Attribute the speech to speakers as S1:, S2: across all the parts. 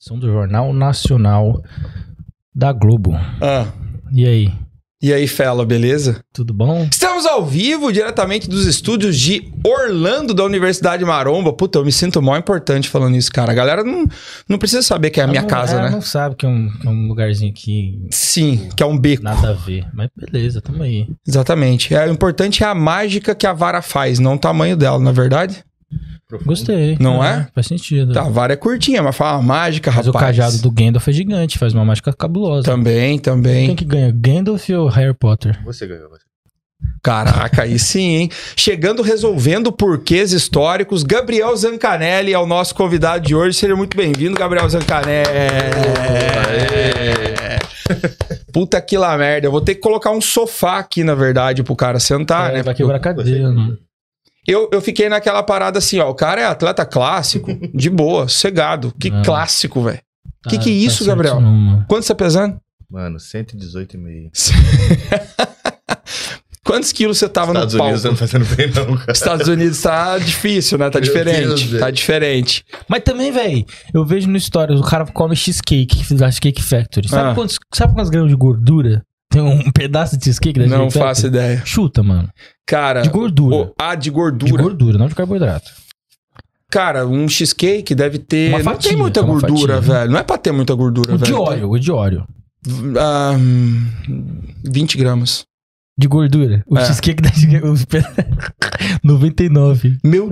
S1: São do Jornal Nacional da Globo.
S2: Ah,
S1: E aí,
S2: e aí, fela, beleza?
S1: tudo bom?
S2: Estamos ao vivo, diretamente dos estúdios de Orlando, da Universidade Maromba. Puta, eu me sinto mó importante falando isso, cara. A galera não, não precisa saber que é a minha
S1: Ela não-
S2: casa,
S1: ela
S2: né?
S1: não sabe que é um, que é um lugarzinho que
S2: Sim, que é um beco.
S1: nada a ver. Mas beleza, tamo aí.
S2: Exatamente. É, o importante é a mágica que a vara faz, não o tamanho dela, na verdade.
S1: Gostei.
S2: Não é?
S1: Faz sentido.
S2: Tá, a vara é curtinha, mas fala mágica,
S1: mas
S2: rapaz. Tá
S1: o cajado do Gandalf é gigante, faz uma mágica cabulosa. Quem
S2: Também, também.
S1: que ganha, Gandalf ou Harry Potter?
S3: Você ganhou. Você.
S2: Caraca, aí sim, hein? Chegando resolvendo porquês históricos, Gabriel Zancanelli é o nosso convidado de hoje. Seja muito bem-vindo, Gabriel Zancanelli. Puta que lá merda. Eu vou ter que colocar um sofá aqui, na verdade, pro cara sentar,
S1: É,
S2: né?
S1: vai quebrar a cadeira. Não.
S2: Eu, eu fiquei naquela parada assim, ó. O cara é atleta clássico, de boa, sossegado. Que
S1: Não.
S2: clássico, velho.
S1: Tá-
S2: Que que é isso,
S1: certo
S2: Gabriel?
S1: não, mano.
S2: Quanto você tá pesando?
S3: Mano, 118,5.
S2: Quantos quilos você tava
S3: Estados
S2: no palco?
S3: Unidos não tá fazendo bem, não, cara.
S2: Estados Unidos tá difícil, né? Tá
S3: Meu Deus,
S2: diferente.
S3: velho.
S2: Tá diferente.
S1: Mas também, velho, eu vejo no Stories o cara come cheesecake da Cheesecake Factory. Sabe,
S2: Ah.
S1: quantos, sabe quantos gramas de gordura tem um pedaço de cheesecake da
S2: Não
S1: Cheesecake
S2: faço
S1: Factory?
S2: ideia.
S1: Chuta, mano.
S2: Cara.
S1: De gordura.
S2: oh, ah, de
S1: De
S2: gordura.
S1: gordura, não de carboidrato.
S2: Cara, um cheesecake deve ter.
S1: Uma
S2: não tem
S1: fatia,
S2: muita
S1: é uma
S2: gordura,
S1: fatia.
S2: velho. Não é pra ter muita gordura,
S1: O de
S2: velho.
S1: óleo, o de óleo.
S2: Ah, hum, 20 gramas.
S1: De gordura. O
S2: É.
S1: cheesecake da os peda- 99.
S2: Meu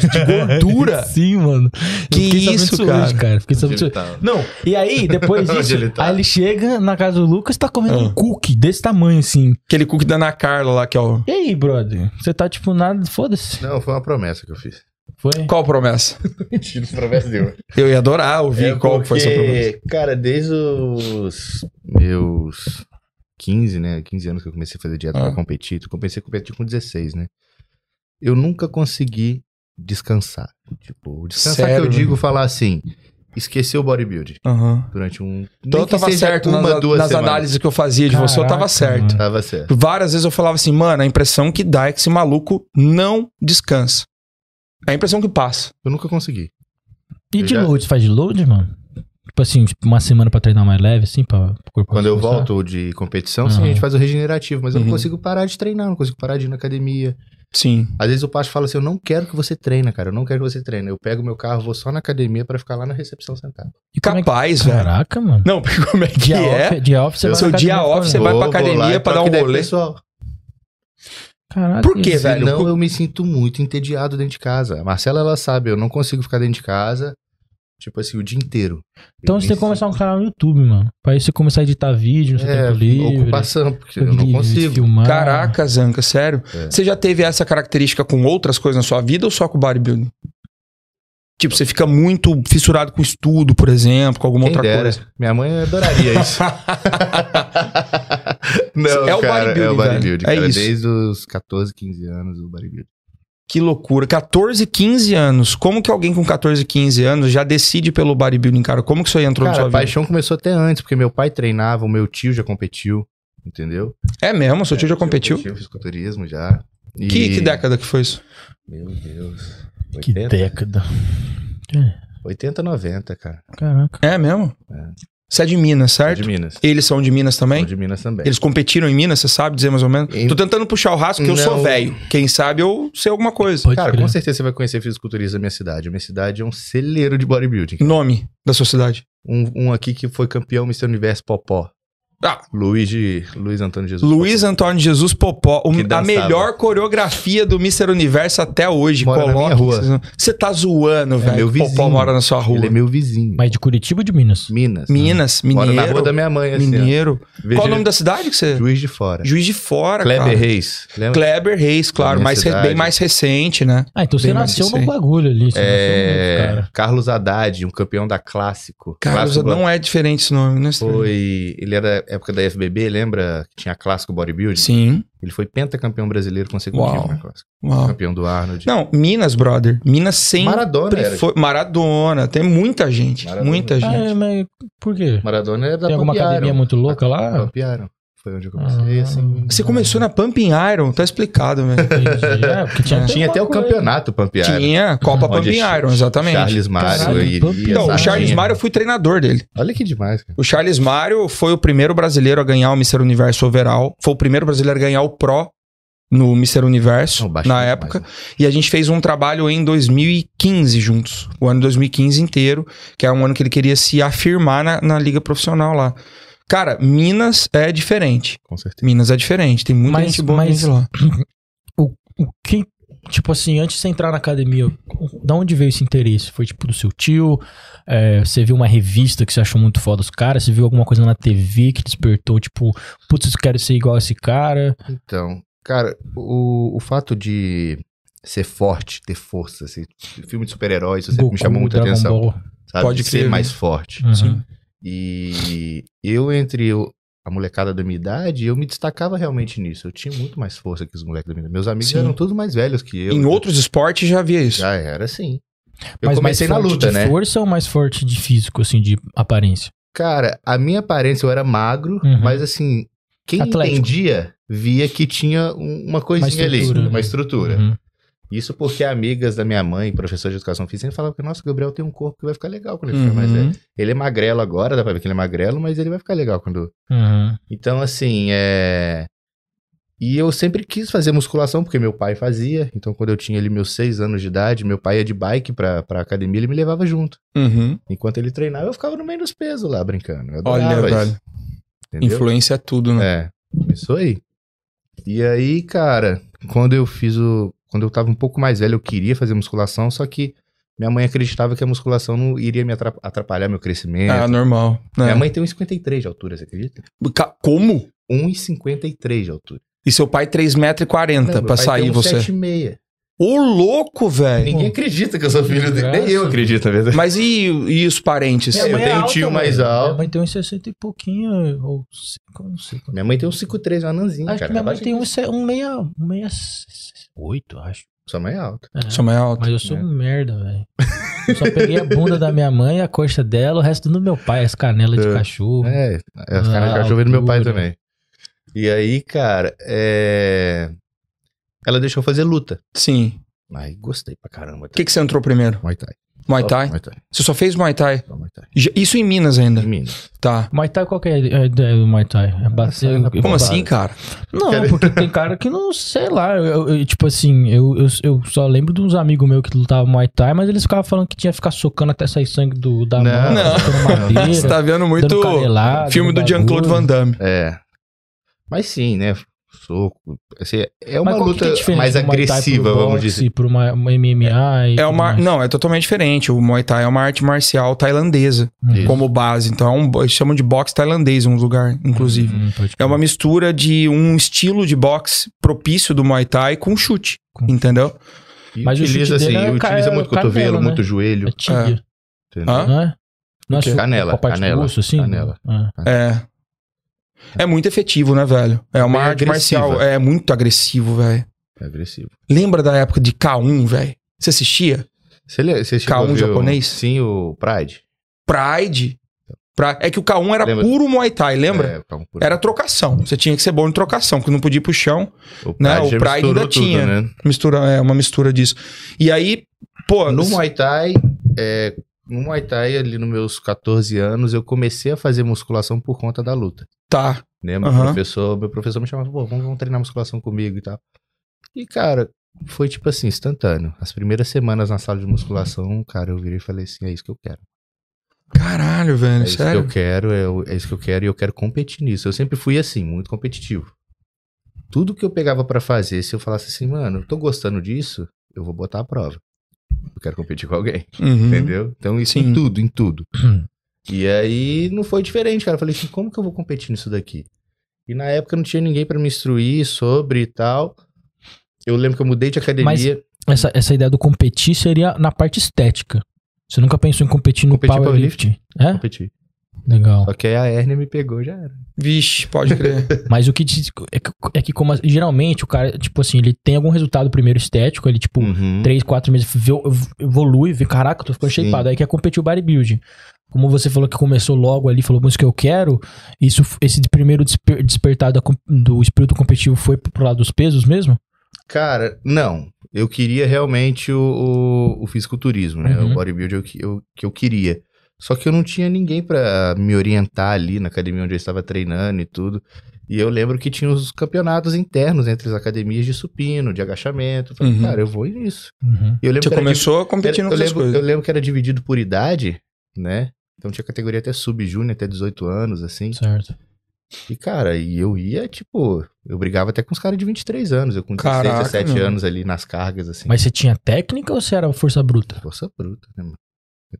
S2: de gordura!
S1: Sim, mano.
S2: Que
S1: fiquei sabendo
S2: isso,
S1: disso
S2: cara?
S1: cara. Fiquei sabendo disso.
S3: Tá.
S1: Não, e aí, depois
S3: Onde
S1: disso,
S3: ele tá?
S1: aí ele chega na casa do Lucas e tá comendo
S2: Ah.
S1: um cookie desse tamanho, assim.
S2: Aquele cookie da Ana Carla lá, que é o.
S1: E aí, brother? Você tá tipo nada, foda-se.
S3: Não, foi uma promessa que eu fiz.
S1: Foi?
S2: Qual é promessa?
S3: Mentira, promessa deu.
S2: Eu ia adorar ouvir
S3: É
S2: qual que foi essa
S3: porque,
S2: promessa.
S3: Cara, desde os meus 15, né? 15 anos que eu comecei a fazer dieta
S2: Ah.
S3: pra competir. Eu comecei a competir com 16, né? Eu nunca consegui descansar. Tipo, descansar
S2: Sério, né?
S3: que eu
S2: mano?
S3: digo falar assim, esquecer o bodybuilding
S2: Aham.
S3: durante um...
S2: Então
S3: nem
S2: eu
S3: que
S2: tava
S3: seja
S2: certo nas, nas
S3: semanas.
S2: análises que eu fazia de você, eu
S1: Caraca,
S2: tava certo.
S1: mano.
S3: Tava certo.
S2: Várias vezes eu falava assim, mano, a impressão que dá é que esse maluco não descansa. É a impressão que passa.
S3: Eu nunca consegui.
S1: E
S3: Eu
S1: de
S3: já-
S1: load? Faz de load, mano? Tipo assim, tipo, uma semana pra treinar mais leve, assim, pra pro corpo.
S3: Quando eu
S1: descansar?
S3: volto de competição, sim,
S1: Aham.
S3: a gente faz o regenerativo, mas eu
S2: Uhum.
S3: não consigo parar de treinar, não consigo parar de ir na academia.
S2: Sim.
S3: Às vezes o Pacho fala assim: eu não quero que você treina, cara, eu não quero que você treine. Eu pego meu carro, vou só na academia pra ficar lá na recepção sentado.
S1: E como é que-
S2: Capaz, velho.
S1: Caraca, mano.
S2: Não, porque como é que
S1: Dia
S2: é?
S1: off, dia off, você
S3: Eu
S1: vai
S2: sou
S1: na
S2: dia
S1: academia
S2: off,
S1: fora.
S2: você vai pra
S3: Vou, vou
S2: academia
S3: lá
S2: pra
S3: e
S2: dar
S3: troco
S2: um
S3: ideia com o
S2: rolê.
S3: pessoal.
S1: Caralho.
S2: Por quê,
S1: isso-
S2: velho?
S3: Senão eu me sinto muito entediado dentro de casa. A Marcela, ela sabe, eu não consigo ficar dentro de casa, tipo assim, o dia inteiro.
S1: Então você tem que começar um canal no YouTube, mano. Pra aí você começar a editar vídeo no seu
S3: é,
S1: tempo livre.
S3: ocupação, porque
S1: tempo
S3: eu não
S1: livre,
S3: consigo.
S1: Filmar.
S2: Caraca, Zanca, sério.
S3: É.
S2: Você já teve essa característica com outras coisas na sua vida ou só com bodybuilding? Tipo, você fica muito fissurado com estudo, por exemplo, com alguma
S3: Quem
S2: outra
S3: dera.
S2: coisa.
S3: Minha mãe adoraria isso. não,
S2: É o
S3: cara, é
S2: bodybuilding,
S3: o bodybuilding.
S2: velho. É
S3: cara.
S2: isso.
S3: Desde os 14, 15 anos, o bodybuilding.
S2: Que loucura. 14, 15 anos. Como que alguém com 14, 15 anos já decide pelo bodybuilding, cara? Como que isso aí entrou na
S3: Cara,
S2: sua
S3: a paixão começou até antes, porque meu pai treinava, o meu tio já competiu, entendeu?
S2: vida? É mesmo? Seu tio já competiu?
S3: Competiu, fisiculturismo já. E-
S2: Que, que década que foi isso?
S3: Meu Deus.
S1: Que
S3: 80,
S1: década. É,
S3: 80, 90, cara.
S1: Caraca.
S2: É mesmo?
S3: É.
S2: Você é de Minas, certo?
S3: De Minas.
S2: Eles são de Minas também?
S3: Sou De Minas também.
S2: Eles competiram em Minas, você sabe dizer mais ou menos?
S3: Em-
S2: Tô tentando puxar o rasgo, que eu sou
S3: Não.
S2: velho. Quem sabe eu sei alguma coisa.
S1: Pode
S3: Cara,
S1: crer.
S3: com certeza você vai conhecer fisiculturismo da minha cidade. A minha cidade é um celeiro de bodybuilding.
S2: Nome da sua cidade.
S3: Um, um aqui que foi campeão Mr. Universo Popó.
S2: Ah.
S3: Luiz, de, Luiz Antônio Jesus.
S2: Luiz Antônio Jesus Popó, o-
S3: Que
S2: a
S3: dançava.
S2: melhor coreografia do Mr. Universo até hoje.
S3: Mora na
S2: Coloque.
S3: minha rua. É
S2: Você tá zoando, velho.
S3: meu
S2: que Popó
S3: vizinho.
S2: mora na sua
S3: Popó.
S2: rua.
S3: Ele é meu vizinho.
S1: Mas de Curitiba ou de Minas?
S3: Minas.
S2: Minas,
S3: Mora
S2: Mineiro.
S3: na rua da minha mãe, assim. ó.
S2: Mineiro.
S3: Veja-
S2: Qual o nome da cidade que você.
S3: Juiz de Fora.
S2: Juiz de Fora,
S3: Kleber
S2: cara.
S3: Reis. Lembra?
S2: Kleber Reis, claro.
S3: minha
S2: Mais re-
S3: cidade.
S2: bem mais recente, né?
S1: Ah, então você
S2: Bem mais
S1: nasceu no
S2: recente.
S1: bagulho ali. Você
S3: É,
S1: nasceu no cara.
S3: Carlos Haddad, um campeão da Clássico.
S2: Carlos,
S3: Clássico
S2: não é diferente esse nome, né?
S3: Foi. Ele era época da FBB, lembra? Que tinha Clássico Bodybuilding?
S2: Sim.
S3: Ele foi pentacampeão brasileiro consecutivo
S2: Uau.
S3: na Clássico.
S2: Uau.
S3: Campeão do Arnold.
S2: Não, Minas, brother. Minas sempre
S3: Maradona era.
S2: foi. Maradona. Tem muita gente.
S3: Maradona.
S2: Muita
S1: é.
S3: Ah,
S2: gente.
S1: Ah, mas por quê?
S3: Maradona era da
S1: Tem alguma academia muito louca lá?
S3: Pampearam. Foi onde eu comecei,
S1: Ah.
S3: assim.
S2: Você começou na Pumping Iron, tá explicado, velho.
S1: Entendi. É, porque tinha,
S3: Tinha até o campeonato Pampeado.
S2: Tinha Copa Pumping Iron, exatamente.
S3: Charles Mário
S1: Caralho,
S3: e.
S1: Pampeado.
S2: Então, o Charles
S1: Sardinha.
S2: Mário eu fui treinador dele.
S3: Olha que demais, cara.
S2: O Charles Mário foi o primeiro brasileiro a ganhar o Mr. Universo overall. Foi o primeiro brasileiro a ganhar o Pro no Mr. Universo
S3: Não, baixo
S2: na
S3: demais,
S2: época.
S3: né?
S2: E a gente fez um trabalho em 2015 juntos. O ano 2015 inteiro, que é um ano que ele queria se afirmar na, na liga profissional lá. Cara, Minas é diferente.
S3: Com certeza.
S2: Minas é diferente. Tem muita
S1: Mas-
S2: gente boa
S1: mas-
S2: vindo de lá.
S1: O que, tipo assim, antes de você entrar na academia, o- da onde veio esse interesse? Foi tipo do seu tio? É, você viu uma revista que você achou muito foda os caras? Você viu alguma coisa na TV que despertou, tipo, putz, eu quero ser igual a esse cara?
S3: Então, cara, o, o fato de ser forte, ter força, assim, filme de super-heróis, isso sempre me chamou muita
S1: Dragon
S3: atenção.
S1: Ball.
S3: Sabe?
S2: Pode
S3: De ser
S2: crer,
S3: mais
S2: né?
S3: forte.
S1: Uhum.
S2: Sim.
S3: E eu, entre o- a molecada da minha idade, eu me destacava realmente nisso. Eu tinha muito mais força que os moleques da minha idade. Meus amigos
S2: Sim.
S3: eram todos mais velhos que eu.
S2: em outros esportes já havia isso.
S3: Já era assim. Eu
S1: Mas
S3: comecei na
S1: mais forte
S3: luta,
S1: de
S3: né?
S1: força ou mais forte de físico, assim, de aparência?
S3: Cara, a minha aparência eu era magro,
S1: Uhum.
S3: mas assim, quem
S1: Atlético.
S3: entendia via que tinha um- uma coisinha ali,
S1: estrutura, né?
S3: uma estrutura.
S1: Uhum.
S3: Isso porque amigas da minha mãe, professora de educação física, sempre falavam que, nossa, o Gabriel tem um corpo que vai ficar legal quando ele ficar mais velho.
S2: Uhum.
S3: Ele é magrelo agora, dá pra ver que ele é magrelo, mas ele vai ficar legal quando.
S1: Uhum.
S3: Então, assim, é. E eu sempre quis fazer musculação, porque meu pai fazia. Então, quando eu tinha ali meus seis anos de idade, meu pai ia de bike pra, pra academia, ele me levava junto.
S2: Uhum.
S3: Enquanto ele treinava, eu ficava no meio dos pesos lá, brincando. Eu
S2: Olha,
S3: adorava
S2: velho.
S3: isso, entendeu?
S2: Influência é tudo, né?
S3: É, isso aí. E aí, cara, quando eu fiz o. Quando eu tava um pouco mais velho, eu queria fazer musculação, só que minha mãe acreditava que a musculação não iria me atra- atrapalhar meu crescimento.
S2: Ah, normal. né?
S3: Minha mãe tem 1,53 de altura, você acredita?
S2: Ca- Como?
S3: 1,53 de altura.
S2: E seu pai 3,40m Então, pra sair
S3: um
S2: você. É.
S3: 7,6.
S2: Ô, louco, velho!
S3: Ninguém acredita que eu sou filho dele. Nem eu
S1: Graça.
S3: acredito, na verdade.
S2: Mas e, e os parentes?
S3: Minha Eu mãe- tenho um tio mais
S1: velho.
S3: alto.
S1: Minha mãe tem uns 60 e pouquinho, ou cinco, não sei. quanto.
S3: Minha mãe tem 1,53, uma anãzinha,
S1: Acho
S3: cara.
S1: que minha mãe
S3: Abaixo
S1: tem
S3: disso.
S1: uns se- um meia, um meia s- oito, acho.
S3: Sua mãe é alta.
S1: É.
S2: Sua mãe é alta.
S1: Mas eu sou
S3: né?
S1: um merda, velho. Eu só peguei a bunda da minha mãe, a coxa dela, o resto do meu pai, as canelas de
S3: É.
S1: cachorro.
S3: É, as
S1: Ah,
S3: caras de cachorro vêm do meu pai
S1: altura.
S3: também. E aí, cara, é... ela deixou eu fazer luta.
S2: Sim.
S3: Aí gostei pra caramba.
S2: O que, que você entrou primeiro?
S3: Muay Thai.
S2: Muay Thai?
S3: Muay Thai.
S2: Você só fez Muay Thai?
S3: Só Muay Thai.
S2: Já- Isso em Minas ainda.
S3: Em Minas.
S2: Tá.
S1: Muay Thai, qual que é a ideia do Muay Thai? É bater...
S3: Nossa,
S2: Como assim, cara?
S1: Não,
S3: Quer ver?
S1: porque tem cara que não, sei lá, eu- eu- eu, tipo assim, eu, eu, eu só lembro de uns amigos meus que lutavam Muay Thai, mas eles ficavam falando que tinha que ficar socando até sair sangue do, da
S3: Não.
S1: mão,
S2: Não.
S1: socando madeira,
S2: Você tá vendo muito
S1: dando canelada,
S2: filme do
S1: dando
S2: Jean-Claude Van
S1: bagulho.
S2: Damme.
S3: É. Mas sim, né? Soco. Assim, é uma
S1: Mas qual que
S3: luta
S1: é a diferença
S3: mais
S1: do Muay Thai pro
S3: agressiva, vamos
S1: boxe,
S3: dizer.
S1: Pro uma, uma MMA e
S2: É
S1: tudo
S2: uma,
S1: mais?
S2: não, é totalmente diferente. O Muay Thai é uma arte marcial tailandesa
S3: Isso.
S2: como base. Então, é um, eles chamam de boxe tailandês em um lugar, inclusive.
S1: Hum, pode
S2: É uma
S1: crer.
S2: mistura de um estilo de boxe propício do Muay Thai com chute,
S1: Com
S2: entendeu?
S3: E
S1: Mas o
S3: utiliza,
S1: chute dele é
S3: assim,
S1: o ca-
S3: utiliza
S1: é o
S3: muito
S1: canela,
S3: cotovelo,
S1: né?
S3: muito joelho.
S1: É
S2: Ah.
S1: tíbia,
S3: entendeu?
S2: Hã?
S1: não é? Não é
S3: Porque-
S1: su-
S3: Canela,
S1: com a parte do
S3: canela,
S1: osso, assim?
S3: canela.
S1: Ah.
S2: É. É muito efetivo, né, velho? É uma
S3: Bem
S2: arte
S3: agressiva.
S2: marcial. É muito agressivo, velho.
S3: É agressivo.
S2: Lembra da época de K1, velho? Você assistia?
S3: Você, le- você chegou a
S2: K1
S3: ver o-
S2: japonês?
S3: Sim, o Pride.
S2: Pride. Pra... É que o K1 era
S3: Lembra?
S2: puro Muay Thai, lembra?
S3: É, K1 por-
S2: Era trocação. Você tinha que ser bom em trocação, porque não podia ir pro chão.
S3: O
S2: Não,
S3: Pride,
S2: o
S3: já
S2: Pride
S3: misturou
S2: ainda tinha.
S3: Tudo, né?
S2: Mistura, é uma mistura disso. E aí, pô.
S3: No
S2: s-
S3: Muay Thai, é, no Muay Thai, ali nos meus 14 anos, eu comecei a fazer musculação por conta da luta.
S2: Tá.
S3: Né? Meu,
S2: Aham.
S3: professor, meu professor me chamava, pô, vamos, vamos treinar musculação comigo e tal. E, cara, foi tipo assim, instantâneo. As primeiras semanas na sala de musculação, cara, eu virei e falei assim, é isso que eu quero.
S2: Caralho, velho.
S3: É isso que
S2: sério.
S3: eu quero, é, o- é isso que eu quero e eu quero competir nisso. Eu sempre fui assim, muito competitivo. Tudo que eu pegava pra fazer, se eu falasse assim, mano, eu tô gostando disso, eu vou botar a prova. Eu quero competir com alguém.
S2: Uhum.
S3: Entendeu? Então isso
S2: Sim. Uhum.
S3: em tudo, em tudo. e aí não foi diferente, cara. Eu falei assim, como que eu vou competir nisso daqui? E na época não tinha ninguém pra me instruir sobre e tal. Eu lembro que eu mudei de academia.
S1: Essa, essa ideia do competir seria na parte estética. Você nunca pensou em competir no
S3: Competir
S1: powerlifting? É?
S3: Competi.
S1: Legal.
S3: Só que aí a hérnia me pegou já era.
S2: Vixe, pode crer.
S1: Mas o que diz- é que, é que como, geralmente o cara, tipo assim, ele tem algum resultado primeiro estético, ele tipo,
S3: Uhum.
S1: três, quatro meses vê- evolui, vê, caraca, tô ficando
S3: Sim.
S1: shapeado. Aí quer competir o bodybuilding. Como você falou que começou logo ali, falou, mas o que eu quero, isso, esse primeiro desper- despertar da com- do espírito competitivo foi pro lado dos pesos mesmo?
S3: Cara, não. Eu queria realmente o, o, o fisiculturismo, né?
S1: Uhum.
S3: O bodybuilding eu que- eu, que eu queria. Só que eu não tinha ninguém pra me orientar ali na academia onde eu estava treinando e tudo. E eu lembro que tinha os campeonatos internos entre as academias de supino, de agachamento. Eu falei,
S2: Uhum.
S3: cara, eu vou nisso.
S1: Uhum.
S3: E eu lembro
S2: Você
S3: que era
S2: começou
S3: Era-
S2: competindo
S3: eu,
S2: com essas
S3: lembro, eu
S2: coisas.
S3: lembro que era dividido por idade, né? Então tinha categoria até sub-júnior, até 18 anos, assim.
S1: Certo.
S3: E, cara, e eu ia, tipo, eu brigava até com os caras de 23 anos, eu com 16,
S2: Caraca,
S3: 17
S2: meu.
S3: anos ali nas cargas, assim.
S1: Mas você tinha técnica ou você era força bruta?
S3: Força bruta, né, mano?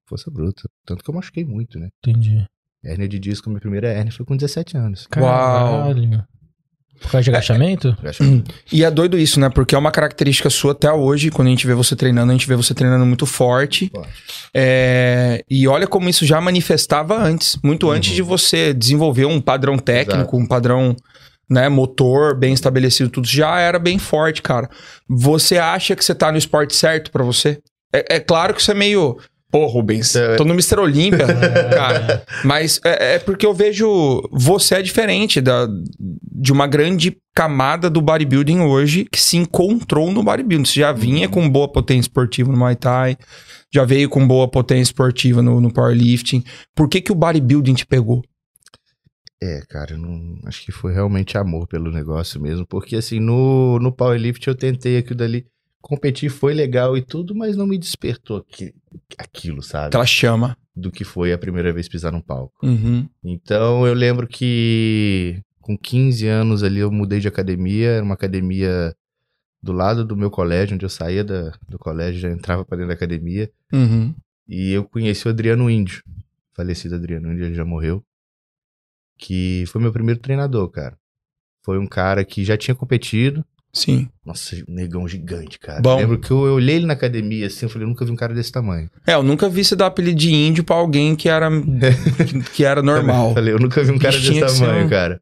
S3: Força bruta. Tanto que eu machuquei muito, né?
S1: Entendi.
S3: Hérnia de disco, minha primeira hérnia foi com 17 anos.
S2: Uau.
S1: Caralho. Por causa de agachamento?
S3: Eu acho que-
S2: E é doido isso, né? Porque é uma característica sua até hoje. Quando a gente vê você treinando, a gente vê você treinando muito forte.
S3: Forte.
S2: É, E olha como isso já manifestava antes. Muito
S3: Uhum.
S2: antes de você desenvolver um padrão técnico,
S3: Exato.
S2: um padrão né, motor bem estabelecido, tudo isso já era bem forte, cara. Você acha que você tá no esporte certo pra você? É, é claro que isso é meio. Pô, Rubens,
S3: É.
S2: tô no Mr. Olímpia, cara. Mas é, é porque eu vejo você é diferente da, de uma grande camada do bodybuilding hoje que se encontrou no bodybuilding. Você já vinha com boa potência esportiva no Muay Thai, já veio com boa potência esportiva no, no powerlifting. Por que, que o bodybuilding te pegou?
S3: É, cara, eu não, acho que foi realmente amor pelo negócio mesmo, porque assim, no, no powerlift eu tentei aquilo dali, competir foi legal e tudo, mas não me despertou aqui, aquilo, sabe?
S2: Aquela chama.
S3: Do que foi a primeira vez pisar num palco.
S2: Uhum.
S3: Então eu lembro que com 15 anos ali eu mudei de academia, era uma academia do lado do meu colégio, onde eu saía da- do colégio, já entrava pra dentro da academia,
S2: Uhum.
S3: e eu conheci o Adriano Índio, falecido Adriano Índio, ele já morreu, que foi meu primeiro treinador, cara. Foi um cara que já tinha competido.
S2: Sim.
S3: Nossa, um negão gigante, cara.
S2: Bom.
S3: Eu lembro que eu, eu olhei ele na academia assim, eu falei, eu nunca vi um cara desse tamanho.
S2: É, eu nunca vi você dar apelido de índio pra alguém que era, que, que era normal. Tá.
S3: Eu falei, eu nunca vi um cara
S2: Bicho, tinha que
S3: desse
S2: ser
S3: tamanho,
S2: um-
S3: cara.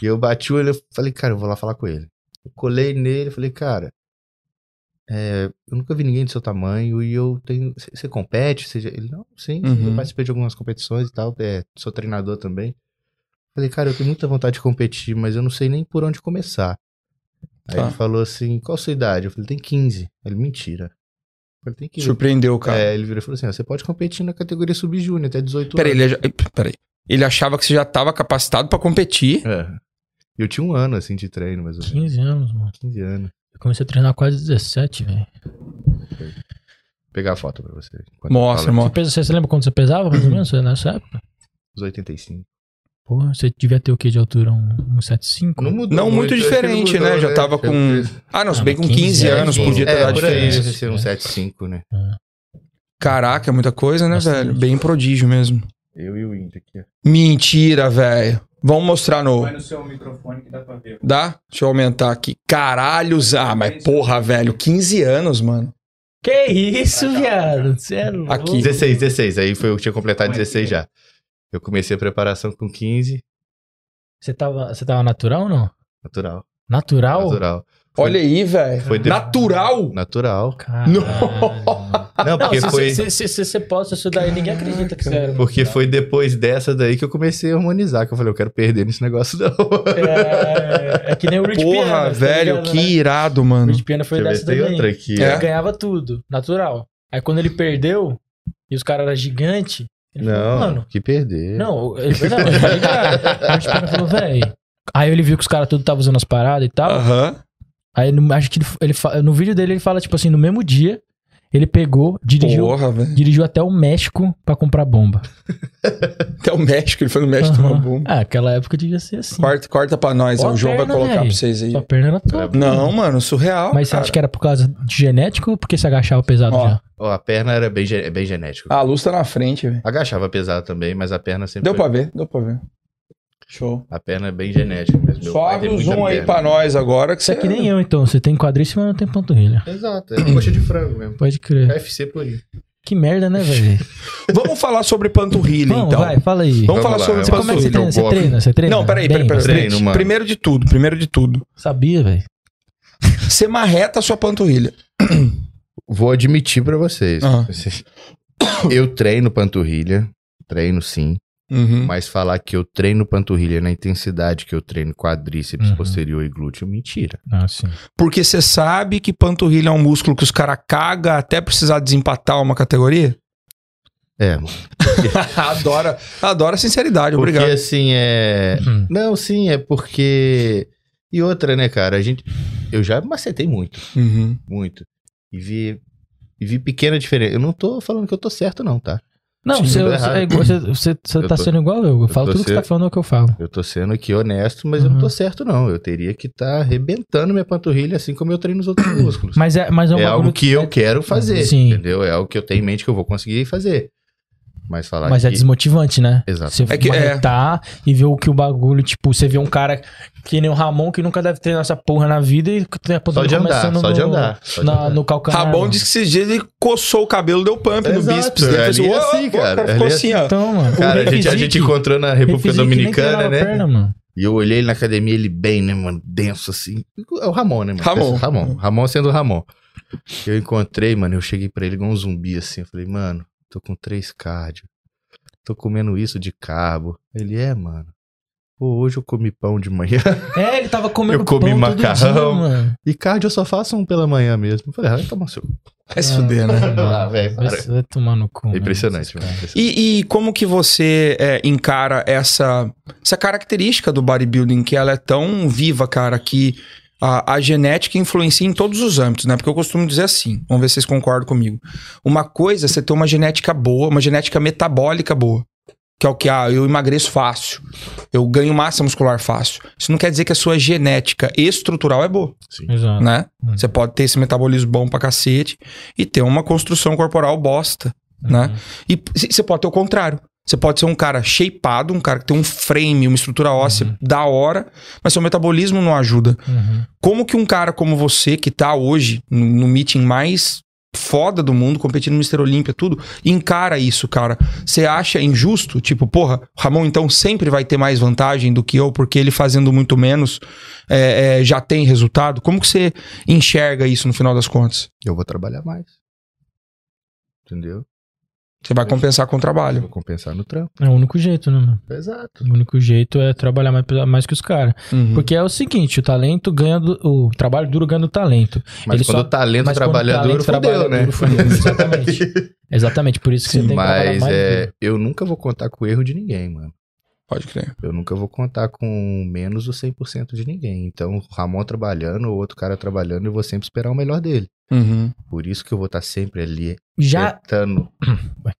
S3: E eu bati o olho, eu falei, cara, eu vou lá falar com ele. Eu colei nele, falei, cara, é, eu nunca vi ninguém do seu tamanho e eu tenho. você- Você compete? Você já- Ele, não, sim,
S2: Uhum.
S3: eu participei de algumas competições e tal, é, sou treinador também. Falei, cara, eu tenho muita vontade de competir, mas eu não sei nem por onde começar. Aí
S2: Tá.
S3: ele falou assim, qual a sua idade? Eu falei, tem 15. Ele, mentira. Eu falei, tem 15.
S2: Surpreendeu, cara.
S3: É, ele virou e falou assim, ó, você pode competir na categoria sub-júnior, até 18
S2: Peraí,
S3: anos.
S2: ele, já- eh, peraí. Ele achava que você já tava capacitado pra competir.
S3: É. Eu tinha um ano, assim, de treino, mais ou menos.
S1: 15 anos, mano.
S3: 15 anos.
S1: Eu comecei a treinar quase 17, velho.
S3: Vou pegar a foto pra você. Enquanto
S2: Mostra,
S3: eu falo.
S1: Você,
S2: mostra.
S1: pesa- você lembra quando você pesava, mais ou menos, nessa época?
S3: Os 85.
S1: Porra, você devia ter o que de altura? Um, um 75?
S3: mudou
S2: Não muito
S3: acho que
S2: diferente,
S3: mudou,
S2: né? Já tava com- Ah, não, se
S1: Ah,
S2: bem com 15,
S1: 15
S2: anos
S1: anos,
S2: podia ter
S3: É,
S2: dado
S3: por aí,
S2: diferença.
S3: deve ser um 75, né?
S2: Caraca, é muita coisa, né,
S1: Bastante.
S2: velho? Bem prodígio mesmo.
S3: Eu e o Indy aqui, ó.
S2: Mentira, velho. Vamos mostrar no.
S4: Vai no seu microfone que dá pra ver.
S2: Dá? Deixa eu aumentar aqui. Caralho, ah, mas porra, velho. 15 anos, mano.
S1: Que isso, viado? Você é louco.
S2: Aqui.
S3: 16, 16. Aí foi eu que tinha completado 16
S2: é.
S3: já. Eu comecei a preparação com 15.
S1: Você tava, você tava natural ou não?
S3: Natural.
S1: Natural?
S3: Natural.
S2: Olha aí, velho.
S3: Foi de-
S2: Natural?
S3: Natural.
S1: Caralho.
S3: Não,
S1: Não,
S3: porque
S1: se,
S3: foi.
S1: se, se, se você posta isso daí, ninguém acredita que você era.
S3: Porque foi depois dessa daí que eu comecei a harmonizar, que eu falei, eu quero perder nesse negócio não.
S1: É, é que nem o Rich Piana.
S2: Porra,
S1: tá
S2: velho,
S1: ligado,
S2: que
S1: né?
S2: irado,
S1: O
S2: mano.
S1: Rich Piana foi
S3: Deixa eu ver
S1: dessa
S3: se tem
S1: também.
S3: outra aqui.
S2: É.
S3: ó.
S1: Ele ganhava tudo, natural. Aí quando ele perdeu, e os caras eram gigantes, ele falou,
S3: Não,
S1: mano...
S3: que perder.
S1: Não, ele falou, não, tá ligado? Aí o Rich Piana falou, velho... Aí ele viu que os caras todos estavam usando as paradas e tal.
S2: Aham.
S1: Aí no- acho que ele, ele fa- no vídeo dele ele fala, tipo assim, no mesmo dia, ele pegou, dirigiu,
S2: Porra, velho.
S1: dirigiu até o México pra comprar bomba.
S2: Até o México, ele foi no México
S1: Aham.
S2: tomar bomba.
S1: Ah, aquela época devia ser assim.
S2: Corta, corta pra nós,
S1: Ó
S2: ó, o
S1: a
S2: João vai
S1: perna,
S2: colocar
S1: velho.
S2: pra vocês aí.
S1: Sua perna era toda.
S2: Não, mano, surreal.
S1: Mas você
S2: cara.
S1: acha que era por causa de genético ou porque você agachava pesado
S2: Ó.
S1: já?
S3: Ó, a perna era bem, ge- bem genética.
S2: A luz tá na frente, velho.
S3: Agachava pesado também, mas a perna sempre.
S2: Deu
S3: foi-
S2: pra ver, deu pra ver. Show.
S3: A perna é bem genética mesmo. Meu
S2: Só
S3: pai
S2: abre
S3: tem
S2: o
S3: muita
S2: um zoom aí
S3: perna.
S2: pra nós agora que
S1: Você
S2: você...
S1: é que nem eu, então. Você tem quadríceps, mas não tem panturrilha.
S3: Exato, é coxa de frango mesmo. É
S1: Pode
S2: É.
S1: crer.
S3: KFC por aí.
S1: Que merda, né, velho?
S2: Vamos falar sobre panturrilha,
S1: Vamos,
S2: então.
S1: vai, fala aí.
S2: Vamos,
S3: Vamos
S2: falar
S3: lá, então,
S2: sobre
S3: vamos
S1: Você, como é que você treina?
S2: panturrilha.
S1: Você
S3: Bob.
S1: treina? Você treina?
S2: Não, peraí,
S1: Bem,
S2: peraí, peraí.
S1: bastante?
S2: peraí.
S3: Treino, mano.
S2: Primeiro de tudo, primeiro de tudo.
S1: Sabia, velho.
S2: Você marreta a sua panturrilha.
S3: Vou admitir pra vocês.
S2: Aham.
S3: vocês- Eu treino panturrilha. treino sim,
S2: Uhum.
S3: mas falar que eu treino panturrilha na intensidade que eu treino quadríceps,
S1: Uhum.
S3: posterior e glúteo, mentira.
S1: Ah, sim.
S2: Porque você sabe que panturrilha é um músculo que os caras cagam até precisar desempatar uma categoria?
S3: É,
S2: adora, adora a sinceridade,
S3: porque
S2: obrigado.
S3: assim, é...
S1: Uhum.
S3: Não, sim, é porque... E outra, né, cara, a gente... Eu já macetei muito.
S2: Uhum.
S3: muito. E vi, e vi pequena diferença. Eu não tô falando que eu tô certo, não, tá?
S1: Não,
S3: Sim,
S1: você,
S3: tudo
S1: você, é
S3: errado.
S1: igual- você, você, você
S3: Eu
S1: tá
S3: tô-
S1: sendo igual eu. Eu falo
S3: tô
S1: tudo que você
S3: sendo-
S1: tá falando é o que eu falo.
S3: Eu tô sendo aqui honesto, mas
S1: Uhum.
S3: eu não tô certo, não. Eu teria que estar arrebentando minha panturrilha assim como eu treino os outros músculos.
S1: Mas é, mas é, um
S3: é
S1: bagulho
S3: algo que eu quero fazer,
S1: Sim.
S3: entendeu? É algo que eu tenho em mente que eu vou conseguir fazer. Mas falar
S1: Mas
S3: que...
S1: é desmotivante, né?
S3: Exato.
S1: Você
S2: É que- é.
S1: marretar e ver o que o bagulho, tipo, você vê um cara que nem o Ramon, que nunca deve treinar essa porra na vida e que tem a
S3: Só de
S1: panturrilha
S3: andar,
S1: tá começando
S3: só de
S1: no-
S3: andar. só de
S1: na-
S3: andar.
S1: no calcanhar.
S2: Rabon disse que esses dias ele coçou o cabelo, deu pump no
S3: Exato,
S2: bíceps. Ele
S3: ali
S2: fez,
S3: é
S2: "Ô,
S3: assim,
S2: ô,
S3: cara,
S2: cara",
S3: ali
S2: Ficou
S3: é
S2: assim, ó.
S1: Então, mano.
S3: Cara,
S1: o
S3: a gente, a gente
S1: Refizique-
S3: encontrou na República
S1: Refizique nem
S3: Dominicana,
S1: treinava
S3: né?
S1: Perna, mano.
S3: E eu olhei ele na academia, ele bem, né, mano? Denso assim. É o Ramon, né, mano?
S2: Ramon.
S3: Ramon. Ramon sendo o Ramon. Eu encontrei, mano, eu cheguei pra ele igual um zumbi assim. Eu falei, mano, tô com três cardio. Tô comendo isso de carbo. Ele é, mano. Pô, hoje eu comi pão de manhã.
S1: É, ele tava comendo
S3: Eu comi
S1: pão
S3: macarrão.
S1: todo dia, mano.
S3: E cardio eu só faço um pela manhã mesmo. Eu falei, ah, vai tomar seu. cu.
S2: Vai se fuder, né?
S3: Ah, velho,
S1: Vai
S3: para.
S1: se- vai tomar no cu.
S3: É
S1: mano,
S3: impressionante,
S1: esses
S3: mano.
S1: caras.
S2: E, e como que você é, encara essa, essa característica do bodybuilding, que ela é tão viva, cara, que a, a genética influencia em todos os âmbitos, né? Porque eu costumo dizer assim, vamos ver se vocês concordam comigo. Uma coisa é você ter uma genética boa, uma genética metabólica boa. Que é o que, ah, eu emagreço fácil, eu ganho massa muscular fácil. Isso não quer dizer que a sua genética estrutural é boa
S1: Exato.
S2: né?
S1: Uhum.
S2: Você pode ter esse metabolismo bom pra cacete e ter uma construção corporal bosta, né? E p- c- você pode ter o contrário. Você pode ser um cara shapeado, um cara que tem um frame, uma estrutura óssea da hora, mas seu metabolismo não ajuda.
S1: Uhum.
S2: Como que um cara como você, que tá hoje no, no meeting mais foda do mundo, competindo no Mister Olímpia, tudo, encara isso, cara? Você acha injusto? Tipo, porra, Ramon então sempre vai ter mais vantagem do que eu, porque ele fazendo muito menos é, é, já tem resultado? Como que você enxerga isso no final das contas?
S3: Eu vou trabalhar mais. Entendeu?
S2: Você vai compensar com o
S3: Eu
S2: trabalho.
S3: vou compensar no trampo.
S1: É o único jeito, né, mano?
S3: Exato.
S1: O único jeito é trabalhar mais, pela- mais que os caras.
S3: Hum.
S1: Porque é o seguinte, o talento ganha do, o trabalho duro ganha do talento.
S3: Mas
S1: Ele
S3: quando
S1: só-
S3: o talento
S1: mas quando tá
S3: trabalha
S1: o talento
S3: duro,
S1: trabalha
S3: fudeu, né?
S1: duro, fudeu, exatamente. Exatamente, por isso que você tem que trabalhar
S3: Mas
S1: mais. né?
S3: é,
S1: duro.
S3: eu nunca vou contar com o erro de ninguém, mano.
S2: Pode crer.
S3: Eu nunca vou contar com menos do 100% de ninguém. Então, o Ramon trabalhando, o outro cara trabalhando, eu vou sempre esperar o melhor dele. Por isso que eu vou estar sempre ali,
S1: Já...
S3: tentando é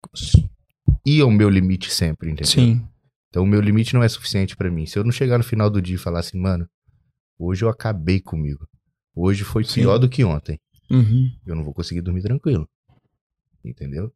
S3: ir ao meu limite sempre, entendeu?
S2: Sim.
S3: Então, o meu limite não é suficiente pra mim. Se eu não chegar no final do dia e falar assim, mano, hoje eu acabei comigo. Hoje foi
S2: Sim.
S3: pior do que ontem.
S2: Uhum.
S3: eu não vou conseguir dormir tranquilo. Entendeu?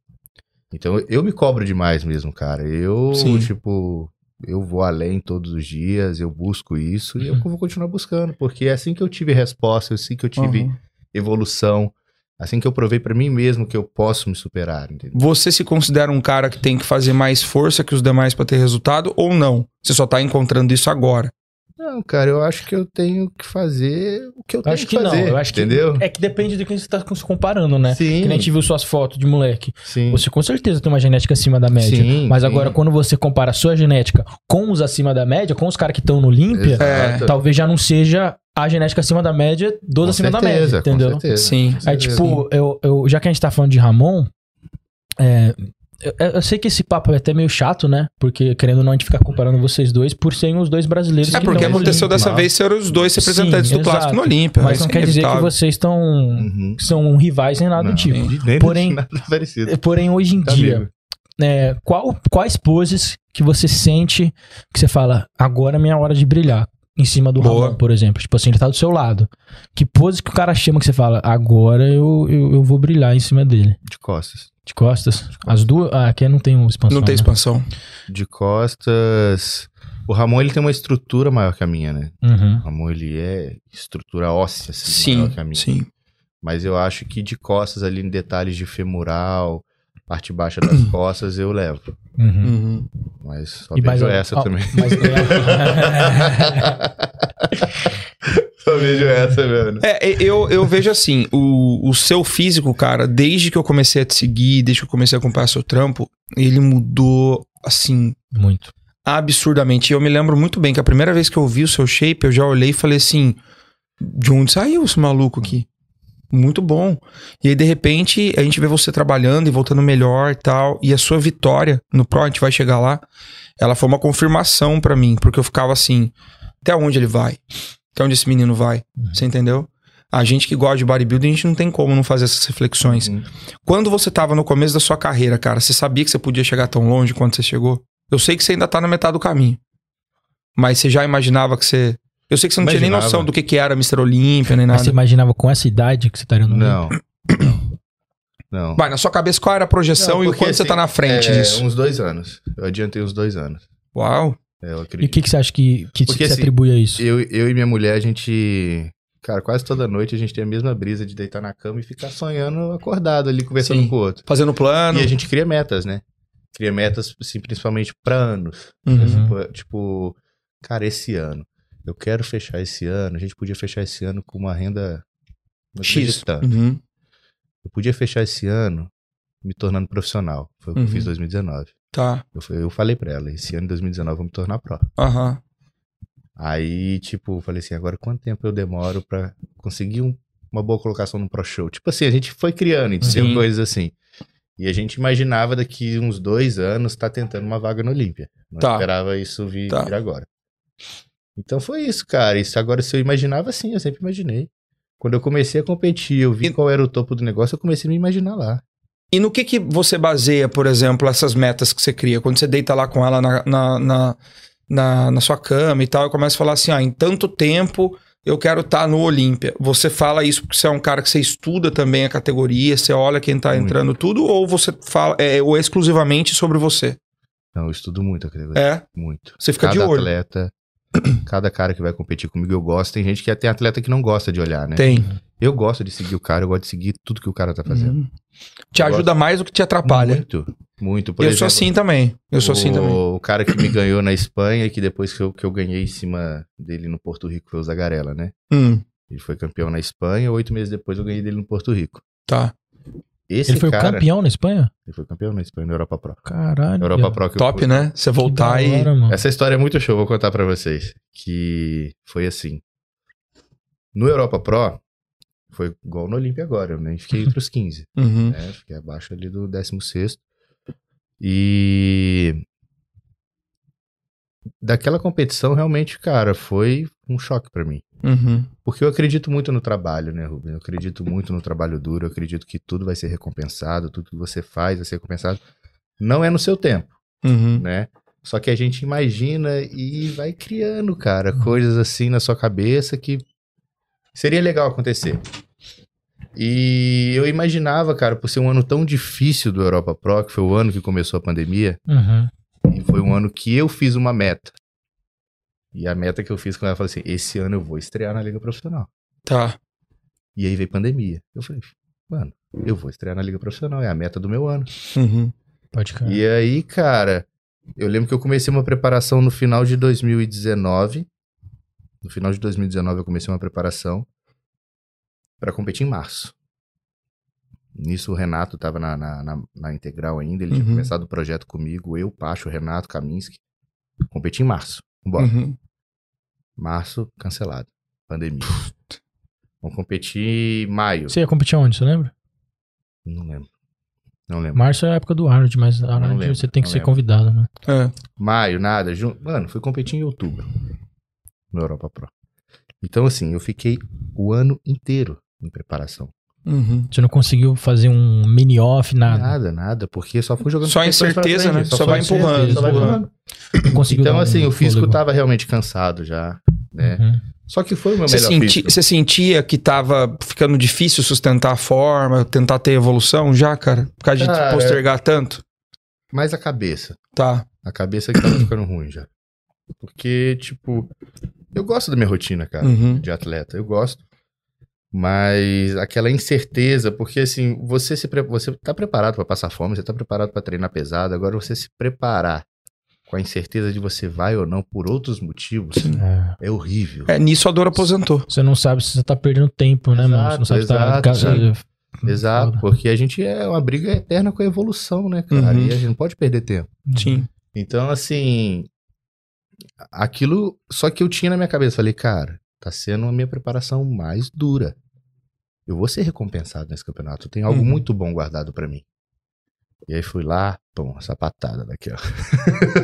S3: Então eu me cobro demais mesmo, cara. Eu,
S2: Sim.
S3: tipo, eu vou além todos os dias, eu busco isso e eu
S1: Uhum.
S3: vou continuar buscando, porque é assim que eu tive resposta, é assim que eu tive
S2: Uhum.
S3: evolução, assim que eu provei pra mim mesmo que eu posso me superar, entendeu?
S2: Você se considera um cara que tem que fazer mais força que os demais pra ter resultado ou não? Você só tá encontrando isso agora.
S3: Não, cara, eu acho que eu tenho que fazer o que eu
S1: Eu
S3: tenho
S1: acho que
S3: que fazer,
S1: não, eu acho que...
S3: entendeu?
S1: É que depende do que você tá se comparando, né?
S3: Sim,
S1: Que nem a gente viu suas fotos de moleque.
S3: sim.
S1: Você com certeza tem uma genética acima da média.
S3: Sim,
S1: Mas
S3: sim.
S1: agora, quando você compara a sua genética com os acima da média, com os caras que estão no Olímpia,
S3: Exato.
S1: talvez já não seja a genética acima da média dos
S3: Com
S1: tá acima da
S3: certeza,
S1: média,
S3: com
S1: entendeu?
S3: certeza.
S2: Sim.
S3: Com
S1: É
S3: certeza.
S1: tipo, eu, eu, já que a gente tá falando de Ramon, é, eu, eu sei que esse papo é até meio chato, né? Porque querendo ou não, a gente fica comparando vocês dois por serem os dois brasileiros.
S2: É
S1: que
S2: porque
S1: estão no
S2: aconteceu
S1: Olímpia.
S2: dessa
S3: Claro.
S2: vez ser os dois representantes
S1: Sim,
S2: do clássico
S1: exato.
S2: no Olímpia.
S1: Mas
S2: Isso
S1: não
S2: é
S1: quer dizer que
S2: inevitável.
S1: vocês estão
S3: Uhum.
S1: são rivais nem nada
S3: Não,
S1: do tipo.
S3: nem- nem
S1: Porém-
S3: nada parecido.
S1: Porém, hoje em
S3: Tá
S1: dia,
S3: vivo.
S1: é, qual, quais poses que você sente que você fala, agora é minha hora de brilhar? Em cima do
S2: Boa.
S1: Ramon, por exemplo. Tipo assim, ele tá do seu lado. Que pose que o cara chama que você fala, agora eu, eu, eu vou brilhar em cima dele?
S3: De costas.
S1: De costas? As duas? Ah, aqui não tem um expansão.
S2: Não tem
S1: né?
S2: expansão.
S3: De costas. O Ramon ele tem uma estrutura maior que a minha, né?
S1: Uhum.
S3: O Ramon ele é estrutura óssea, assim,
S2: Sim,
S3: maior que a minha.
S2: sim.
S3: Mas eu acho que de costas ali, em detalhes de femoral, parte baixa das costas, eu levo.
S1: Uhum.
S2: Uhum.
S3: Mas só
S1: E mais
S3: vejo
S1: al-
S3: Hum. essa
S1: al-
S3: também.
S1: Mas
S3: só vejo essa, mano.
S2: É, e- eu, eu vejo assim, o, o seu físico, cara, desde que eu comecei a te seguir, desde que eu comecei a acompanhar seu trampo, ele mudou assim,
S1: Muito.
S2: absurdamente. E Eu me lembro muito bem que a primeira vez que eu vi o seu shape, eu já olhei e falei assim: de onde saiu esse maluco aqui? Muito bom. E aí, de repente, a gente vê você trabalhando e voltando melhor e tal. E a sua vitória no Pro, a gente vai chegar lá. Ela foi uma confirmação pra mim, porque eu ficava assim: até onde ele vai? Até onde esse menino vai?
S3: Uhum.
S2: Você entendeu? A gente que gosta de bodybuilding, a gente não tem como não fazer essas reflexões.
S3: Uhum.
S2: Quando você tava no começo da sua carreira, cara, você sabia que você podia chegar tão longe quanto você chegou? Eu sei que você ainda tá na metade do caminho. Mas você já imaginava que você. Eu sei que você não tinha nem
S3: Imaginava.
S2: noção do que, que era Mr. Olímpia, nem
S1: Mas
S2: nada.
S1: você imaginava com essa idade que você estaria no mundo?
S3: Não. Não.
S2: Vai, na sua cabeça, qual era a projeção
S3: Não,
S2: e o
S3: porque,
S2: quanto você
S3: assim,
S2: tá na frente
S3: É,
S2: disso?
S3: uns dois anos. Eu adiantei uns dois anos.
S2: Uau.
S3: É, eu
S1: E o
S3: acredito.
S1: que, que você acha que, que
S3: Porque,
S1: se
S3: assim,
S1: atribui a isso?
S3: Eu, eu e minha mulher, a gente. Cara, quase toda noite a gente tem a mesma brisa de deitar na cama e ficar sonhando acordado ali, conversando
S2: Sim. Ah,
S3: com o outro.
S2: Fazendo plano.
S3: E a gente cria metas, né? Cria metas, assim, principalmente pra anos.
S2: Uhum.
S3: Tipo, tipo, cara, esse ano. Eu quero fechar esse ano. A gente podia fechar esse ano com uma renda. não
S2: X.
S3: acredito tanto.
S2: Uhum.
S3: Eu podia fechar esse ano me tornando profissional. Foi o que
S2: Uhum.
S3: eu fiz em 2019.
S2: Tá.
S3: Eu, fui- eu falei pra ela, esse ano de 2019 eu vou me tornar pró.
S2: Aham.
S3: Aí, tipo, eu falei assim, agora quanto tempo eu demoro pra conseguir um- uma boa colocação no Pro Show? Tipo assim, a gente foi criando, entendeu?
S2: Sim.
S3: Coisas assim. E a gente imaginava daqui uns dois anos tá tentando uma vaga no Olímpia. Não
S2: Tá.
S3: esperava isso vir,
S2: Tá.
S3: vir agora. Então foi isso, cara. Isso agora, se eu imaginava, sim, eu sempre imaginei. Quando eu comecei a competir, eu vi
S2: E-
S3: qual era o topo do negócio, eu comecei a me imaginar lá.
S2: E no que, que você baseia, por exemplo, essas metas que você cria? Quando você deita lá com ela na, na, na, na- na sua cama e tal, eu começo a falar assim: ah, em tanto tempo eu quero estar no Olímpia. Você fala isso porque você é um cara que você estuda também a categoria, você olha quem tá
S3: Muito.
S2: entrando tudo, ou você fala, é, ou é exclusivamente sobre você?
S3: Não, Então, eu estudo muito a categoria.
S2: É,
S3: Muito.
S2: você fica
S3: cada
S2: de olho.
S3: atleta, cada cara que vai competir comigo, eu gosto. Tem gente que é, tem atleta que não gosta de olhar, né?
S2: Tem.
S3: Eu gosto de seguir o cara, eu gosto de seguir tudo que o cara tá fazendo.
S2: Uhum. Te
S3: Eu
S2: ajuda mais do que te atrapalha.
S3: Muito, muito.
S2: eu sou assim também. Eu sou assim também.
S3: O cara que me ganhou na Espanha, que depois que eu, que eu ganhei em cima dele no Porto Rico, foi o Zagarella, né?
S2: Hum,
S3: Ele foi campeão na Espanha, oito meses depois eu ganhei dele no Porto Rico.
S2: tá.
S3: Esse
S1: Ele foi o
S3: cara,
S1: campeão na Espanha?
S3: Ele foi campeão na Espanha, na Europa Pro.
S1: Caralho.
S3: Europa Pro que eu
S2: Top,
S3: fui.
S2: né? Você voltar e.
S3: Essa história é muito show, vou contar pra vocês. Que foi assim. No Europa Pro, foi igual no Olímpia agora, eu nem fiquei entre os 15,
S2: Uhum.
S3: né? Fiquei abaixo ali do 16. E. Daquela competição, realmente, cara, foi um choque pra mim.
S2: Uhum.
S3: Porque eu acredito muito no trabalho, né, Rubem? Eu acredito muito no trabalho duro, eu acredito que tudo vai ser recompensado, tudo que você faz vai ser recompensado. Não é no seu tempo
S2: Uhum.
S3: né? Só que a gente imagina e vai criando, cara, coisas assim na sua cabeça que seria legal acontecer. E eu imaginava, cara, por ser um ano tão difícil do Europa Pro, que foi o ano que começou a pandemia,
S1: Uhum.
S3: e foi um ano que eu fiz uma meta. E a meta que eu fiz com ela foi assim: esse ano eu vou estrear na Liga Profissional.
S2: Tá.
S3: E aí veio pandemia. Eu falei, mano, eu vou estrear na Liga Profissional, é a meta do meu ano.
S2: Uhum.
S1: Pode crer.
S3: E aí, cara, eu lembro que eu comecei uma preparação no final de 2019. No final de 2019 eu comecei uma preparação pra competir em março. Nisso o Renato tava na, na, na- na integral ainda, ele
S2: Uhum.
S3: tinha começado o projeto comigo, eu, Pacho, Renato, Kaminski. Competi em março. Vambora.
S2: Uhum.
S3: Março, cancelado. Pandemia. Vamos competir em maio.
S1: Você ia competir onde, você lembra?
S3: Não lembro. Não lembro.
S1: Março é a época do Arnold, mas Arnold
S3: lembro,
S1: você tem que
S3: não
S1: ser
S3: lembro.
S1: convidado, né?
S2: É.
S3: maio, nada, junho. Mano, fui competir em outubro no Europa Pro. Então, assim, eu fiquei o ano inteiro em preparação.
S2: Uhum.
S1: Você não conseguiu fazer um mini-off, nada.
S3: Nada, nada, porque só fui jogando.
S2: Só
S3: competições pra
S2: incerteza,
S3: frente,
S2: né? Só vai
S3: incerteza,
S2: empurrando,
S3: só vai
S2: empurrando.
S3: empurrando.
S1: Não conseguiu
S3: Então,
S1: dar um
S3: assim, o físico
S1: fôlego.
S3: tava realmente cansado já, né?
S1: Uhum.
S3: Só que foi o meu
S2: Você,
S3: melhor
S2: senti-
S3: físico.
S2: você sentia que tava ficando difícil sustentar a forma, tentar ter evolução já, cara? Por causa de
S3: Cara,
S2: postergar tanto?
S3: Mas a cabeça.
S2: Tá.
S3: A cabeça que tava ficando ruim já. Porque, tipo, eu gosto da minha rotina, cara.
S2: Uhum.
S3: de atleta. Eu gosto. Mas aquela incerteza, porque assim, você se pre- você tá preparado para passar fome, você tá preparado para treinar pesado, agora você se preparar com a incerteza de você vai ou não por outros motivos
S1: É.
S3: é horrível.
S2: É, nisso a Dora aposentou.
S1: Você não sabe se você tá perdendo tempo, né, mano? Você não sabe
S3: Exato,
S1: se tá.
S3: exato.
S1: Ca-
S3: Exato,
S1: Foda.
S3: porque a gente é uma briga eterna com a evolução, né, cara?
S2: Uhum.
S3: E a gente não pode perder tempo.
S2: Sim.
S3: Então, assim, aquilo. Só que eu tinha na minha cabeça, falei, cara, tá sendo a minha preparação mais dura. Eu vou ser recompensado nesse campeonato. Tem algo
S2: Uhum.
S3: muito bom guardado pra mim. E aí fui lá, pum, uma sapatada daqui, ó.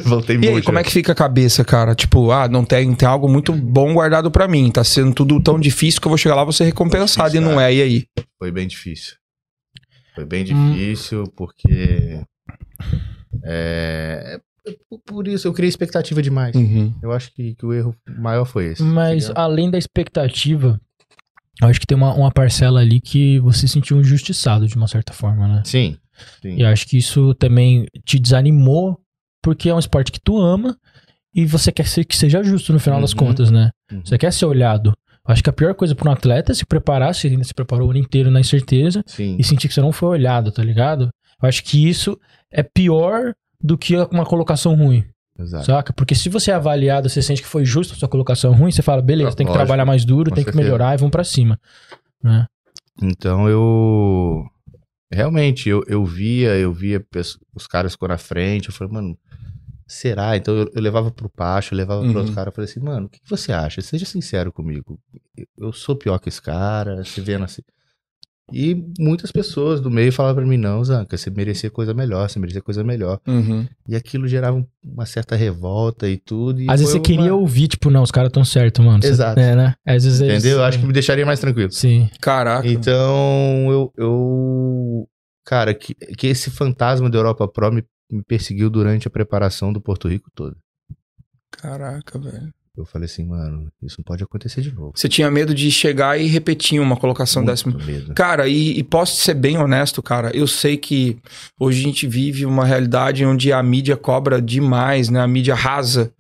S3: Voltei
S2: E
S3: muito.
S2: aí, como é que fica a cabeça, cara? Tipo, ah, não tem, tem algo muito bom guardado pra mim. Tá sendo tudo tão difícil que eu vou chegar lá e vou ser recompensado.
S3: Difícil,
S2: e não
S3: cara.
S2: é, e aí?
S3: Foi bem difícil. Foi bem
S1: Hum.
S3: difícil, porque. É, é por- por isso, eu criei expectativa
S2: Hum.
S3: demais. Eu acho que, que o erro maior foi esse.
S1: Mas
S3: entendeu?
S1: além da expectativa, eu acho que tem uma, uma parcela ali que você se sentiu injustiçado de uma certa forma, né?
S3: Sim. sim.
S1: E eu acho que isso também te desanimou, porque é um esporte que tu ama e você quer ser, que seja justo no final das
S3: Uhum.
S1: contas, né?
S3: Uhum.
S1: Você quer ser olhado. Eu acho que a pior coisa para um atleta é se preparar, se ele ainda se preparou o ano inteiro na incerteza
S3: Sim.
S1: e sentir que você não foi olhado, tá ligado? Eu acho que isso é pior do que uma colocação ruim,
S3: Exato.
S1: saca? Porque se você é avaliado, você sente que foi justa a sua colocação ruim, você fala, beleza,
S3: Ah,
S1: tem que
S3: lógico.
S1: trabalhar mais duro,
S3: Com
S1: tem que
S3: certeza.
S1: melhorar e vamos pra cima. Né?
S3: Então eu. Realmente, eu, eu via, eu via pesso- os caras ficando na frente. Eu falei, mano, será? Então eu, eu levava pro Pacho, eu levava
S2: Uhum.
S3: pro outro cara. Eu falei assim, mano, o que você acha? Seja sincero comigo. Eu- Eu sou pior que esse cara, se vendo assim. E muitas pessoas do meio falavam pra mim, não, Zanca, você merecia coisa melhor, você merecia coisa melhor.
S2: Uhum.
S3: E aquilo gerava um- uma certa revolta e tudo. e
S1: Às vezes você
S3: foi
S1: queria
S3: uma-
S1: ouvir, tipo, não, os caras tão certo, mano. Você-
S3: Exato.
S1: É, né? Às vezes eles-
S3: Entendeu? Eu acho que me deixaria mais tranquilo.
S1: Sim.
S2: Caraca.
S3: Então, eu. eu- cara, que, que esse fantasma da Europa Pro me, me perseguiu durante a preparação do Porto Rico todo.
S2: Caraca, velho.
S3: Eu falei assim, mano, isso não pode acontecer de novo.
S2: Você tinha medo de chegar e repetir uma colocação
S3: Muito
S2: décima.
S3: medo.
S2: Cara, e, e posso ser bem honesto, cara. Eu sei que hoje a gente vive uma realidade onde a mídia cobra demais, né? A mídia rasa.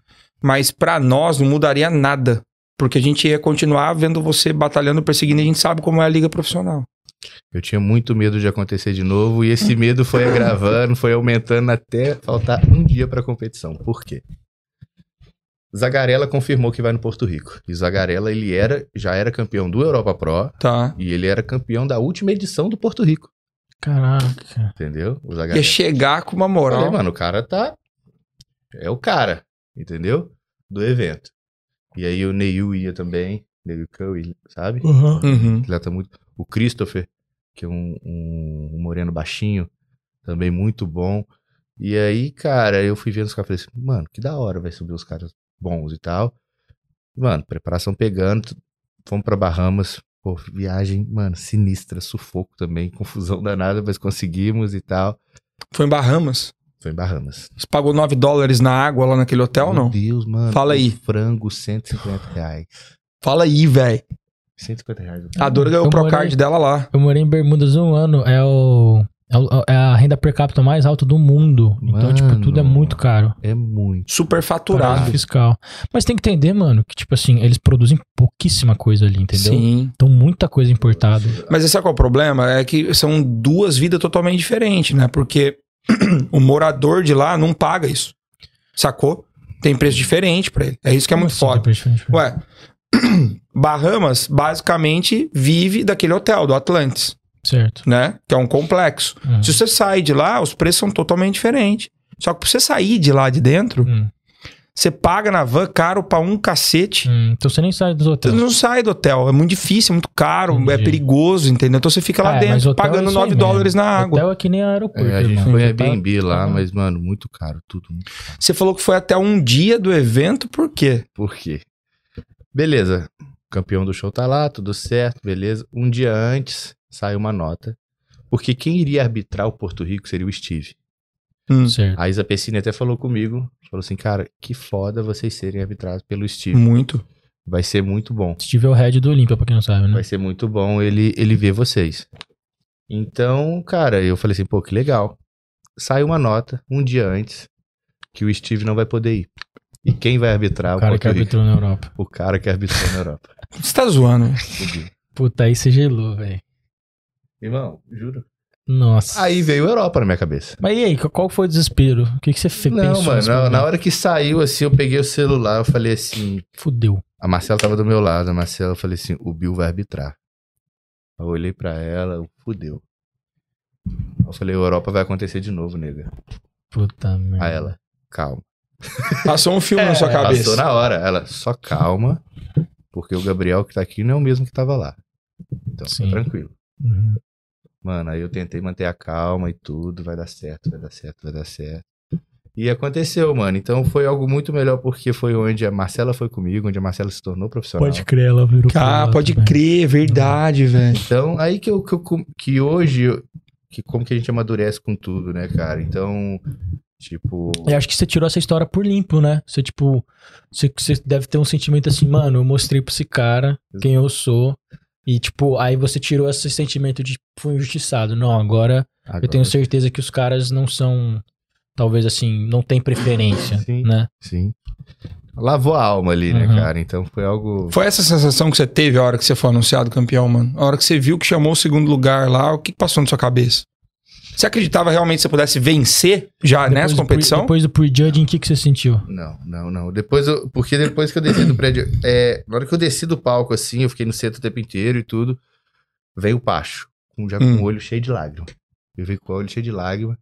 S2: Mas pra nós não mudaria nada. Porque a gente ia continuar vendo você batalhando, perseguindo, e a gente sabe como é a liga profissional.
S3: Eu tinha muito medo de acontecer de novo e esse medo foi agravando, foi aumentando até faltar um dia pra competição. Por quê? Zagarella confirmou que vai no Porto Rico. E Zagarella, ele era, já era campeão do Europa Pro
S2: Tá.
S3: e ele era campeão da última edição do Porto Rico.
S1: Caraca.
S3: Entendeu? O
S2: Ia
S3: Zagarella.
S2: chegar com uma
S3: Eu
S2: moral.
S3: Falei, mano, o cara tá. É o cara, entendeu? Do evento. E aí o Neil ia também, Neil Curry, sabe?
S1: Uhum.
S2: Uhum.
S3: Atleta muito. O Christopher, que é um, um- um moreno baixinho, também muito bom. E aí, cara, eu fui vendo os caras e falei assim, mano, que da hora vai subir os caras bons e tal. Mano, preparação pegando, tu- fomos pra Bahamas. Pô, viagem, mano, sinistra, sufoco também, confusão danada, mas conseguimos e tal.
S2: Foi em Bahamas.
S3: Foi em Bahamas.
S2: Você pagou 9 dólares na água lá naquele hotel ou
S3: Meu
S2: não?
S3: Deus, mano.
S2: Fala
S3: um
S2: aí.
S3: frango, 150 reais.
S2: Fala aí, velho.
S3: 150 reais. né?
S2: A Dora ganhou
S1: Eu
S2: o Procard
S1: morei-
S2: dela lá.
S1: Eu morei em Bermudas um ano, é o. É o- é a renda per capita mais alta do mundo. Então, tipo, tudo é
S3: Mano.
S1: muito caro.
S3: É muito.
S1: Paraíso
S2: Superfaturado.
S1: fiscal. Mas tem que entender, mano, que, tipo assim, eles produzem pouquíssima coisa ali, entendeu?
S2: Sim.
S1: Então, muita coisa importada.
S2: Mas esse é qual é o problema? É que são duas vidas totalmente diferentes, né? Porque o morador de lá não paga isso. Sacou? Tem preço diferente pra ele. É isso que é
S1: Como
S2: muito
S1: assim,
S2: foda.
S1: depreciante?
S2: Ué, Bahamas basicamente vive daquele hotel, do Atlantis,
S1: Certo.
S2: né? Que é um complexo.
S1: Uhum.
S2: Se você sai de lá, os preços são totalmente diferentes. Só que pra você sair de lá de dentro,
S1: Hum.
S2: você paga na van caro pra um cacete.
S1: Hum, Então, você nem sai dos
S2: Você
S1: hotéis.
S2: não sai do hotel, é muito difícil, é muito caro, é
S1: Entendi.
S2: perigoso, entendeu? Então você fica lá
S1: Ah, é, mas
S2: dentro
S1: hotel é
S2: pagando
S1: isso aí
S2: 9
S1: mesmo.
S2: dólares na água.
S1: Hotel é que nem aeroporto,
S3: É, a gente
S1: irmão.
S3: foi
S1: Você
S3: Airbnb
S1: tá-
S3: lá, mas, mano, muito caro tudo.
S2: Você falou que foi até um dia do evento, por quê?
S3: Por quê? Beleza. O campeão do show tá lá, tudo certo, beleza. Um dia antes, saiu uma nota. Porque quem iria arbitrar o Porto Rico seria o Steve.
S2: Hum,
S1: tá- Certo.
S3: A Isa Pessini até falou comigo. Falou assim, cara, que foda vocês serem arbitrados pelo Steve.
S2: muito.
S3: Vai ser muito bom.
S1: Se tiver o head do Olímpia, pra quem não sabe, né?
S3: Vai ser muito bom ele, ele ver vocês. Então, cara, eu falei assim, pô, que legal. Sai uma nota um dia antes que o Steve não vai poder ir. E quem vai arbitrar?
S1: O cara
S3: Porto
S1: que
S3: Rico.
S1: arbitrou na Europa.
S3: O cara que arbitrou na Europa.
S2: Você tá zoando. né?
S3: O Bill.
S1: Puta, aí você gelou, velho.
S3: Irmão, juro.
S1: Nossa.
S3: Aí veio a Europa na minha cabeça.
S1: Mas e aí, qu- qual foi o desespero? O que, que você fez?
S3: Não, mano, na, na hora que saiu, assim, eu peguei o celular, eu falei assim...
S1: Fudeu.
S3: A Marcela tava do meu lado, a Marcela, eu falei assim, o Bill vai arbitrar. Eu olhei pra ela, eu fudeu. Eu falei, Europa vai acontecer de novo, nega.
S1: Puta merda.
S3: a Ah, ela. calma.
S2: Passou um filme
S1: É,
S2: na sua
S3: Passou
S2: cabeça.
S3: na hora. Ela, só calma, porque o Gabriel que tá aqui não é o mesmo que tava lá. Então,
S1: Sim.
S3: fica tranquilo.
S1: Uhum.
S3: Mano, aí eu tentei manter a calma e tudo, vai dar certo, vai dar certo, vai dar certo. E aconteceu, mano. Então foi algo muito melhor porque foi onde a Marcela foi comigo, onde a Marcela se tornou profissional.
S1: Pode crer, ela virou
S2: Ah,
S1: piloto,
S2: pode
S1: né?
S2: crer, verdade, velho.
S3: Então, aí que eu, que, eu com- que hoje, eu- que como que a gente amadurece com tudo, né, cara? Então, tipo,
S1: Eu acho que você tirou essa história por limpo, né? Você, tipo, você, você deve ter um sentimento assim, mano, eu mostrei pra esse cara quem eu sou. E, tipo, aí você tirou esse sentimento de tipo, fui injustiçado. Não, agora
S3: agora-
S1: eu tenho certeza que os caras não são, talvez assim, não tem preferência,
S3: Sim.
S1: né?
S3: sim. Lavou a alma ali, né,
S1: Uhum.
S3: cara? Então foi algo
S2: Foi essa sensação que você teve a hora que você foi anunciado campeão, mano? A hora que você viu que chamou o segundo lugar lá, o que que passou na sua cabeça? Você acreditava realmente que você pudesse vencer
S3: Ah,
S2: já
S3: né?
S1: Depois do
S2: nessa
S1: pre-
S2: competição?
S1: Depois do prejudging, o que, que você sentiu?
S3: Não, não, não. Depois eu, porque depois que eu desci do prédio, é, na hora que eu desci do palco assim, eu fiquei no centro o tempo inteiro e tudo, veio o Pacho, com, já
S2: Hum.
S3: com o olho cheio de lágrima. Eu vi com o olho cheio de lágrima.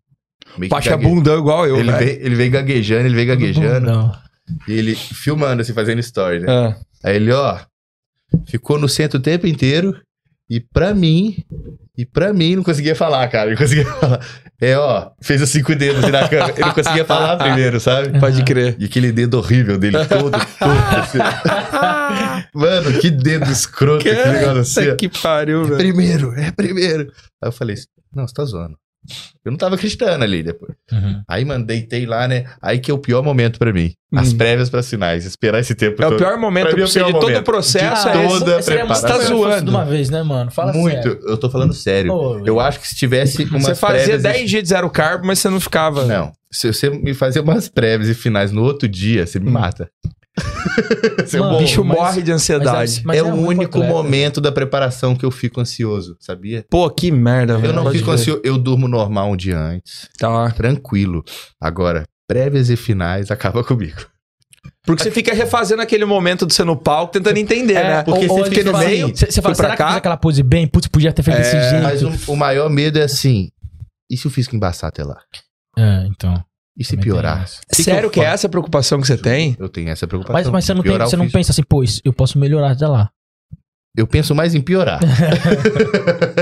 S3: meio que
S2: Baixa
S3: gague-
S2: bundão igual eu,
S3: ele
S2: velho.
S3: veio, ele veio gaguejando, ele veio gaguejando.
S1: Não.
S3: E ele filmando, assim, fazendo story, né?
S2: É.
S3: Aí ele, ó, ficou no centro o tempo inteiro e pra mim, e pra mim não conseguia falar, cara, não conseguia falar. É, ó, fez os cinco dedos assim na câmera, ele não conseguia falar primeiro, sabe?
S2: Pode crer.
S3: E aquele dedo horrível dele, todo torto, assim. Mano, que dedo escroto, que negócio assim.
S2: Puta
S3: ó.
S2: que pariu,
S3: É
S2: velho.
S3: primeiro, é primeiro. Aí eu falei assim, não, você tá zoando. Eu não tava acreditando ali depois.
S1: Uhum.
S3: Aí, mano, deitei lá, né? Aí que é o pior momento pra mim. As
S2: Hum.
S3: prévias pra sinais, esperar esse tempo
S2: É o
S3: todo.
S2: pior momento
S3: Pra
S2: pra
S3: mim é o
S2: você
S3: pior
S2: de todo o
S3: momento.
S2: processo.
S3: De
S2: é esse.
S3: todo. toda
S1: seria muito
S2: preparada.
S1: legal se
S2: Tá
S1: fosse
S2: zoando.
S1: De uma vez, né, mano? Fala
S3: Muito,
S1: sério.
S3: eu tô falando sério.
S1: Ô,
S3: Eu acho que se tivesse umas
S2: Você fazia
S3: prévias e-
S2: 10 dias de zero carbo, mas você não ficava.
S3: Não, se você me fazer umas prévias e finais no outro dia, você me
S1: Hum.
S3: mata. Você
S1: Mano,
S2: O bicho
S1: Mas-
S2: morre de ansiedade.
S1: mas
S3: é,
S1: é
S3: o
S1: ruim pro
S3: único
S1: atleta.
S3: momento da preparação que eu fico ansioso, sabia?
S2: Pô, que merda, velho.
S3: Eu não
S2: Pode
S3: fico
S2: crer.
S3: ansioso, eu durmo normal um dia antes,
S2: Tá.
S3: tranquilo. Agora, prévias e finais acaba comigo.
S2: Porque você fica refazendo aquele momento de ser no palco, tentando entender, né?
S3: É,
S1: É,
S3: porque
S1: ou-
S3: você
S1: ou
S3: fica
S1: ele
S3: no
S1: fala-
S3: meio,
S1: Você você fala,
S2: fui pra
S1: será que eu
S2: cá?"
S1: fiz aquela pose bem? Putz, podia ter feito desse jeito.
S3: É, Mas o, o maior medo é assim, e se o físico embaçar até lá?
S1: É, então.
S3: E se
S1: também tem
S3: piorar?
S1: isso.
S3: que que
S2: Sério
S3: eu
S2: que é
S3: faço?
S2: essa a preocupação que você tem?
S3: Eu tenho essa preocupação.
S1: Mas, mas você,
S3: de
S1: não, tem,
S3: piorar o
S1: você não
S3: físico.
S1: pensa assim, pô, isso- eu posso melhorar até lá.
S3: Eu penso mais em piorar.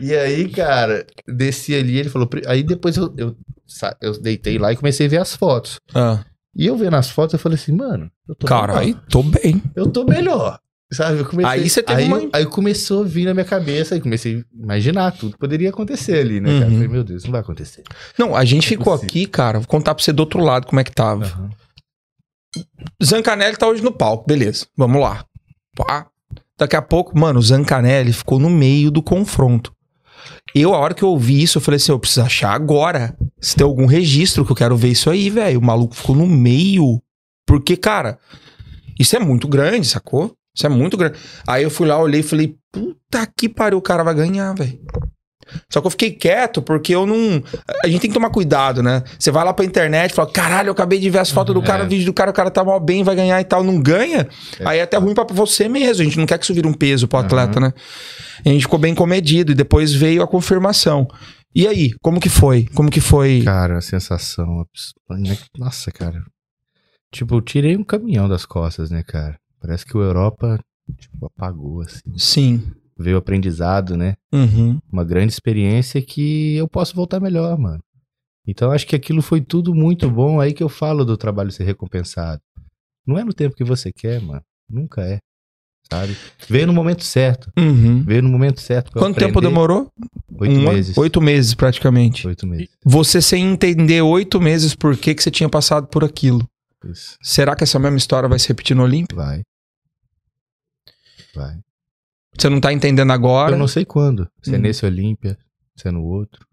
S3: e aí, cara, desci ali, ele falou. "Pri-" Aí depois eu, eu, sa- eu deitei lá e comecei a ver as fotos.
S2: Ah.
S3: E eu vendo as fotos, eu falei assim, mano, eu tô
S2: Cara,
S3: melhor.
S2: aí tô bem.
S3: Eu tô melhor. Sabe? Eu comecei,
S2: Aí você teve
S3: aí,
S2: uma-
S3: aí começou a vir na minha cabeça, aí comecei a imaginar tudo poderia acontecer ali, né? Cara?
S2: Uhum.
S3: Eu falei, meu Deus, não vai acontecer.
S2: Não, a gente
S3: É
S2: ficou
S3: possível.
S2: aqui, cara. Vou contar pra você do outro lado como é que tava.
S3: É.
S2: Zancanelli tá hoje no palco, beleza. Vamos lá. Pá. Daqui a pouco, mano, o Zancanelli ficou no meio do confronto. Eu, a hora que eu ouvi isso, eu falei assim: eu preciso achar agora. Se tem algum registro que eu quero ver isso aí, velho. O maluco ficou no meio. Porque, cara, isso é muito grande, sacou? Isso é muito grande. Aí eu fui lá, olhei e falei: puta que pariu, o cara vai ganhar, velho. Só que eu fiquei quieto porque eu não. A gente tem que tomar cuidado, né? Você vai lá pra internet e fala: caralho, eu acabei de ver as fotos do cara,
S3: É.
S2: o vídeo do cara, o cara tá mal bem, vai ganhar e tal. Não ganha.
S3: É.
S2: Aí é até ruim pra você mesmo. A gente não quer que isso vire um peso pro atleta, né? E a gente ficou bem comedido e depois veio a confirmação. E aí, como que foi? Como que foi?
S3: Cara, a sensação. abs- né, Nossa, cara. Tipo, eu tirei um caminhão das costas, né, cara? Parece que o Europa, tipo, apagou, assim.
S2: Sim.
S3: Veio aprendizado, né?
S2: Uhum.
S3: Uma grande experiência que eu posso voltar melhor, mano. Então, acho que aquilo foi tudo muito bom. Aí que eu falo do trabalho ser recompensado. Não é no tempo que você quer, mano. Nunca é. Sabe? Veio no momento certo.
S2: Uhum.
S3: Veio no momento certo. pra eu
S2: Quanto tempo
S3: aprender.
S2: demorou?
S3: Oito
S2: Um ano?
S3: meses.
S2: Oito meses, praticamente.
S3: Oito meses.
S2: Você sem entender oito meses por que, que você tinha passado por aquilo.
S3: Isso.
S2: Será que essa mesma história vai se repetir no Olímpico?
S3: Vai. Vai.
S2: Você não tá entendendo agora?
S3: Eu não sei quando. Se é
S2: Hum.
S3: nesse Olímpia, se é no outro,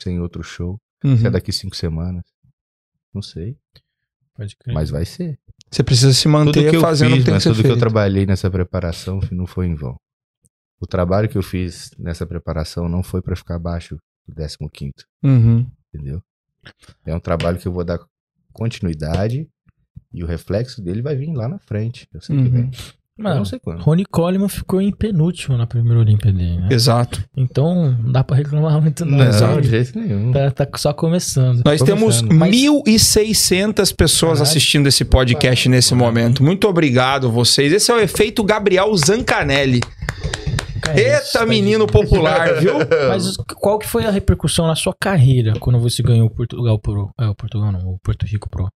S3: se é em outro show,
S2: Uhum.
S3: se é daqui cinco semanas. Não sei,
S1: Pode
S2: Hum.
S1: crer.
S3: mas vai ser.
S2: Você precisa se manter
S3: tudo que eu
S2: fazendo o
S3: fiz,
S2: que tem que
S3: mas
S2: ser
S3: tudo que eu
S2: feito.
S3: trabalhei nessa preparação não foi em vão. O trabalho que eu fiz nessa preparação não foi pra ficar abaixo do 15º,
S2: Uhum.
S3: entendeu? É um trabalho que eu vou dar continuidade e o reflexo dele vai vir lá na frente. Eu sei que
S2: Uhum.
S3: vem. Eu
S1: Mano,
S3: não sei quando.
S1: Rony Coleman ficou em penúltimo na primeira Olimpíada, dele, né?
S2: Exato.
S1: Então, não dá pra reclamar muito não.
S3: Não,
S1: Ele
S3: de jeito nenhum.
S1: Tá, tá só começando.
S2: Nós temos
S3: Começando.
S1: Mas-
S2: 1.600 pessoas
S1: Caralho.
S2: assistindo esse podcast nesse momento. Muito obrigado vocês. Esse é o efeito Gabriel Zancanelli.
S1: Cara, é isso
S2: Eita,
S1: aí.
S2: menino popular, viu?
S1: Mas os- qual que foi a repercussão na sua carreira quando você ganhou o Portugal Pro? É, o Portugal não, o Porto Rico Pro.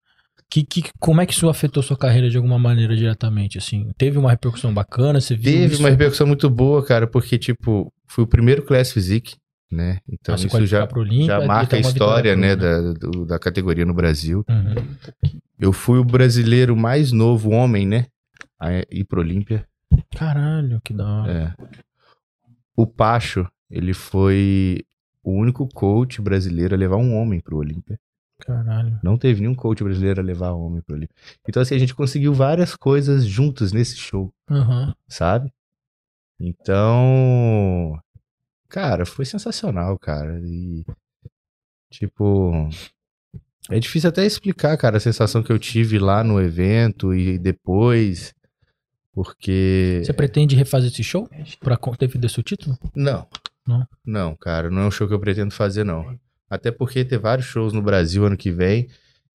S1: Que, que, como é que isso afetou sua carreira de alguma maneira diretamente, assim? Teve uma repercussão bacana? Você viu
S3: Teve
S1: isso?
S3: uma repercussão muito boa, cara, porque, tipo, fui o primeiro Class Physique, né? Então
S1: Pra se
S3: isso
S1: qualificar
S3: já,
S1: pro Olímpia,
S3: já
S1: e
S3: marca
S1: ter
S3: a
S1: uma
S3: história,
S1: vitória
S3: né,
S1: pro,
S3: da, do- da categoria no Brasil.
S1: Uhum.
S3: Eu fui o brasileiro mais novo homem, né? A ir pro Olímpia.
S1: Caralho, que da hora.
S3: É. O Pacho, ele foi o único coach brasileiro a levar um homem pro Olímpia.
S1: Caralho.
S3: Não teve nenhum coach brasileiro a levar um homem pro Olímpia. Então, assim, a gente conseguiu várias coisas juntos nesse show,
S1: Aham.
S3: sabe? Então. Cara, foi sensacional, cara. E. Tipo. É difícil até explicar, cara, a sensação que eu tive lá no evento e depois. Porque.
S1: Você pretende refazer esse show pra con- defender seu título?
S3: Não.
S1: Não?
S3: Não, cara, não é um show que eu pretendo fazer, não. Até porque ter vários shows no Brasil ano que vem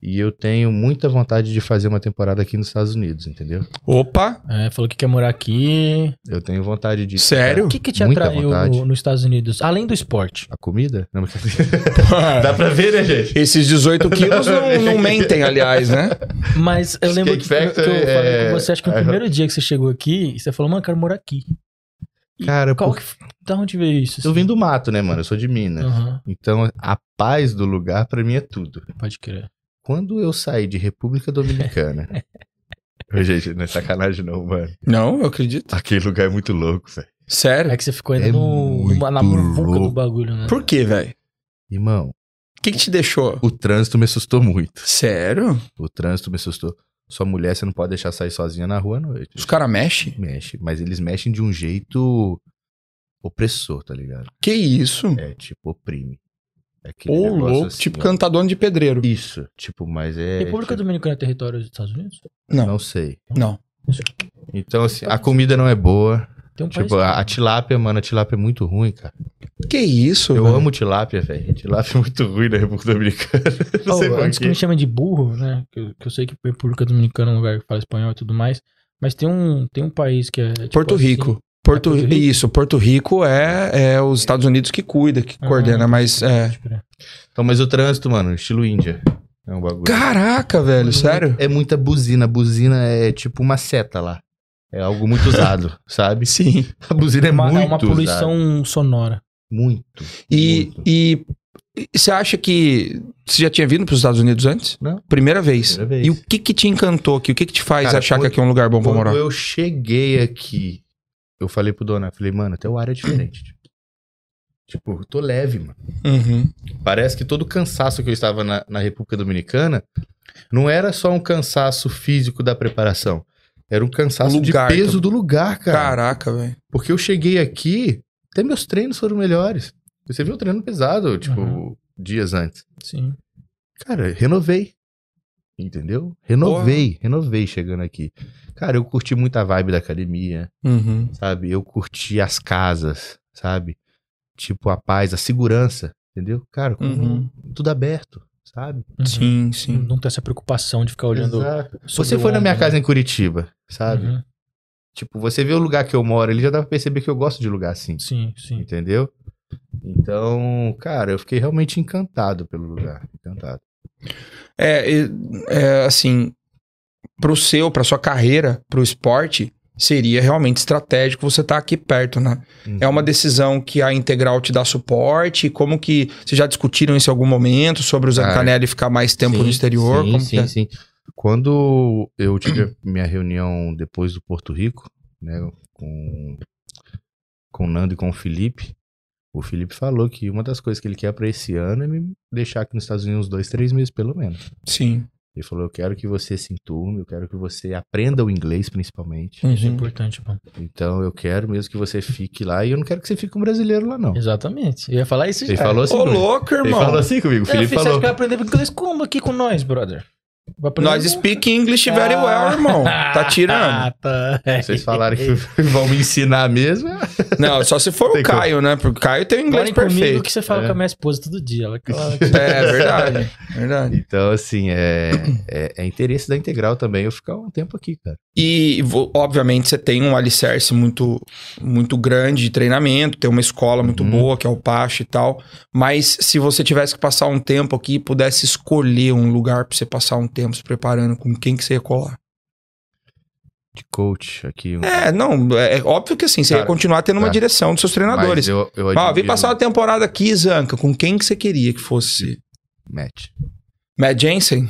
S3: e eu tenho muita vontade de fazer uma temporada aqui nos Estados Unidos, entendeu?
S2: Opa,
S1: É, falou que quer morar aqui.
S3: Eu tenho vontade de.
S2: sério?
S1: O que, que te
S3: Muita
S1: atraiu
S3: vontade.
S1: no- nos Estados Unidos? Além do esporte.
S3: A comida? Não, brincadeira. Dá pra ver, né, gente?
S2: Esses 18 quilos não, não mentem, aliás, né?
S1: Mas eu lembro que,
S3: Cake Factory,
S1: que eu falei
S3: é,
S1: com você, acho que no
S3: é-
S1: primeiro dia que você chegou aqui, você falou, mano, quero morar aqui. E
S3: Cara,
S1: qual
S3: por-
S1: que, da onde veio isso? assim?
S3: eu vim do mato, né, mano? Eu sou de Minas.
S1: Aham,
S3: Então, a paz do lugar pra mim é tudo.
S1: pode crer.
S3: Quando eu saí de República Dominicana. Ô, gente, não é sacanagem, não, mano.
S2: Não, eu acredito.
S3: Aquele lugar é muito louco, velho.
S2: Sério?
S1: É que você ficou ainda
S3: É
S1: no, numa- na
S3: muito
S1: muvuca do
S3: louco.
S1: bagulho, né?
S2: Por quê, velho?
S3: Irmão,
S2: O que, que te deixou?
S3: o trânsito me assustou muito.
S2: Sério?
S3: O trânsito me assustou. Sua mulher, você não pode deixar sair sozinha na rua à noite.
S2: Os caras mexem?
S3: Mexe, mas eles mexem de um jeito opressor, tá ligado?
S2: Que isso?
S3: É tipo, oprime. É aquele
S2: Ô,
S3: negócio
S2: louco,
S3: assim,
S2: tipo
S3: ó.
S2: cantador de pedreiro.
S3: Isso, tipo, mas é.
S1: República Dominicana é território dos Estados Unidos?
S2: Não.
S3: Não sei.
S2: Não.
S3: Então, assim, a comida não é boa.
S1: Tem um
S3: Tipo,
S1: país...
S3: a, a tilápia, mano, a tilápia é muito ruim, cara.
S2: Que isso,
S3: Eu
S2: velho?
S3: amo tilápia, velho. Tilápia é muito ruim na República Dominicana. Não
S1: Oh,
S3: sei por
S1: antes que
S3: quê.
S1: me chamem de burro, né? Que eu, que eu sei que República Dominicana é um lugar que fala espanhol e tudo mais. Mas tem um, tem um país que é. tipo
S2: Porto
S1: assim,
S2: Rico. Porto,
S1: Porto Rico?
S2: Isso, Porto Rico é, é os Estados Unidos que cuida, que
S1: Ah,
S2: coordena, mas é.
S1: pode crer.
S3: Então, mas o trânsito, mano, estilo Índia. É um bagulho.
S2: Caraca, velho, sério?
S3: É muita buzina. Buzina é tipo uma seta lá. É algo muito usado, sabe?
S2: Sim.
S3: A buzina é
S1: Uma-
S3: muito
S1: é uma
S3: usada.
S1: poluição sonora.
S3: Muito.
S2: E,
S3: muito.
S2: e e você acha que você já tinha vindo para os Estados Unidos antes?
S3: Não.
S2: Primeira vez.
S3: Primeira vez.
S2: E o que que te encantou aqui? O que que te faz
S3: Cara,
S2: achar
S3: quando-
S2: que aqui é um lugar bom pra
S3: Quando
S2: morar?
S3: eu cheguei aqui, eu falei pro Donato, falei, mano, até o ar é diferente. tipo, eu tô leve, mano.
S2: Uhum.
S3: Parece que todo o cansaço que eu estava na, na República Dominicana não era só um cansaço físico da preparação. Era um cansaço
S2: Lugar
S3: de peso
S2: também.
S3: do lugar, cara.
S2: Caraca, velho.
S3: Porque eu cheguei aqui, até meus treinos foram melhores. Você viu o treino pesado, tipo,
S1: Uhum.
S3: dias antes.
S1: Sim.
S3: Cara, renovei. Entendeu? Renovei, renovei chegando aqui. Cara, eu curti muito a vibe da academia,
S2: Uhum.
S3: sabe? Eu curti as casas, sabe? Tipo, a paz, a segurança, entendeu? Cara, com
S2: Uhum.
S3: tudo aberto, sabe?
S1: Uhum.
S2: Sim, sim.
S1: Não tem essa preocupação de ficar olhando.
S3: Exato.
S1: sobre
S3: Você
S1: o
S3: foi na
S1: ombro,
S3: minha
S1: né?
S3: casa em Curitiba, sabe?
S1: Uhum.
S3: Tipo, você vê o lugar que eu moro, ele já dá pra perceber que eu gosto de lugar assim.
S1: Sim, sim.
S3: Entendeu? Então, cara, eu fiquei realmente encantado pelo lugar. Encantado.
S2: É, e- é assim, pro seu, pra sua carreira, pro esporte, seria realmente estratégico você estar aqui perto, né? É uma decisão que a Integral te dá suporte? Como que vocês já discutiram isso em algum momento sobre o
S3: Cara,
S2: Zancanelli ficar mais tempo no exterior?
S3: Ah, é. Sim,
S2: Como
S3: sim,
S2: que é?
S3: sim. Quando eu tive a minha reunião depois do Porto Rico, né, com, com o Nando e com o Felipe, o Felipe falou que uma das coisas que ele quer pra esse ano é me deixar aqui nos Estados Unidos uns dois, três meses pelo menos.
S2: Sim.
S3: Ele falou: Eu quero que você se enturme, eu quero que você aprenda o inglês principalmente.
S1: Isso é
S2: Uhum.
S1: importante, mano.
S3: Então eu quero mesmo que você fique lá e eu não quero que você fique um brasileiro lá, não.
S1: Exatamente. Eu ia falar isso
S3: Ele
S1: já.
S3: falou assim.
S2: Ô,
S3: comigo.
S2: louco,
S3: Ele
S2: irmão.
S3: falou assim comigo, o
S1: É,
S3: Felipe
S1: filho, Você acha
S3: falou.
S1: que vai aprender inglês como aqui com nós, brother? Vai
S3: assim,
S1: aprender
S2: Nós
S1: algum-
S2: speak English very
S1: Ah.
S2: well, irmão. Tá tirando.
S1: Ah, tá.
S3: Vocês falaram que vão me ensinar mesmo.
S2: Não, só se for o
S3: Tem como.
S2: Caio, né? Porque o Caio tem o inglês
S1: Falem comigo
S2: perfeito.
S1: que você fala
S3: É.
S1: com a minha esposa todo dia. Ela, ela-
S2: É, verdade. Verdade.
S3: Então, assim, é, é, é interesse da integral também eu ficar um tempo aqui, cara.
S2: E, vo- obviamente, você tem um alicerce muito, muito grande de treinamento, tem uma escola muito
S3: Uhum.
S2: boa, que é o Pache e tal. Mas se você tivesse que passar um tempo aqui e pudesse escolher um lugar pra você passar um tempo se preparando, com quem que você ia colar?
S3: De coach aqui. Um...
S2: É, não, é óbvio que assim, você ia
S3: Cara,
S2: continuar tendo uma
S3: tá.
S2: direção dos seus treinadores.
S3: Mas eu, eu
S2: Ó, vem
S3: admiro-
S2: passar uma temporada aqui, Zanca, com quem que você queria que fosse?
S3: Matt.
S2: Matt Jensen?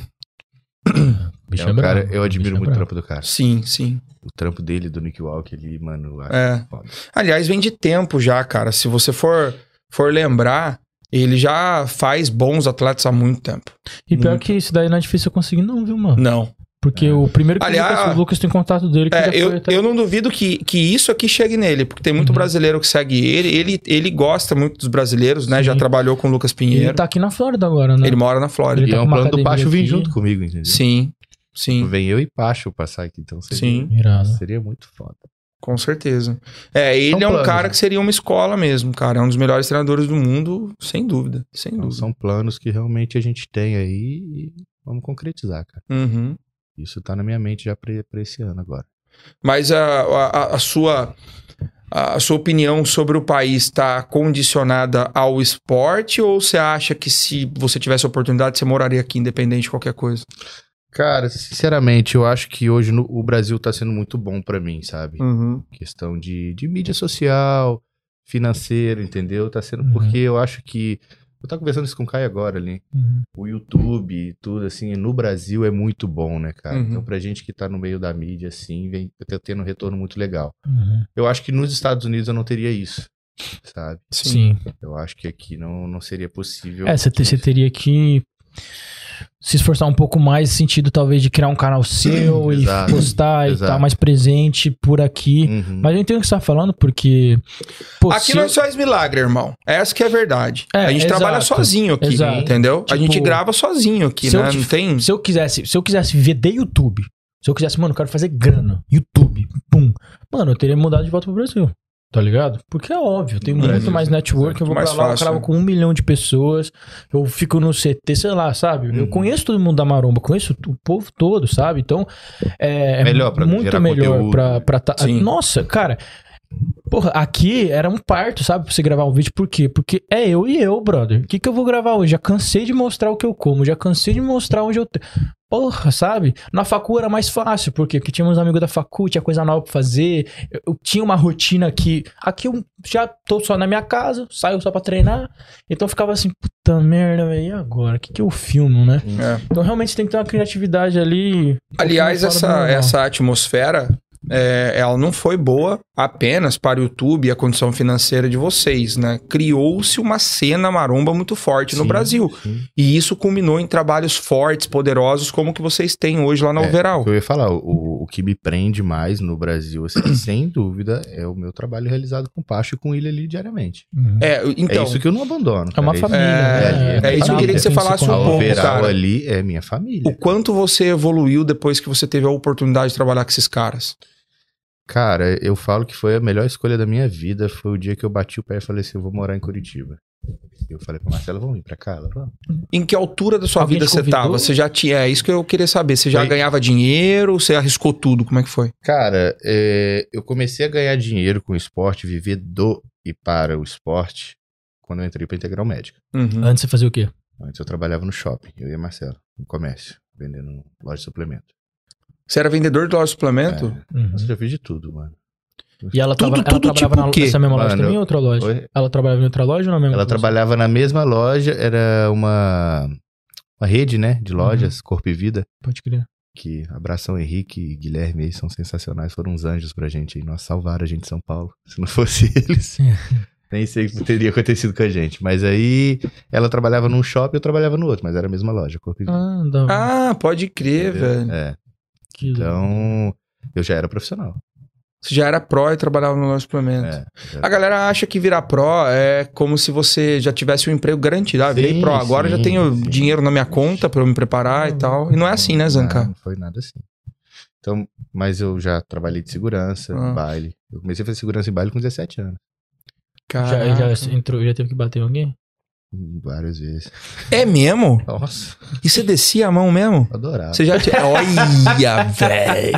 S1: Bicho
S3: É um
S1: é brabo,
S3: cara, eu admiro
S1: bicho é
S3: muito o
S1: brabo.
S3: trampo do cara.
S2: Sim, sim.
S3: O trampo dele, do Nick Walk ali, mano. eu acho
S2: É.
S3: foda.
S2: Aliás, vem de tempo já, cara. Se você for, for lembrar, ele já faz bons atletas há muito tempo.
S1: E pior
S2: Muito.
S1: que isso daí não é difícil eu conseguir, não, viu, mano?
S2: Não.
S1: Porque o primeiro que
S2: Aliás,
S1: eu conheço, o Lucas tem contato dele que já
S2: É,
S1: foi
S2: eu,
S1: até-
S2: eu não duvido que, que isso aqui chegue nele, porque tem muito
S1: Uhum.
S2: brasileiro que segue ele. Ele, ele gosta muito dos brasileiros, né?
S1: Sim.
S2: Já trabalhou com o Lucas
S1: Ele
S2: Pinheiro.
S1: tá aqui na Flórida agora, né?
S2: Ele mora na Flórida.
S1: Ele
S3: E
S1: tá
S3: é
S1: com
S3: um
S1: uma
S3: plano do
S1: academia
S3: Pacho vir
S1: aqui.
S3: junto comigo, entendeu?
S2: Sim, sim,
S3: Vem eu e Pacho passar aqui, então seria,
S2: Sim.
S1: Irado.
S3: seria muito foda.
S2: com certeza. É, ele
S3: São
S2: é um
S3: planos,
S2: cara
S3: né?
S2: que seria uma escola mesmo, cara. É um dos melhores treinadores do mundo, sem dúvida, sem
S3: Então,
S2: dúvida.
S3: são planos que realmente a gente tem aí e vamos concretizar, cara.
S2: Uhum.
S3: Isso tá na minha mente já pra, pra esse ano agora.
S2: Mas a, a, a sua a sua opinião sobre o país está condicionada ao esporte ou você acha que se você tivesse a oportunidade você moraria aqui independente de qualquer coisa?
S3: Cara, sinceramente, eu acho que hoje no- o Brasil tá sendo muito bom pra mim, sabe?
S1: Uhum.
S3: Questão de, de mídia social, financeira, entendeu? Tá sendo
S1: Uhum.
S3: porque eu acho que. Eu tava conversando isso com o Caio agora ali.
S1: Uhum.
S3: o YouTube e tudo, assim, no Brasil é muito bom, né, cara?
S2: Uhum.
S3: Então, pra gente que tá no meio da mídia, assim, vem tá tendo um retorno muito legal.
S1: Uhum.
S3: Eu acho que nos Estados Unidos eu não teria isso, sabe?
S1: Sim.
S3: Eu acho que aqui não, não seria possível.
S1: É, você te- você teria que se esforçar um pouco mais no sentido, talvez, de criar um canal seu e
S3: Exato.
S1: postar e estar
S3: Exato.
S1: mais presente por aqui.
S3: Uhum.
S1: Mas eu entendo o que você tá falando, porque. pô,
S2: Aqui
S1: se
S2: nós faz milagre, irmão. Essa que é a verdade.
S1: É,
S2: a gente
S1: exato,
S2: trabalha sozinho aqui,
S1: exato.
S2: entendeu? a
S1: Tipo,
S2: gente grava sozinho aqui,
S1: se eu
S2: né?
S1: te-
S2: Não tem...
S3: Hum.
S1: eu, se eu quisesse, se eu quisesse viver de YouTube, se eu quisesse, mano, eu quero fazer grana, YouTube, pum. Mano, eu teria mudado de volta pro Brasil. Tá ligado? Porque é óbvio, tem
S3: No
S1: muito
S3: Brasil,
S1: mais
S3: sim.
S1: network, eu vou
S2: Mais
S1: pra lá,
S2: fácil,
S1: eu cravo
S2: né?
S1: com um milhão de pessoas, eu fico no CT, sei lá, sabe? Eu
S3: Uhum.
S1: conheço todo mundo da Maromba, conheço o povo todo, sabe? Então, é é
S3: Melhor pra
S1: muito
S3: gerar
S1: melhor
S3: conteúdo.
S1: pra, pra tá...
S2: Sim.
S1: Nossa, cara, Porra, aqui era um parto, sabe? Pra você gravar um vídeo, por quê? Porque é eu e eu, brother. O que, que eu vou gravar hoje? Já cansei de mostrar o que eu como, já cansei de mostrar onde eu. Te... Porra, sabe? Na facu era mais fácil, por quê? Porque tinha uns amigos da facu, tinha coisa nova pra fazer, eu, eu tinha uma rotina aqui. Aqui eu já tô só na minha casa, saio só pra treinar. Então eu ficava assim, puta merda, velho, e agora? O que, que eu filmo, né?
S2: É.
S1: Então realmente tem que ter uma criatividade ali.
S2: Aliás,
S1: Fora do
S2: essa,
S1: normal.
S2: essa atmosfera, é, ela não foi boa apenas para o YouTube e a condição financeira de vocês, né? Criou-se uma cena maromba muito forte no
S1: Sim,
S2: Brasil.
S3: sim.
S2: E isso culminou em trabalhos fortes, poderosos, como o que vocês têm hoje lá na
S3: É,
S2: Overall.
S3: Eu ia falar, o, o que me prende mais no Brasil, assim, sem dúvida, é o meu trabalho realizado com o Pacho e com ele ali diariamente.
S2: É, então...
S3: é isso que eu não abandono.
S1: É uma
S3: cara.
S1: família.
S2: É,
S1: né?
S3: é isso que eu queria que
S2: você
S1: Tem se
S2: falasse um
S3: A
S1: conectar.
S2: pouco,
S3: overall
S2: cara.
S3: ali é minha família.
S2: O quanto você evoluiu depois que você teve a oportunidade de trabalhar com esses caras?
S3: Cara, eu falo que foi a melhor escolha da minha vida. Foi o dia que eu bati o pé e falei assim: eu vou morar em Curitiba. Eu falei pra Marcela, vamos vir pra cá? Ela, vamos.
S2: Em que altura da sua
S1: Alguém
S2: vida
S1: te
S2: você
S1: convidou?
S2: estava? Você já tinha. É isso que eu queria saber. Você já
S3: Foi-
S2: ganhava dinheiro? Você arriscou tudo? Como é que foi?
S3: Cara, é, eu comecei a ganhar dinheiro com o esporte, viver do e para o esporte, quando eu entrei pra Integral Médica.
S2: Uhum.
S1: Antes você fazia o quê?
S3: Antes eu trabalhava no shopping, eu e a Marcela, no comércio, vendendo loja de suplemento.
S2: Você era vendedor de loja de suplemento?
S1: Uhum.
S3: Nossa, eu já fiz de tudo, mano.
S1: E ela,
S2: Tudo-
S1: tava, ela
S2: tudo tipo
S1: trabalhava na
S2: o quê?
S1: nessa mesma loja
S3: Mano,
S1: também ou outra loja?
S3: Oi?
S1: Ela trabalhava em outra loja ou na mesma
S3: Ela trabalhava na mesma loja, era uma, uma rede, né,
S2: Uhum.
S3: de lojas, Corpo e Vida.
S1: Pode crer.
S3: que abração Henrique e Guilherme aí são sensacionais, foram uns anjos pra gente aí, nós salvaram a gente de São Paulo, se não fosse eles. Nem sei o que teria acontecido com a gente, mas aí ela trabalhava num shopping, eu trabalhava no outro, mas era a mesma loja, Corpo e Vida.
S1: Ah, da hora.
S2: Ah, pode crer,
S3: É. Entendeu?
S2: velho.
S3: É,
S1: Que-
S3: então eu já era profissional.
S2: Você já era pró e trabalhava no nosso suplemento.
S3: É,
S2: A galera acha que virar pró é como se você já tivesse um emprego garantido. Ah, virei
S3: Sim,
S2: pró, agora
S3: sim,
S2: já tenho
S3: sim.
S2: dinheiro na minha conta pra eu me preparar e tal. E não é assim, né,
S3: Não,
S2: Zanca?
S3: não foi nada assim. Então, mas eu já trabalhei de segurança,
S2: Ah.
S3: em baile. Eu comecei a fazer segurança em baile com 17 anos.
S1: Já,
S3: é
S2: Cara.
S3: assim.
S1: já entrou, já teve que bater em alguém?
S3: Várias vezes.
S2: É mesmo?
S3: Nossa,
S2: E você descia a mão mesmo?
S3: adorava.
S2: Você já tinha. Olha, véi!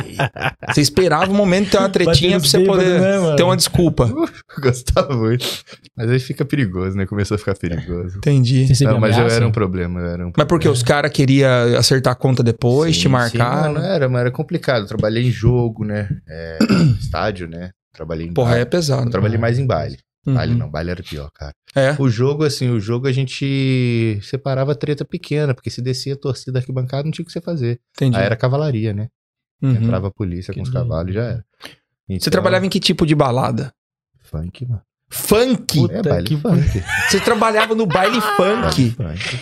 S2: Você esperava o momento de ter uma tretinha
S1: Batendo
S2: pra você
S1: bêbado,
S2: poder
S1: né, mano?
S2: ter uma desculpa.
S3: Gostava muito. Mas aí fica perigoso, né? Começou a ficar perigoso.
S2: Entendi.
S1: Você recebeu
S3: Não, mas eu
S1: ameaça?
S3: era um problema, eu era um
S2: Mas porque os caras queriam acertar a conta depois,
S3: Sim,
S2: te
S3: sim,
S2: marcar.
S3: não,
S2: né?
S3: não era, mas era complicado. Eu trabalhei em jogo, né? É, estádio, né? Trabalhei em
S2: Porra,
S3: baile.
S2: é
S3: Eu
S2: pesado.
S3: trabalhei mais em baile. Baile
S2: Uhum.
S3: não, baile era pior, cara.
S2: É.
S3: O jogo, assim, o jogo a gente separava treta pequena, porque se descia a torcida arquibancada, não tinha o que você fazer.
S2: Entendi.
S3: Aí era cavalaria, né?
S2: Uhum.
S3: Entrava a polícia com os
S1: Entendi.
S3: cavalos e já era. Então.
S2: Você trabalhava em que tipo de balada?
S3: Funk, mano.
S2: Funk!
S1: Puta
S3: é, baile
S1: que-
S3: funk.
S2: Você trabalhava no baile
S3: baile
S2: funk.
S3: funk.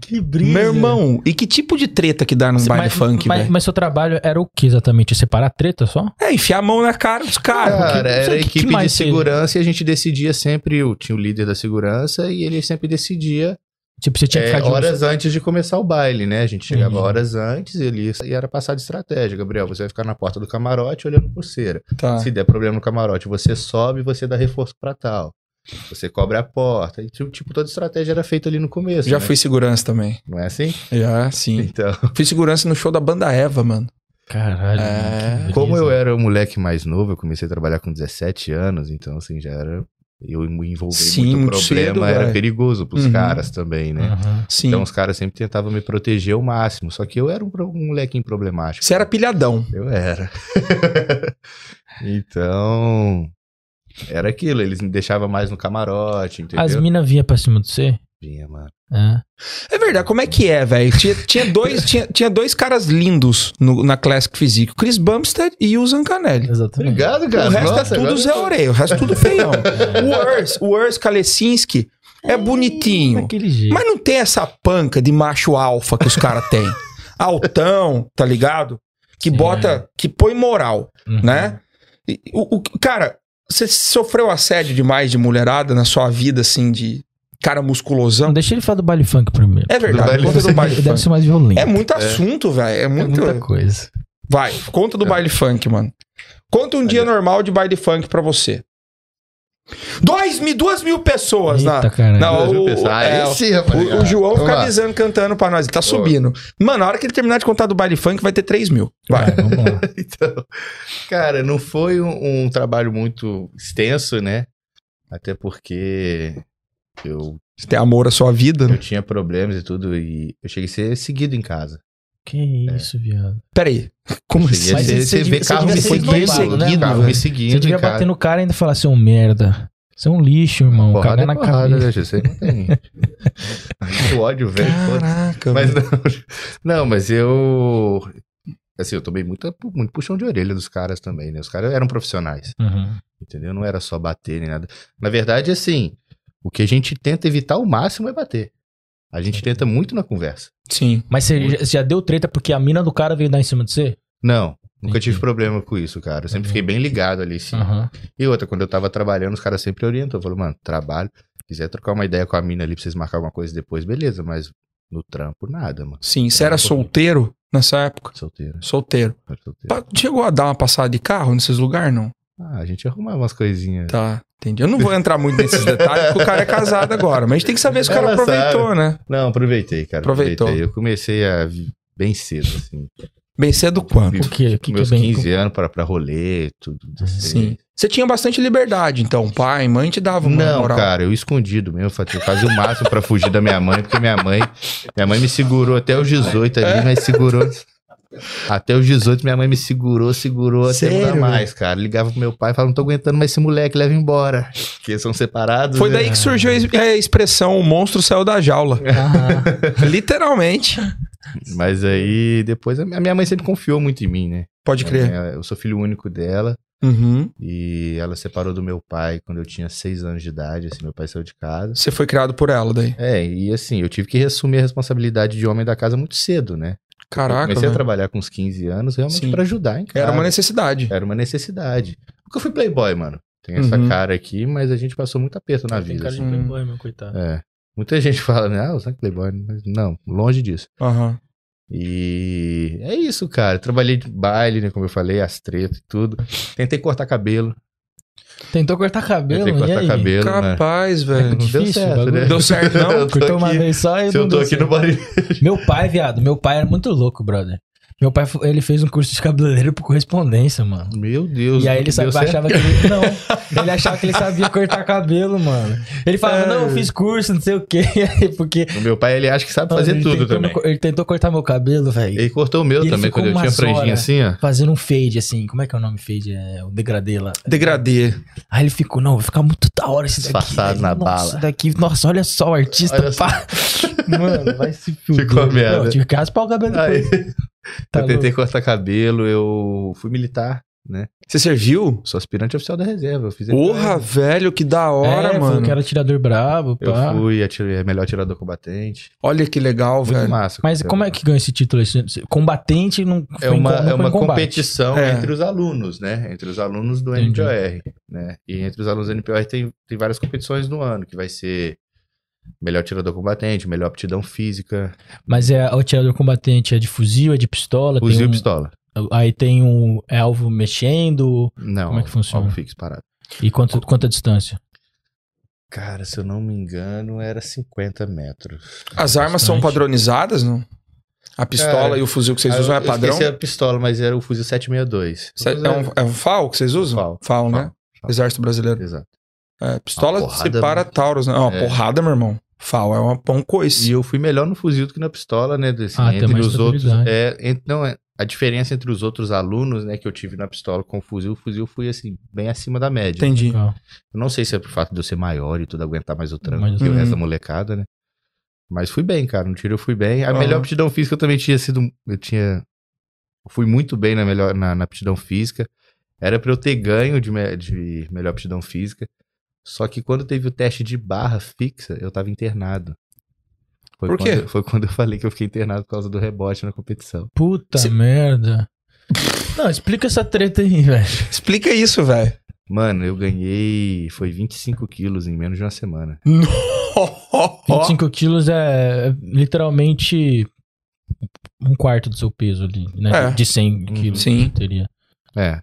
S1: Que brisa.
S2: Meu irmão, e que tipo de treta que dá num
S1: Cê-
S2: baile
S1: mas,
S2: funk,
S1: mas,
S2: velho?
S1: mas seu trabalho era o que exatamente? Separar treta só?
S2: É, enfiar a mão na cara dos caras.
S3: Cara,
S1: não sei
S3: era a
S1: o Ah, que- que
S3: equipe de
S1: mais seja.
S3: segurança e a gente decidia sempre, eu tinha o líder da segurança e ele sempre decidia
S1: Tipo, você tinha que
S3: É,
S1: ficar de olho-
S3: horas antes de começar o baile, né? A gente chegava
S1: Entendi.
S3: horas antes ele ia- e era passar de estratégia. Gabriel, você vai ficar na porta do camarote olhando pulseira.
S1: Ah.
S2: Tá.
S3: É. Se der problema no camarote, você sobe e você dá reforço pra tal. Você cobre a porta. E, tipo, tipo, toda estratégia era feita ali no começo.
S2: Já
S3: né?
S2: fui segurança também.
S3: Não é assim?
S2: Já, sim.
S3: Então,
S2: Fui segurança no show da banda Eva, mano.
S1: Caralho.
S2: É,
S1: que brisa.
S3: como eu era um moleque mais novo, eu comecei a trabalhar com 17 anos, então, assim, já era. Eu me envolvi
S2: Sim,
S3: muito
S2: muito
S3: problema,
S2: cedo,
S3: era
S2: velho.
S3: perigoso pros
S2: Uhum.
S3: caras também, né?
S1: Aham.
S2: Sim.
S3: Então os caras sempre tentavam me proteger ao máximo, só que eu era um, pro- um molequinho problemático.
S2: Você era pilhadão.
S3: Eu era. então. Era aquilo, eles me deixavam mais no camarote, entendeu?
S1: As minas vinham pra cima de você?
S3: Vinha, mano.
S1: É.
S2: É verdade, como é que é, velho? Tinha, tinha, dois, tinha, tinha dois caras lindos no- na Classic Physique. O Chris Bumstead e o Zancanelli.
S1: Exatamente.
S3: Obrigado, cara.
S2: O resto
S3: Nossa,
S2: é tudo
S3: agora-
S2: Zé Orelha, o resto tudo feião. o Urs, o Urs Kalesinski é bonitinho.
S1: Daquele jeito.
S2: Mas não tem essa panca de macho alfa que os caras têm. Altão, tá ligado? Que
S1: Sim. é.
S2: bota, que põe moral,
S1: Uhum.
S2: né? E o, o- cara, você sofreu assédio demais de mulherada na sua vida, assim, de cara
S1: Não,
S2: musculosão?
S1: deixa ele falar do baile funk primeiro.
S2: É verdade,
S3: baile
S2: conta do
S3: funk.
S2: baile
S1: Ele deve
S2: funk.
S1: ser mais violento.
S2: É muito assunto, velho. É
S1: É
S2: muito.
S1: muita coisa.
S2: Vai, conta do
S3: É.
S2: baile funk, mano. Conta um dia normal de baile funk pra você. Dois mil, duas mil pessoas na,
S1: Eita, caralho.
S2: Não,
S3: Duas mil
S2: o-
S3: pessoas. Ah,
S2: é,
S3: esse,
S2: O,
S3: rapaziada.
S2: o João
S3: Vamos
S2: fica
S3: lá.
S2: avisando, cantando pra nós. Ele tá subindo. Mano, a hora que ele terminar de contar do baile funk, vai ter 3 mil.
S3: É.
S2: Vai.
S1: vamos lá.
S3: Então, cara, não foi um, um trabalho muito extenso, né? Até porque eu,
S2: Você tem amor à sua vida,
S3: eu
S2: né?
S3: tinha problemas e tudo, e eu cheguei a ser seguido em casa.
S1: Que
S3: É.
S1: isso, viado.
S2: Peraí. Como assim?
S3: Cheguei a
S1: Mas
S3: ser-
S1: você
S3: Você
S1: devia-
S3: vê
S1: você
S3: carro
S1: devia
S3: me
S1: ser esnobado, né,
S3: seguindo, carro
S2: velho?
S3: me
S1: Você
S3: seguindo em
S1: devia
S3: casa.
S1: bater no cara e ainda falar, seu merda. Você é um lixo, irmão. Cagar
S3: Porrada é
S1: na
S3: porrada,
S1: cabeça.
S3: né, gente? Você não tem. Muito ódio, velho. foda-se.
S2: Caraca,
S3: Mas
S2: mas
S3: não, não, mas eu. Assim, eu tomei muita, muito puxão de orelha dos caras também, né? Os caras eram profissionais,
S1: Uhum.
S3: entendeu? Não era só bater nem nada. Na verdade, assim, o que a gente tenta evitar ao máximo é bater. A gente tenta
S1: Uhum.
S3: muito na conversa.
S2: Sim.
S1: Mas você já, você já deu treta porque a mina do cara veio dar em cima de você?
S3: Não, nunca
S1: Entendi.
S3: tive problema com isso, cara. Eu sempre
S1: Uhum. Ah.
S3: fiquei bem ligado ali, sim.
S1: Aham.
S3: E outra, quando eu tava trabalhando, os caras sempre orientam. Falou, mano, trabalho. Quiser trocar uma ideia com a mina ali pra vocês marcar alguma coisa depois, beleza, mas no trampo, nada, mano.
S2: Sim, você era solteiro nessa época?
S3: Solteiro,
S2: Solteiro.
S3: era solteiro.
S2: Pa- Chegou a dar uma passada de carro nesses lugares, não?
S3: Ah, a gente arrumava umas coisinhas.
S2: Tá, entendi. Eu não vou entrar muito nesses detalhes, porque o cara é casado agora. Mas a gente tem que saber se o cara
S3: Ela
S2: aproveitou, né?
S3: Não, aproveitei, cara.
S2: Aproveitou.
S3: Aproveitei. Eu comecei a vi- bem cedo, assim.
S2: Bem cedo quanto?
S1: O quê? O que, que é
S3: meus
S1: bem? Ah,
S3: 15 anos pra, pra rolê, tudo. assim.
S2: Sim. Você tinha bastante liberdade, então. Pai, mãe te dava uma
S3: Não,
S2: moral.
S3: cara, eu escondido mesmo. fa- Eu fazia o máximo pra fugir da minha mãe, porque minha mãe. Minha mãe me segurou até os 18
S2: É.
S3: ali, mas segurou. Até os 18, minha mãe me segurou, segurou até não
S2: Sério,
S3: dar mais, cara. Ligava pro meu pai e falava: não tô aguentando mais esse moleque, leva embora. Porque são separados.
S2: Foi
S3: né?
S2: daí que surgiu a es- é a expressão o monstro saiu da jaula.
S1: Ah,
S2: Literalmente.
S3: Mas aí depois a minha a minha mãe sempre confiou muito em mim, né?
S2: Pode crer.
S3: Minha- Eu sou filho único dela.
S2: Uhum.
S3: E ela separou do meu pai quando eu tinha seis anos de idade, assim, meu pai saiu de casa.
S2: Você foi criado por ela daí.
S3: É, e assim, eu tive que reassumir a responsabilidade de homem da casa muito cedo, né? eu
S2: Caraca.
S3: comecei a
S2: velho.
S3: trabalhar com uns 15 anos realmente
S2: Sim.
S3: pra ajudar em casa.
S2: Era uma necessidade.
S3: Era uma necessidade. Porque eu fui playboy, mano. Tem essa
S2: Uhum.
S3: cara aqui, mas a gente passou muito aperto na
S1: Tem
S3: vida.
S1: cara de
S3: assim.
S1: playboy, meu coitado.
S3: É. Muita gente fala, né? Ah, o Zac Playboy. Mas não, longe disso.
S2: Aham.
S3: E é isso, cara. Trabalhei de baile, né? Como eu falei, as tretas e tudo. Tentei cortar cabelo.
S1: Tentou cortar cabelo,
S3: tentei
S1: e
S3: É. cortar
S1: aí?
S3: cabelo, né?
S2: Capaz,
S1: É
S2: velho.
S1: difícil, bagulho.
S2: Deu certo, não?
S3: Eu tô
S1: Cortou uma
S3: aqui-
S1: vez só e
S3: Se
S1: não
S3: né? eu tô
S1: deu
S3: aqui
S1: certo.
S3: no baile.
S1: Meu pai, viado, meu pai era muito louco, brother. Meu pai, fo- ele fez um curso de cabeleireiro por correspondência, mano.
S3: Meu Deus.
S1: E aí ele
S3: deu
S1: sabe,
S3: certo?
S1: achava que ele... Não, ele achava que ele sabia cortar cabelo, mano. Ele falava, não, eu fiz curso, não sei o quê, porque...
S3: O meu pai, ele acha que É. sabe fazer
S1: Mano, ele
S3: tudo
S1: tentou
S3: também.
S1: me co- Ele tentou cortar meu cabelo, velho.
S3: Ele cortou o meu
S1: E ele
S3: também,
S1: ficou
S3: quando eu
S1: uma
S3: tinha franjinha
S1: zona.
S3: assim, ó.
S1: Fazendo um fade, assim. Como é que é o nome fade? É o degradê lá.
S2: Degradê.
S1: Aí ele ficou, não, vai ficar muito da hora esse daqui.
S3: Disfarçado
S1: velho.
S3: na
S1: nossa,
S3: bala.
S1: esse daqui, nossa, olha só o artista.
S3: Olha só.
S1: pá. Mano, vai se fuder.
S3: Ficou a merda.
S1: Eu tive que raspar o cabelo
S3: Aí,
S1: depois. Tá
S3: eu tentei
S1: louco.
S3: cortar cabelo, eu fui militar.
S2: Você serviu?
S3: Sou aspirante oficial da reserva. Eu fiz
S2: Porra, velho, que da hora,
S1: é, falou
S2: mano.
S1: que era tirador brabo,
S3: Eu
S1: pá.
S3: fui atire... melhor atirador combatente.
S2: Olha que legal,
S3: Muito
S2: velho.
S3: massa.
S1: Mas
S3: cara.
S1: como é que ganha esse título? Esse- esse- Combatente não
S3: É
S1: foi em
S3: uma,
S1: co- não foi
S3: é
S1: em
S3: uma
S1: combate.
S3: competição
S2: É.
S3: entre os alunos, né? Entre os alunos do
S1: Entendi.
S3: NPOR. Né? E entre os alunos do NPOR tem, tem várias competições no ano, que vai ser melhor tirador combatente, melhor aptidão física,
S1: Mas é o tirador combatente é de fuzil, é de pistola,
S3: fuzil
S1: tem
S3: e
S1: um-
S3: pistola.
S1: aí tem um é alvo mexendo
S3: Não,
S1: Como é que funciona?
S3: alvo fixo, parado.
S1: e quanto quanta distância?
S3: Cara, se eu não me engano, era 50 metros.
S2: As armas são
S1: Bastante.
S2: padronizadas, não? A pistola
S3: Cara,
S2: e o fuzil que vocês
S3: Ah,
S2: usam é
S3: eu
S2: padrão?
S3: Esqueci a pistola, mas era o fuzil 762.
S2: Cê- É um, é um FAL que vocês usam?
S3: FAL.
S2: né?
S3: FAL.
S2: Exército Brasileiro.
S3: Exato.
S2: É, pistola
S3: Uma
S2: se
S3: porrada,
S2: para
S3: né?
S2: Taurus, né? É uma
S3: É.
S2: porrada, meu irmão. FAL é uma, um
S3: E
S2: coice.
S3: eu fui melhor no fuzil do que na pistola, né? Assim,
S1: Ah, tem
S3: entre
S1: mais
S3: os outros.
S1: estabilidade.
S3: É, ent- não, é, a diferença entre os outros alunos, né, que eu tive na pistola com o fuzil, o fuzil fui assim, bem acima da média.
S2: Entendi.
S1: Legal.
S3: Eu não sei se é por fato de eu ser maior e tudo, aguentar mais o tranco
S1: Mais o
S3: que o
S2: tranco.
S3: resto da molecada, né? Mas fui bem, cara. No tiro eu fui bem. A
S2: Aham.
S3: melhor aptidão física eu também tinha sido. Eu tinha. Fui muito bem na, melhor, na, na aptidão física. Era pra eu ter ganho de, me- de melhor aptidão física. Só que quando teve o teste de barra fixa, eu tava internado. Foi
S2: Por quê?
S3: Quando, foi quando eu falei que eu fiquei internado por causa do rebote na competição.
S1: Puta
S2: Se-
S1: merda. Não, explica essa treta aí, velho.
S2: Explica isso, velho.
S3: Mano, eu ganhei. Foi 25 quilos em menos de uma semana.
S2: Nossa.
S1: 25 quilos é literalmente um quarto do seu peso ali, né?
S2: É.
S1: De 100
S3: Uhum.
S1: quilos.
S2: Sim.
S1: que Teria.
S3: É.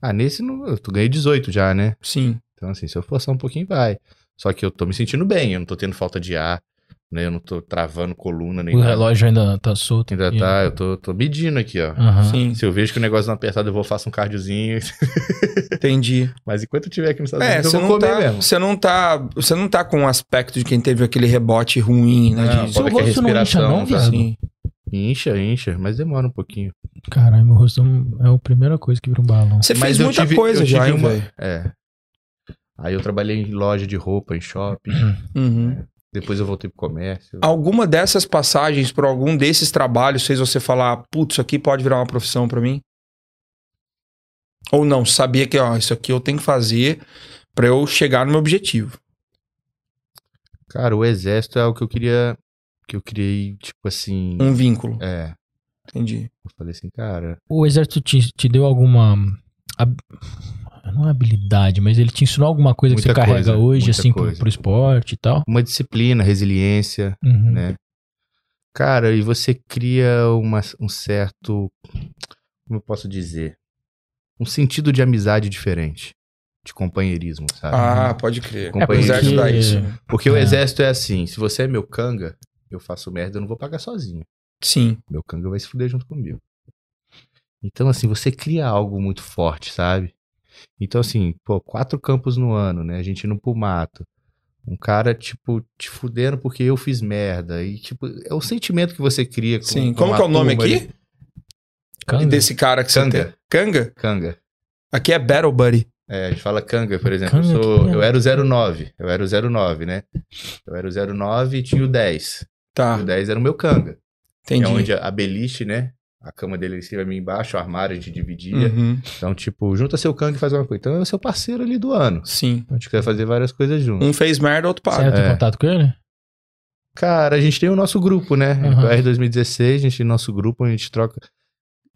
S3: Ah, nesse não, eu ganhei 18 já, né?
S2: Sim.
S3: Então, assim, se eu forçar um pouquinho, vai. Só que eu tô me sentindo bem, eu não tô tendo falta de ar, né? Eu não tô travando coluna nem
S1: O
S3: nada.
S1: relógio ainda tá solto.
S3: Ainda
S1: aqui. Ah.
S3: tá, eu tô, tô medindo aqui, ó.
S1: Aham.
S2: Sim.
S3: Se eu vejo que o negócio não apertado, eu vou faço um cardiozinho.
S2: Entendi.
S3: Mas enquanto eu tiver aqui nos Estados
S2: É,
S3: Unidos,
S2: você
S3: Então eu vou
S2: não,
S3: comer
S2: tá,
S3: mesmo.
S2: você não tá. Você não tá com o aspecto de quem teve aquele rebote ruim, né?
S3: Não,
S2: de-
S1: Seu
S3: pode ver que é
S1: rosto não incha,
S3: respiração,
S1: não,
S3: tá
S1: viado?
S2: assim.
S3: Incha, incha, mas demora um pouquinho.
S1: Caralho, meu rosto é um- é a primeira coisa que vira um balão.
S2: Você
S3: Mas
S2: fez
S3: eu
S2: muita
S3: tive-
S2: coisa
S3: eu
S2: já,
S3: tive
S2: hein,
S3: uma-
S2: velho?
S3: É. Aí eu trabalhei em loja de roupa, em shopping.
S2: Uhum.
S3: Depois eu voltei pro comércio.
S2: Alguma dessas passagens por algum desses trabalhos fez você falar, putz, isso aqui pode virar uma profissão pra mim? Ou não, sabia que, ó, isso aqui eu tenho que fazer pra eu chegar no meu objetivo.
S3: Cara, o exército é o que eu queria. Que eu criei, tipo assim.
S2: Um vínculo.
S3: É.
S2: Entendi.
S3: Eu falei assim, cara.
S1: O exército te, te deu alguma. hab- Não é habilidade, mas ele te ensinou alguma coisa que
S3: Muita
S1: você carrega
S3: coisa,
S1: hoje,
S3: muita
S1: assim, pro,
S3: coisa.
S1: pro esporte e tal.
S3: Uma disciplina, resiliência.
S1: Uhum.
S3: né? Cara, e você cria uma- um certo. Como eu posso dizer? Um sentido de amizade diferente. De companheirismo, sabe?
S2: Ah, pode crer.
S3: É, porque-
S2: Apesar de dar isso. né?
S3: Porque o
S1: é.
S3: exército é assim: se você é meu canga, eu faço merda, eu não vou pagar sozinho.
S2: Sim.
S3: Meu canga vai se fuder junto comigo. Então, assim, você cria algo muito forte, sabe? Então, assim, pô, quatro campos no ano, né? A gente indo pro mato. Um cara, tipo, te fudendo porque eu fiz merda. E, tipo, é o sentimento que você cria. Com,
S2: Sim.
S3: com
S2: Como
S3: a
S2: que é o nome
S3: turma ali.
S2: aqui? Desse cara que você tem?
S3: Canga.
S2: Kanga?
S3: Canga.
S2: Aqui é Battle Buddy.
S3: É, a gente fala canga, por exemplo.
S1: Canga,
S3: eu, sou,
S1: que
S3: eu era o 09. Eu era o 09, né? Eu era o 09 e tinha o 10.
S2: Tá,
S3: E o 10 era o meu canga.
S2: entendi.
S3: É onde a, a beliche, né? A cama dele em cima, a minha embaixo, o armário a gente dividia.
S2: Uhum.
S3: Então, tipo, junta seu canga e faz alguma coisa. Então, é o seu parceiro ali do ano.
S2: Sim.
S3: A gente quer fazer várias coisas juntos.
S2: Um fez merda, outro
S1: Você
S2: paga.
S1: já tem
S3: é.
S1: contato com ele?
S3: Cara, a gente tem o nosso grupo, né?
S1: Aham.
S3: NPR 2016, a gente tem o nosso grupo, a gente troca.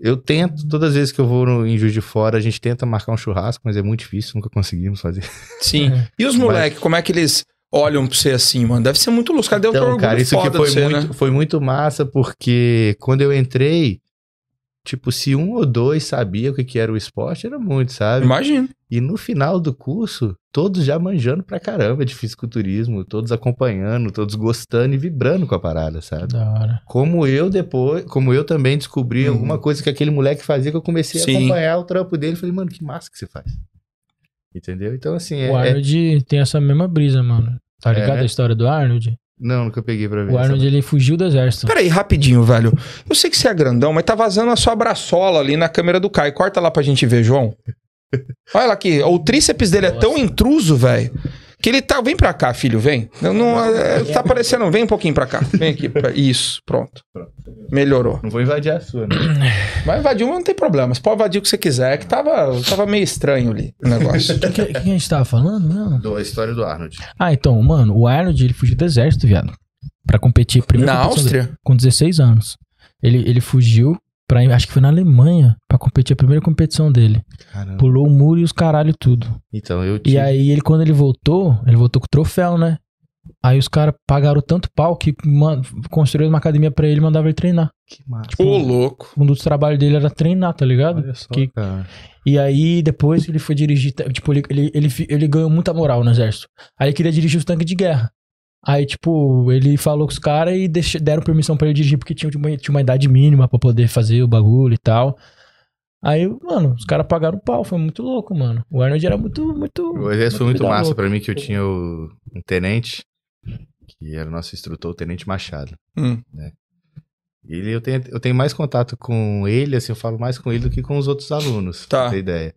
S3: Eu tento, todas as vezes que eu vou no, em Juiz de Fora, a gente tenta marcar um churrasco, mas é muito difícil, nunca conseguimos fazer. É.
S2: Sim.
S1: Uhum.
S2: E os moleques, como é que eles olham pra você assim, mano? Deve ser muito louco. Cadê o teu
S3: Então, cara,
S2: um orgulho
S3: isso que
S2: foda
S3: foi,
S2: de você,
S3: muito,
S2: né?
S3: foi muito massa, porque quando eu entrei, tipo, se um ou dois sabia o que, que era o esporte, era muito, sabe?
S2: Imagina.
S3: E no final do curso, todos já manjando pra caramba de fisiculturismo, todos acompanhando, todos gostando e vibrando com a parada, sabe?
S1: Da hora.
S3: Como eu depois, como eu também descobri
S2: Uhum.
S3: alguma coisa que aquele moleque fazia que eu comecei
S2: Sim.
S3: a acompanhar o trampo dele, falei, mano, que massa que você faz. Entendeu? Então assim, é,
S1: o
S3: é-
S1: Arnold tem essa mesma brisa, mano. Tá ligado
S3: É?
S1: a história do Arnold?
S3: não, nunca peguei pra ver.
S1: O Arnold, ele fugiu do exército.
S2: Peraí, rapidinho, velho. Eu sei que você é grandão, mas tá vazando a sua braçola ali na câmera do Caio. Corta lá pra gente ver, João. Olha lá aqui. O tríceps dele é tão intruso, velho, que ele tá... Vem pra cá, filho, vem. Eu não... é, Tá aparecendo... Vem um pouquinho pra cá. Vem aqui. pra- Isso, pronto. Melhorou.
S3: Não vou invadir a sua, né?
S2: Mas invadir uma não tem problema. Você pode invadir o que você quiser, que tava, tava meio estranho ali o negócio.
S1: O que, que a gente tava falando, mano?
S3: Do- a história do Arnold.
S1: Ah, então, mano, o Arnold, ele fugiu do exército, viado. Pra competir. Primeira
S2: na
S1: competição dele.
S2: Áustria?
S1: com 16 anos. Ele, ele fugiu pra. acho que foi na Alemanha pra competir a primeira competição dele.
S3: Caramba.
S1: Pulou o muro e os caralho tudo.
S3: Então, eu
S1: E aí ele quando ele voltou, ele voltou com o troféu, né? Aí os caras pagaram tanto pau que man- construíram uma academia pra ele e mandavam ele treinar.
S3: Que massa.
S2: Ô, louco.
S1: Um dos trabalhos dele era treinar, tá ligado?
S3: Olha só,
S1: que-
S3: cara.
S1: E aí depois ele foi dirigir, ta- tipo, ele, ele, ele, fi- ele ganhou muita moral no exército. Aí ele queria dirigir os tanques de guerra. Aí, tipo, ele falou com os caras e deixa- deram permissão pra ele dirigir, porque tinha uma, tinha uma idade mínima pra poder fazer o bagulho e tal. Aí, mano, os caras pagaram o pau, foi muito louco, mano. O Arnold era muito, muito.
S3: O exército foi muito
S1: vida
S3: massa
S1: louca.
S3: pra mim, que eu tinha o- um tenente, que era o nosso instrutor, o Tenente Machado.
S2: Hum.
S3: E Ele, eu, tenho, eu tenho mais contato com ele, assim, eu falo mais com ele do que com os outros alunos,
S2: Tá.
S3: pra ter ideia.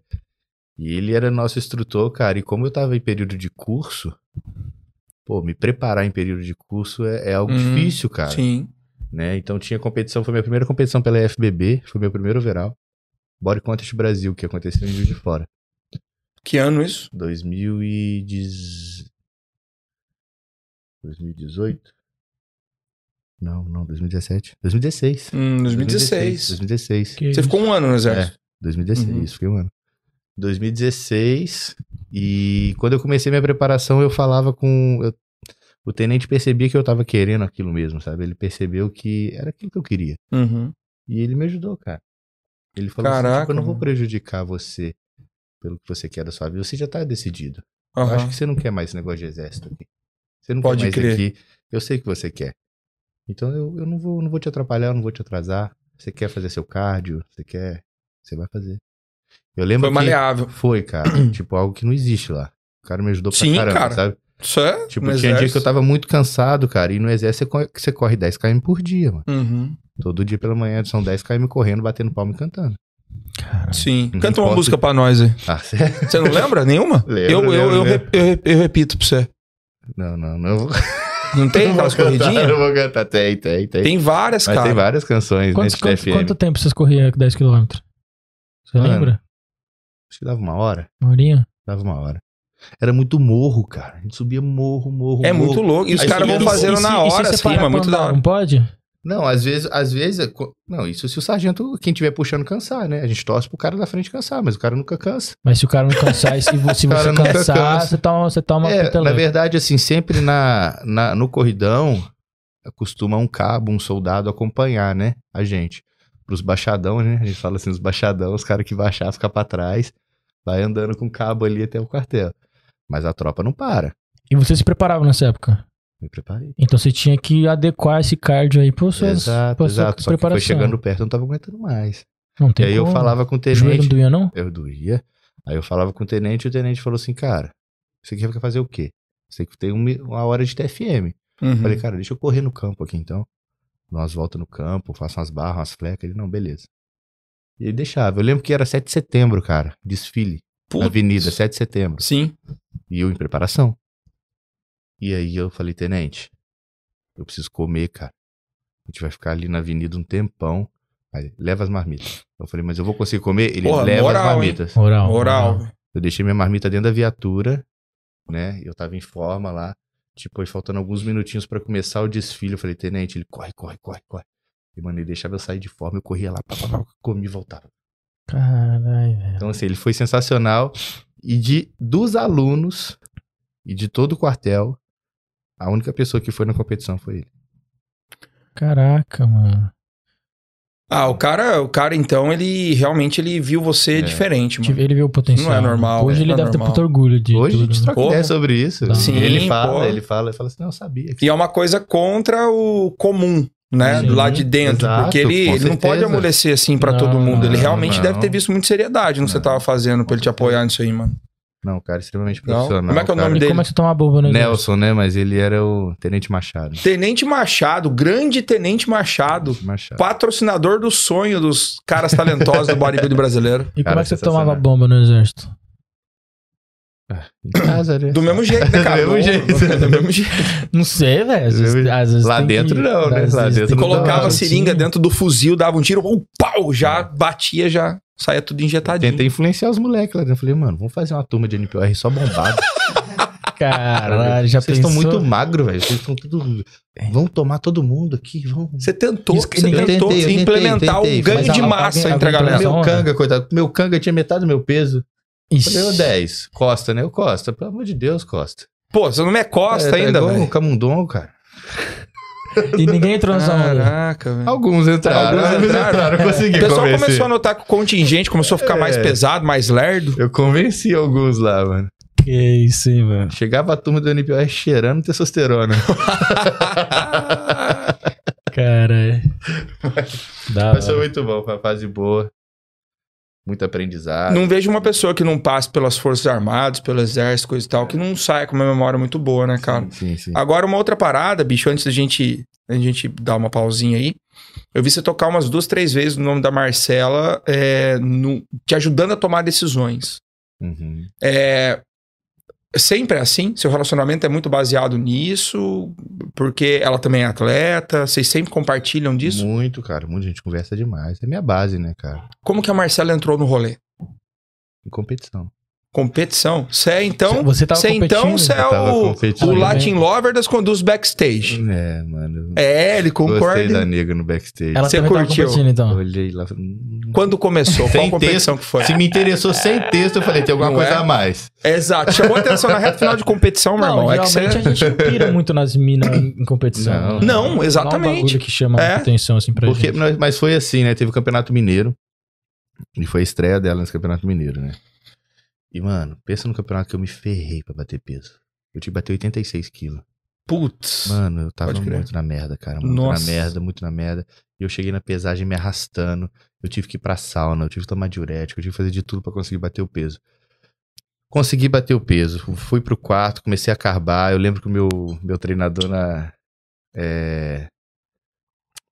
S3: E ele era nosso instrutor, cara, e como eu tava em período de curso, pô, me preparar em período de curso é, é algo
S2: Hum,
S3: difícil, cara
S2: Sim.
S3: né? Então tinha competição, foi minha primeira competição pela FBB, foi meu primeiro overall. Body Contest Brasil, que aconteceu em Juiz de Fora.
S2: Que ano isso?
S3: 2010... 2018? Não, não, 2017. 2016.
S2: Hum, 2016.
S3: 2016.
S1: Que-
S2: Você ficou um ano no exército.
S3: 2016,
S2: Uhum.
S3: isso, fiquei um ano. 2016, e quando eu comecei minha preparação, eu falava com. eu- o tenente percebia que eu tava querendo aquilo mesmo, sabe? Ele percebeu que era aquilo que eu queria.
S2: Uhum.
S3: E ele me ajudou, cara. Ele falou assim,
S2: Caraca,
S3: tipo, eu não vou
S2: mano.
S3: prejudicar você pelo que você quer da sua vida. Você já tá decidido. Eu
S2: Aham.
S3: acho que você não quer mais esse negócio de exército aqui. Você não
S2: Pode
S3: quer mais
S2: crer.
S3: aqui. Eu sei que você quer. Então eu, eu não, vou, não vou te atrapalhar, eu não vou te atrasar. Você quer fazer seu cardio, você quer... Você vai fazer. Eu lembro
S2: Foi
S3: que...
S2: maleável.
S3: Foi, cara. tipo, algo que não existe lá. O cara me ajudou pra
S2: Sim,
S3: caramba,
S2: cara.
S3: sabe?
S2: Isso é?
S3: Tipo,
S2: no
S3: tinha dia que eu
S2: exército.
S3: tava muito cansado, cara. E no exército você corre, você corre 10 km por dia, mano.
S2: Uhum.
S3: Todo dia pela manhã são 10 km correndo, batendo palma e cantando.
S2: Sim.
S3: Não
S2: Canta uma
S3: importa.
S2: música pra nós aí.
S3: Ah, sério?
S2: Você não lembra nenhuma? eu,
S3: Lembro,
S2: eu,
S3: lembro,
S2: eu,
S3: lembro.
S2: rep- eu rep- eu repito pra você.
S3: Não, não, não. vou-
S2: Não tem
S3: não vou
S2: aquelas
S3: cantar,
S2: corridinhas?
S3: Não vou cantar. Tem, tem, tem.
S2: Tem várias,
S3: Mas
S2: cara.
S3: tem várias canções,
S1: Quantos-
S3: né? de
S1: quanto,
S3: TFM.
S1: quanto tempo vocês corriam 10km? Você
S3: Mano.
S1: lembra?
S3: Acho que dava uma hora.
S1: Maurinho?
S3: Dava uma hora. Era muito morro, cara. A gente subia morro, morro,
S2: É
S3: morro.
S2: muito louco. E os
S3: Aí um
S2: caras
S3: subia
S2: vão
S3: no-
S2: fazendo
S1: E se-
S2: na
S1: e se
S2: hora, assim,
S1: separar
S2: mas
S1: pra
S2: muito
S1: andar,
S2: da hora.
S1: Não pode?
S3: Não, às vezes, às vezes... é co- Não, isso se o sargento, quem estiver puxando, cansar, né? A gente torce pro cara da frente cansar, mas o cara nunca cansa.
S1: Mas se o cara não cansar, e se vo- se
S3: O cara
S1: você
S3: nunca
S1: cansar,
S3: cansa.
S1: você toma, você tá toma
S3: É, na
S1: peteleca.
S3: verdade, assim, sempre na, na- no corridão, costuma um cabo, um soldado acompanhar, né? A gente. Pros baixadão, né? A gente fala assim, os baixadão, os caras que baixar, ficar pra trás, vai andando com o cabo ali até o quartel. Mas a tropa não para.
S1: E você se preparava nessa época?
S3: Me preparei.
S1: Então você tinha que adequar esse cardio aí para suas,
S3: exato,
S1: pra sua
S3: exato. Só que foi
S1: preparação.
S3: chegando perto, eu não tava aguentando mais.
S1: Não
S3: E
S1: tem
S3: aí eu
S1: como.
S3: falava com o
S1: O joelho não
S3: tenente.
S1: doía, não?
S3: Eu doía. Aí eu falava com o tenente e o tenente falou assim, cara, você quer fazer o quê? Você que tem um- uma hora de TFM.
S2: Uhum.
S3: Falei, cara, deixa eu correr no campo aqui então. Dou umas voltas no campo, faço umas barras, umas flecas. Ele, não, beleza. E ele deixava. Eu lembro que era 7 de setembro, cara. Desfile.
S2: Putz.
S3: Na avenida, 7 de setembro.
S2: Sim.
S3: E eu em preparação. E aí eu falei, tenente, eu preciso comer, cara. A gente vai ficar ali na avenida um tempão. Aí, ele, leva as marmitas. Eu falei, mas eu vou conseguir comer? Ele,
S2: Porra,
S3: leva
S2: moral,
S3: as
S2: hein?
S3: marmitas.
S1: Oral.
S2: Oral.
S3: Eu deixei minha marmita dentro da viatura, né? Eu tava em forma lá. Tipo, aí faltando alguns minutinhos pra começar o desfile, eu falei, tenente, ele corre, corre, corre, corre. E, mano, ele deixava eu sair de forma, eu corria lá, pá, pá, pá, comia e voltava.
S1: Caralho, velho.
S3: Então, assim, ele foi sensacional. E de dos alunos e de todo o quartel, a única pessoa que foi na competição foi ele.
S1: Caraca, mano.
S2: Ah, o cara, o cara então, ele realmente ele viu você
S3: É.
S2: diferente, mano.
S1: Tive- Ele viu o potencial.
S2: Não é normal,
S1: Hoje
S2: é,
S1: ele
S2: não é
S1: deve ter
S2: normal.
S1: puto orgulho de
S3: Hoje
S1: tudo. né?
S3: a gente tá troca
S2: Porra.
S3: ideia sobre isso.
S1: Tá.
S3: E ele
S2: Sim,
S3: fala,
S2: porra.
S3: ele fala, ele fala assim, não, eu sabia. que
S2: E é uma coisa contra o comum, né?
S1: Sim.
S2: Do lado de dentro.
S3: Exato,
S2: porque ele,
S3: com
S2: ele não
S3: certeza.
S2: pode amolecer assim pra
S1: Não,
S2: todo mundo. Ele
S3: não,
S2: realmente
S3: não.
S2: deve ter visto muita seriedade no que você
S3: Não,
S2: tava fazendo pra ele te
S3: certeza.
S2: apoiar nisso aí, mano.
S3: Não, cara, extremamente
S2: Não?
S3: profissional.
S2: Como é que é o
S3: cara.
S2: nome
S1: E
S2: dele?
S1: como é que você toma bobo, né?
S3: Nelson, né? Mas ele era o Tenente Machado.
S2: Tenente Machado, grande Tenente Machado.
S3: Machado.
S2: Patrocinador do sonho dos caras talentosos do bodybuilding brasileiro.
S1: E como
S3: Cara,
S1: é que você
S3: sensacional.
S1: tomava bomba no exército?
S3: Em casa, né?
S2: Do mesmo jeito, né, cara?
S3: Do mesmo
S2: Do-
S3: jeito.
S2: Do mesmo jeito.
S1: Não sei, velho. Às vezes- às vezes
S3: Lá
S1: tem que-
S3: dentro não,
S1: às
S3: né?
S1: vezes
S3: Lá
S1: tem
S3: dentro
S1: que
S3: não.
S1: dar
S2: Colocava
S1: uma
S2: a seringa
S1: jeitinho.
S2: dentro do fuzil, dava um tiro, um pau,
S3: É.
S2: já batia, já saía tudo injetadinho.
S3: Tentei influenciar os moleques lá dentro. Eu falei, mano, vamos fazer uma turma de NPR só bombado.
S1: Caralho, Ah, já
S3: Vocês
S1: pensou?
S3: estão muito magro, velho. Vocês estão tudo. Vão tomar todo mundo aqui, vão.
S2: Você tentou,
S1: Isso que
S2: você
S1: ninguém-
S2: tentou
S3: Eu tentei, eu
S2: implementar
S3: tentei,
S2: um
S3: tentei,
S2: ganho
S3: mas
S2: de
S1: alguém-
S2: massa
S1: alguém
S2: entre a galera.
S1: implementou?
S3: Meu
S1: onda.
S3: canga, coitado. Meu canga tinha metade do meu peso. Eu falei, ô 10. Costa, né? O Costa. Pelo amor de Deus, Costa.
S2: Pô, você não é costa
S3: É,
S2: ainda,
S3: igual
S2: velho.
S3: o camundongo, cara.
S1: E ninguém entrou nessa
S3: né?
S1: onda.
S2: Caraca, velho.
S3: Alguns entraram.
S2: Alguns entraram.
S3: Eu consegui
S2: O pessoal
S3: convencer.
S2: começou a notar que o contingente começou a ficar mais
S3: É.
S2: pesado, mais lerdo.
S3: Eu convenci alguns lá, mano.
S1: Que isso, hein, mano.
S3: Chegava a turma do NPR cheirando testosterona.
S2: Ah,
S1: Cara. Dá,
S3: Mas foi
S1: hora.
S3: muito bom, foi uma fase boa. Muito aprendizado.
S2: Não vejo uma pessoa que não passe pelas Forças Armadas, pelo Exército, coisa e tal, que não saia com uma memória muito boa, né, cara?
S3: Sim, sim.
S2: Agora, uma outra parada, bicho, antes da gente, da gente dar uma pausinha aí. Eu vi você tocar umas duas, três vezes o nome da Marcela, é, no- te ajudando a tomar decisões.
S3: Uhum.
S2: É, sempre é assim? Seu relacionamento é muito baseado nisso? Porque ela também é atleta? Vocês sempre compartilham disso?
S3: Muito, cara. Muito, a gente conversa demais. É minha base, né, cara?
S2: Como que a Marcela entrou no rolê?
S3: Em competição.
S2: Competição. Você é, então...
S1: você tava
S2: Você então,
S1: competindo?
S2: você é
S3: Eu tava
S2: o,
S3: competindo.
S2: o Latin Lover das conduz backstage.
S3: É, mano.
S2: É, ele
S3: Gostei da
S2: concorda.
S3: nega no backstage.
S1: Ela
S2: Você
S1: também tava
S2: curtiu?
S1: competindo, então.
S3: Olhei lá. falei, "Hum".
S2: Quando começou? Qual
S3: Sem
S2: competição que foi?
S3: Se me interessou sem texto, eu falei, tem alguma
S2: Não
S3: coisa
S2: é?
S3: a mais.
S2: Exato. Chamou atenção na reta final de competição, meu
S1: Não,
S2: irmão. É que
S1: geralmente
S2: você...
S1: a gente não pira muito nas minas em competição. né?
S3: Não.
S2: Não,
S1: Não é um
S2: exatamente.
S1: bagulho que chama
S2: É.
S1: atenção, assim, pra
S3: Porque,
S1: gente.
S3: nós- mas foi assim, né? Teve o Campeonato Mineiro. E foi a estreia dela nesse Campeonato Mineiro, né? E, mano, pensa no campeonato que eu me ferrei pra bater peso. Eu tive que bater 86 quilos.
S2: Putz.
S3: Mano, é eu tava
S2: Pode crer.
S3: muito na merda, cara. Muito
S2: Nossa.
S3: na merda, muito na merda. E eu cheguei na pesagem me arrastando. Eu tive que ir pra sauna, eu tive que tomar diurético, eu tive que fazer de tudo pra conseguir bater o peso. Consegui bater o peso. Fui pro quarto, comecei a carbar. Eu lembro que o meu, meu treinador na. é,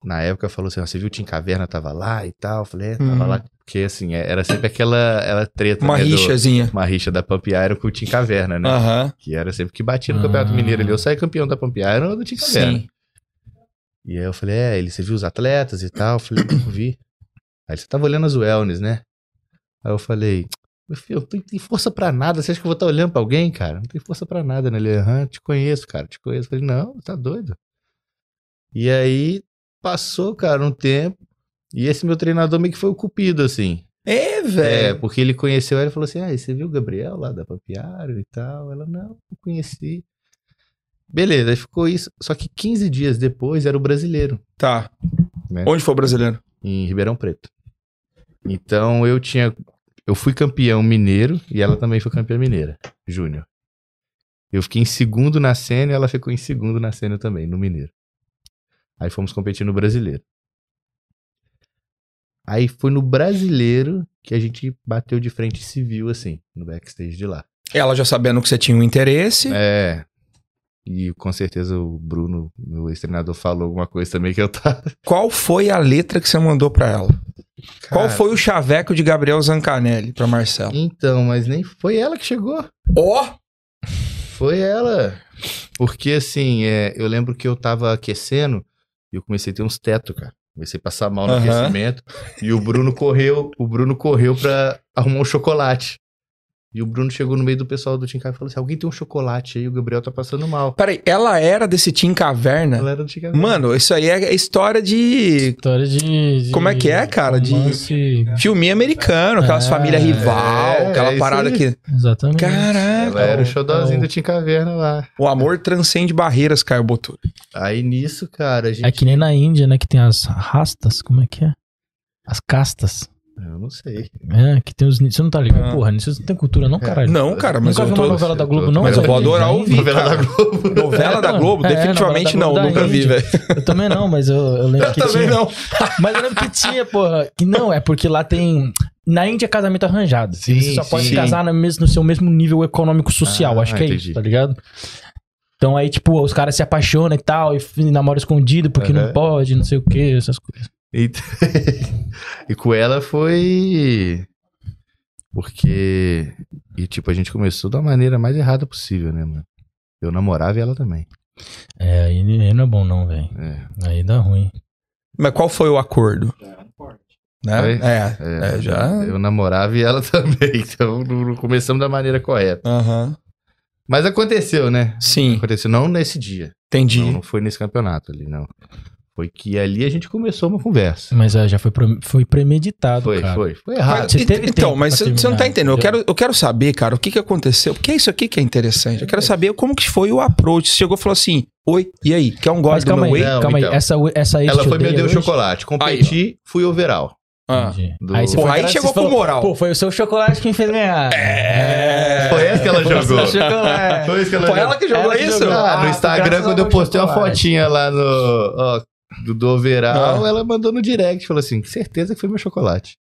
S3: na época falou assim: "Ó, você viu o Tim Caverna tava lá e tal? Eu falei, é, tava
S2: Hum.
S3: lá. Porque assim, é- era sempre aquela, ela treta.
S2: Uma
S3: né, do-
S2: rixazinha.
S3: uma rixa da Pump Iron com o Tim Caverna, né?
S2: Aham.
S3: Que era sempre que batia no Campeonato
S1: Ah.
S3: Mineiro ali. Eu saí campeão da Pump Iron ou do Tim Caverna.
S2: Sim.
S3: E aí eu falei, é, ele, você viu os atletas e tal? Eu falei, não vi. Aí você tava olhando as wellness, né? Aí eu falei, meu filho, eu não tem força pra nada. Você acha que eu vou estar olhando pra alguém, cara? Não tem força pra nada, né? Ele, aham, te conheço, cara, te conheço. Eu falei, não, tá doido. E aí passou, cara, um tempo. E esse meu treinador meio que foi o cupido, assim.
S2: É,
S3: É,
S2: velho.
S3: porque ele conheceu ela e falou assim: Ah, e você viu o Gabriel lá da Papiário e tal? Ela, não, não conheci. Beleza, aí ficou isso. Só que 15 dias depois era o brasileiro.
S2: Tá.
S3: Né?
S2: Onde foi o brasileiro?
S3: em Ribeirão Preto. Então eu tinha. Eu fui campeão mineiro e ela também foi campeã mineira, Júnior. Eu fiquei em segundo na cena e ela ficou em segundo na cena também, no mineiro. Aí fomos competir no brasileiro. Aí foi no brasileiro que a gente bateu de frente civil, assim, no backstage de lá.
S2: Ela já sabendo que você tinha um interesse.
S3: É. E com certeza o Bruno, meu ex-treinador, falou alguma coisa também que eu tava.
S2: Qual foi a letra que você mandou pra ela? Qual foi o chaveco de Gabriel Zancanelli pra Marcelo?
S3: Então, mas nem foi ela que chegou.
S2: Ó!
S3: Foi ela. Porque assim, é, eu lembro que eu tava aquecendo e eu comecei a ter uns teto, cara. Comecei a passar mal no
S2: Aham.
S3: aquecimento. E o Bruno correu, o Bruno correu pra arrumar um chocolate. E o Bruno chegou no meio do pessoal do Tim Caverna e falou assim: alguém tem um chocolate aí, o Gabriel tá passando mal.
S2: Peraí, ela era desse Tim Caverna?
S3: Ela era do Tim Caverna.
S2: Mano, isso aí é história de
S1: História de, de-
S2: Como é que é, cara? De-
S1: romance.
S2: filme americano, aquelas
S1: É,
S2: famílias rival,
S3: é,
S2: aquela
S3: é isso
S2: parada
S3: aí.
S2: que.
S1: Exatamente.
S3: Ela
S2: Caraca!
S3: era o xodózinho
S1: então-
S3: do Tim Caverna lá.
S2: O amor transcende barreiras, Caio Botura.
S3: Aí nisso, cara, a gente.
S1: É que nem na Índia, né? Que tem as rastas, como é que é? As castas.
S3: Eu não sei.
S1: É, que tem os. Você não tá ligado?
S2: Ah.
S1: Porra, vocês não tem cultura, não, caralho.
S2: Não, cara, mas
S1: É, Nunca
S2: eu
S1: vi
S2: tô.
S1: uma novela da Globo, não?
S2: Mas eu
S1: Zé?
S2: vou adorar
S1: Da
S2: ouvir,
S1: Índia?
S3: Novela da
S2: cara.
S3: Globo.
S2: Novela da
S1: É,
S2: Globo?
S1: é,
S2: Definitivamente não,
S1: novela da Globo
S2: nunca
S1: da
S2: vi,
S1: Índia.
S2: velho.
S1: Eu também não, mas eu, eu lembro
S2: Eu
S1: que
S2: também
S1: tinha.
S2: não.
S1: Mas eu lembro que tinha, porra. Que não, é porque lá tem. Na Índia é casamento arranjado.
S3: Sim,
S1: você só pode
S2: sim.
S1: casar no, mesmo, no seu mesmo nível econômico-social.
S3: Ah,
S1: acho que é
S3: entendi.
S1: isso, tá ligado? Então aí, tipo, os caras se apaixonam e tal, e f- namoram escondido porque não
S3: Aham.
S1: pode, não sei o que, essas coisas.
S3: E, e com ela foi. Porque. E tipo, a gente começou da maneira mais errada possível, né, mano? Eu namorava e ela também.
S1: É, aí aí não é bom não, velho.
S3: É.
S1: Aí dá ruim.
S2: Mas qual foi o acordo?
S4: Já era um corte.
S2: Né? É.
S3: É,
S2: É, já-
S3: Eu namorava e ela também. Então não não começamos da maneira correta.
S2: Aham.
S3: Mas aconteceu, né?
S2: Sim,
S3: Aconteceu. Não nesse dia.
S2: entendi.
S3: Não, não foi nesse campeonato ali, não. Foi que ali a gente começou uma conversa.
S1: Mas é, já foi, pro- foi premeditado,
S3: Foi,
S1: cara.
S3: foi. Foi
S2: Mas-
S3: errado.
S1: Ah, você
S2: e-
S1: teve
S2: então,
S1: tempo
S2: mas
S1: pra
S2: você você não tá
S1: terminar,
S2: entendendo. Eu
S1: entendeu?
S2: quero, eu quero saber, cara, o que, que aconteceu. Porque é isso aqui que é interessante. Eu quero saber como que foi o approach. Você chegou e falou assim: Oi, e aí? Quer um
S1: Mas
S2: gole do
S1: calma
S2: meu
S1: aí, né?
S2: whey?
S3: Não,
S1: calma aí.
S3: então.
S1: Essa, essa aí
S3: Ela
S1: te
S3: foi me
S1: odeia
S3: deu
S1: hoje?
S3: chocolate. Competi, fui overall.
S2: Ah.
S1: Entendi.
S3: Do-
S1: Aí, você
S2: Porra,
S1: foi
S2: aí
S1: gra-
S2: chegou
S1: você
S2: com
S1: falou,
S2: moral.
S1: Pô, foi o seu chocolate que me fez ganhar. É.
S3: Foi essa que ela
S1: Foi o
S3: jogou.
S1: seu chocolate.
S3: Foi isso que ela
S2: Foi
S3: jogou.
S2: ela que jogou
S1: Ela que
S2: isso?
S1: jogou.
S3: Ah,
S1: Ah,
S3: no
S1: graças
S3: Instagram,
S1: a
S3: quando eu
S1: Deus,
S3: postei uma
S1: chocolate.
S3: fotinha lá no. ó, do, do overall,
S2: Ah.
S3: ela mandou no direct. Falou assim: certeza que foi meu chocolate.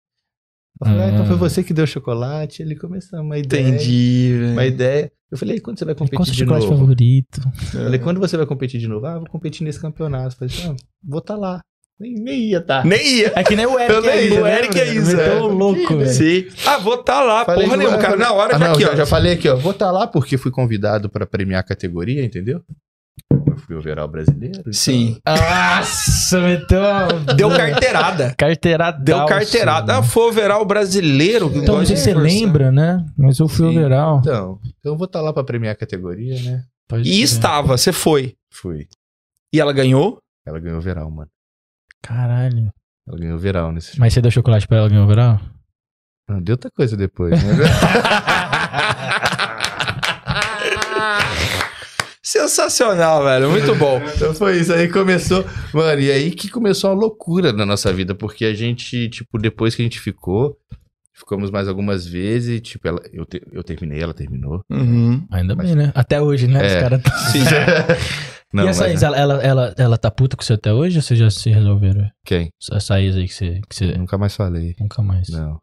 S3: Eu falei, ah,
S1: Hum.
S3: então foi você que deu chocolate. Ele começou uma ideia.
S2: Entendi,
S3: Uma
S2: velho.
S3: ideia. Eu falei, "E quando você vai
S1: Qual o seu
S3: competir de
S1: chocolate
S3: novo?
S1: favorito?
S2: É.
S3: Eu falei, quando você vai competir de novo? Ah, vou competir nesse campeonato. Eu falei, ah, vou estar lá. Nem, nem ia tá. estar.
S2: Nem ia.
S1: É que nem o
S3: Eu nem ia,
S1: O
S3: né,
S1: Eric é
S3: velho?
S1: isso.
S3: Meteu
S1: é.
S3: o
S1: louco, velho.
S2: Sim. Ah, vou tá lá,
S3: Falei,
S2: porra
S3: "Não,
S2: nenhuma,
S3: eu
S2: cara.
S3: falei-
S2: Na hora
S3: Ah,
S2: já
S3: não,
S2: aqui,
S3: já,
S2: ó.
S3: já falei aqui, ó. Vou estar lá porque fui convidado pra premiar a categoria, entendeu? Eu fui overall brasileiro. então-
S2: Sim.
S1: Nossa, meteu uma...
S2: Deu carteirada.
S1: carteirada.
S2: Deu carteirada. Ah, foi overall brasileiro.
S1: Então,
S2: Gosto
S1: não sei
S2: de
S1: se você
S2: forçar.
S1: lembra, né? Mas eu fui
S3: Sim.
S1: overall.
S3: Então, eu vou estar lá pra premiar a categoria, né?
S1: Pode
S2: E
S1: ser.
S2: estava, você foi.
S3: Fui.
S2: E ela ganhou?
S3: Ela ganhou overall, mano.
S1: Caralho.
S3: Ela ganhou overall nesse jogo.
S1: Mas você deu chocolate pra ela ganhar overall?
S3: Não, deu outra coisa depois, né?
S2: Sensacional, velho. Muito bom.
S3: Então foi isso, aí começou. Mano, e aí que começou a loucura na nossa vida, porque a gente, tipo, depois que a gente ficou, ficamos mais algumas vezes, e, tipo, ela, eu, te- eu terminei, ela terminou.
S2: Uhum.
S1: Ainda
S3: Mas-
S1: bem, né? Até hoje, né? Os
S3: É.
S1: caras tão-
S3: Não,
S1: e essa
S3: mas- é.
S1: Isa, ela, ela, ela, ela tá puta com você até hoje ou vocês já se resolveram?
S3: Quem?
S1: Essa Isa aí que você, que você
S3: Eu nunca mais falei.
S1: nunca mais.
S3: Não.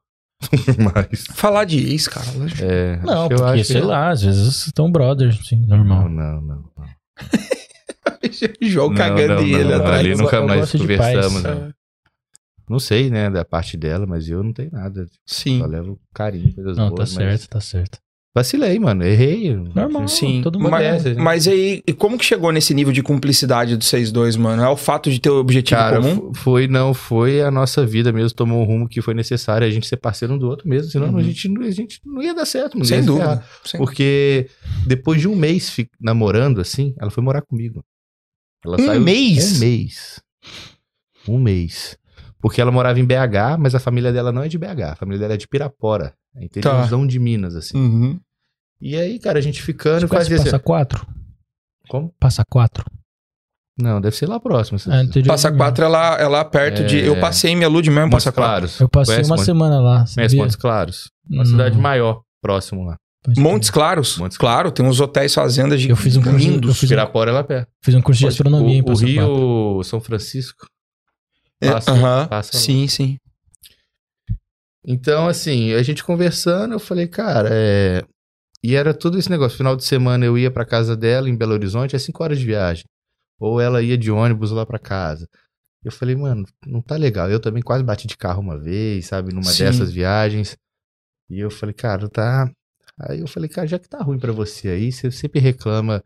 S3: Mas.
S2: Falar de ex, cara.
S3: É,
S1: Não,
S3: acho que eu
S1: porque,
S3: acho
S1: sei
S3: que-
S1: lá, às vezes estão brothers, assim,
S3: Não,
S1: normal.
S3: não, não. não.
S2: João
S3: Não,
S2: cagando
S3: não,
S2: e ele
S3: não,
S2: atrás.
S3: Ali
S1: Eu
S3: nunca
S1: go- eu
S3: mais
S1: gosto de É. paz.
S3: conversamos, né? não. Não sei, né, da parte dela, mas eu não tenho nada.
S2: Sim.
S3: Só levo carinho, coisas
S1: Não, tá
S3: boas. mas-
S1: certo, tá certo.
S3: Vacilei, mano. Errei.
S1: Normal,
S2: Sim.
S1: todo mundo
S2: mas,
S1: erra.
S2: mas aí, e como que chegou nesse nível de cumplicidade dos vocês dois, mano? É o fato de ter o objetivo
S3: Cara,
S2: comum?
S3: f- foi, não, foi a nossa vida mesmo, tomou o rumo que foi necessário, a gente ser parceiro um do outro mesmo, senão
S2: Uhum.
S3: a, gente, não- a gente não ia dar certo, mano.
S2: Sem
S3: Ia se
S2: dúvida.
S3: ferrar.
S2: Sem-
S3: Porque depois de um mês fi- namorando, assim, ela foi morar comigo. Ela
S2: Um mês?
S3: Um mês. Um mês. Porque ela morava em BH, mas a família dela não é de BH, a família dela é de Pirapora, é interiorzão de Minas, assim.
S2: Uhum.
S3: E aí, cara, a gente ficando,
S1: Você conhece
S3: fazia assim...
S1: Passa 4?
S3: Como?
S1: Passa É, 4?
S3: Não, deve ser lá próximo. essas-
S1: É, no interior
S2: Passa
S1: de Minas.
S2: quatro, ela, ela perto de. Eu passei minha lua de mel em
S3: É. Montes
S2: Passa Quatro.
S3: Claros.
S1: Eu passei
S3: Conhece
S1: uma
S3: Montes-
S1: semana lá,
S3: Conhece
S1: sabia?
S3: Montes Claros? Uma cidade maior, próximo lá.
S1: mais.
S2: Montes Claros?
S3: Montes Claros.
S2: Claro, tem uns hotéis Uhum. fazendas de
S1: Eu fiz um curso-
S2: lindos.
S1: eu fiz um-
S3: Pirapora é lá perto.
S1: Fiz um curso de
S3: Pode-
S1: astronomia em
S3: o, o
S1: Passa
S3: Rio,
S1: Quatro.
S3: São Francisco.
S2: É,
S3: Passa-
S2: aham.
S3: passa lá.
S2: sim, sim.
S3: Então, assim, a gente conversando, eu falei, cara, é... E era todo esse negócio. Final de semana eu ia pra casa dela em Belo Horizonte, é cinco horas de viagem. Ou ela ia de ônibus lá pra casa. Eu falei, mano, não tá legal. Eu também quase bati de carro uma vez, sabe? Numa
S2: Sim.
S3: dessas viagens. E eu falei, cara, tá. Aí eu falei, cara, já que tá ruim pra você aí, você sempre reclama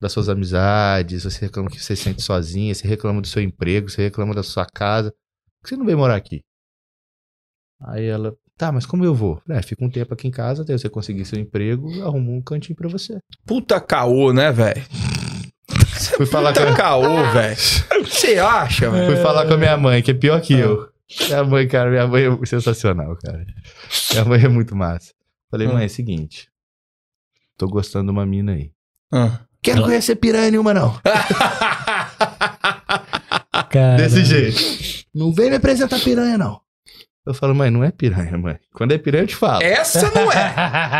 S3: das suas amizades, você reclama que você se sente sozinha, você reclama do seu emprego, você reclama da sua casa. Por que você não veio morar aqui? Aí ela, Tá, mas como eu vou? É, fica um tempo aqui em casa até você conseguir seu emprego, arrumo um cantinho pra você.
S2: Puta caô, né, velho?
S3: Fui falar, com,
S2: Puta caô, velho. O que você acha, velho?
S3: fui falar com a minha mãe, que é pior que eu. Minha mãe, cara, minha mãe é sensacional, cara. Minha mãe é muito massa. Falei,
S2: Ah.
S3: mãe, é o seguinte. Tô gostando de uma mina aí.
S2: Ah.
S3: Quero
S1: Ela-
S3: conhecer piranha nenhuma, não.
S1: Cara,
S3: Desse jeito. Não vem me apresentar piranha, não. Eu falo, mãe, não é piranha, mãe. Quando é piranha, eu te falo.
S2: Essa não é.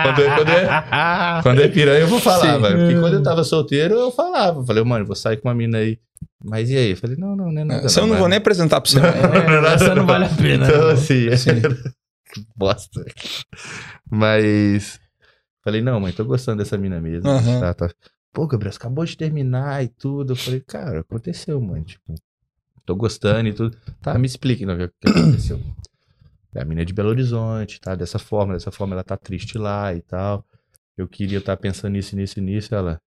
S3: Quando é- quando
S1: Ah.
S3: Quando é piranha, eu vou falar,
S2: Sim.
S3: velho. Porque quando eu tava solteiro, eu falava. Falei, mano, vou sair com uma mina aí. Mas e aí? Eu falei, não, não, não é nada.
S2: Essa eu não
S3: mano.
S2: vou nem apresentar pra você. né?
S1: É, essa não vale a pena.
S3: Então,
S1: não.
S3: assim, é-
S2: Sim.
S3: que bosta. Mas. Falei, não, mãe, tô gostando dessa mina mesmo.
S2: Aham.
S3: Tá, tá. Pô, Gabriel, você acabou de terminar e tudo. Eu falei, cara, aconteceu, mãe. Tipo, tô gostando e tudo. Tá, me explique, não, o que aconteceu. A mina é de Belo Horizonte, tá? Dessa forma, dessa forma, ela tá triste lá e tal. Eu queria estar pensando nisso, nisso, nisso. Ela.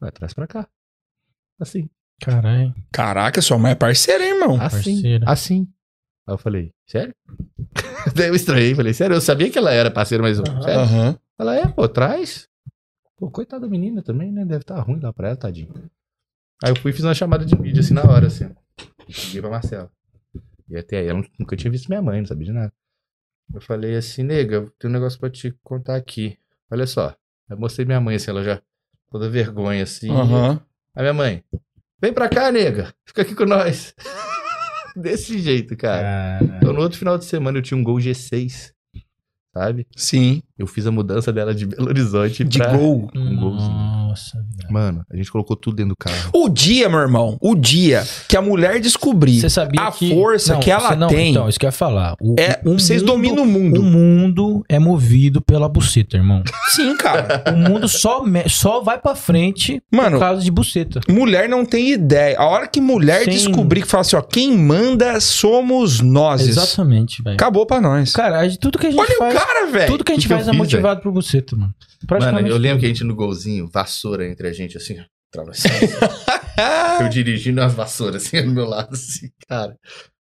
S3: Vai, traz pra cá. Assim.
S1: Caralho.
S2: Caraca, sua mãe é parceira, hein, irmão?
S3: Assim,
S1: parceira.
S3: assim. Aí eu falei, sério? Daí eu estranhei, falei, sério, eu sabia que ela era parceira, mas eu,
S1: Aham.
S3: sério?
S2: Aham.
S3: Ela é, pô, traz. Pô, coitada da menina também, né? Deve estar ruim lá pra ela, tadinho. Aí eu fui e fiz uma chamada de vídeo, assim, na hora, assim. Liguei pra Marcela. E até aí, ela nunca tinha visto minha mãe, não sabia de nada. Eu falei assim, nega, tem um negócio pra te contar aqui. Olha só. Aí eu mostrei minha mãe, assim, ela já toda vergonha, assim.
S2: Aham.
S3: Aí minha mãe, vem pra cá, nega. Fica aqui com nós. Desse jeito,
S2: É.
S3: cara.
S1: Caralho.
S3: Então, no outro final de semana, eu tinha um Gol G6, sabe?
S2: Sim.
S3: Eu fiz a mudança dela de Belo Horizonte
S2: De
S3: pra...
S2: gol.
S3: Um golzinho.
S1: Nossa, velho.
S3: Mano, a gente colocou tudo dentro do carro.
S2: O dia, meu irmão, o dia que a mulher descobrir
S1: Você sabia
S2: a
S1: que...
S2: força que ela
S1: você não-
S2: tem-
S1: Então, isso que eu ia falar. O,
S2: É,
S1: o
S2: vocês
S1: um mundo- um
S2: dominam o
S1: O
S2: mundo.
S1: mundo é movido pela buceta, irmão.
S2: Sim, cara.
S1: O mundo só, me- só vai pra frente por
S2: Mano,
S1: causa de buceta.
S2: mulher não tem ideia. A hora que mulher
S1: Sim.
S2: descobrir que fala assim, ó, quem manda somos nós.
S1: Exatamente, velho.
S2: Acabou pra nós.
S1: Cara, a- tudo que a gente
S2: Olha
S1: faz.
S2: o cara, velho.
S1: tudo que a gente
S3: que que eu
S1: faz é
S3: fiz,
S1: motivado por buceta, mano.
S3: Mano,
S1: Praticamente.
S3: eu lembro que a gente no golzinho, vassoura entre a gente, assim, ó, atravessando.
S2: Ah,
S3: eu dirigindo as vassouras, assim, do meu lado, assim, cara.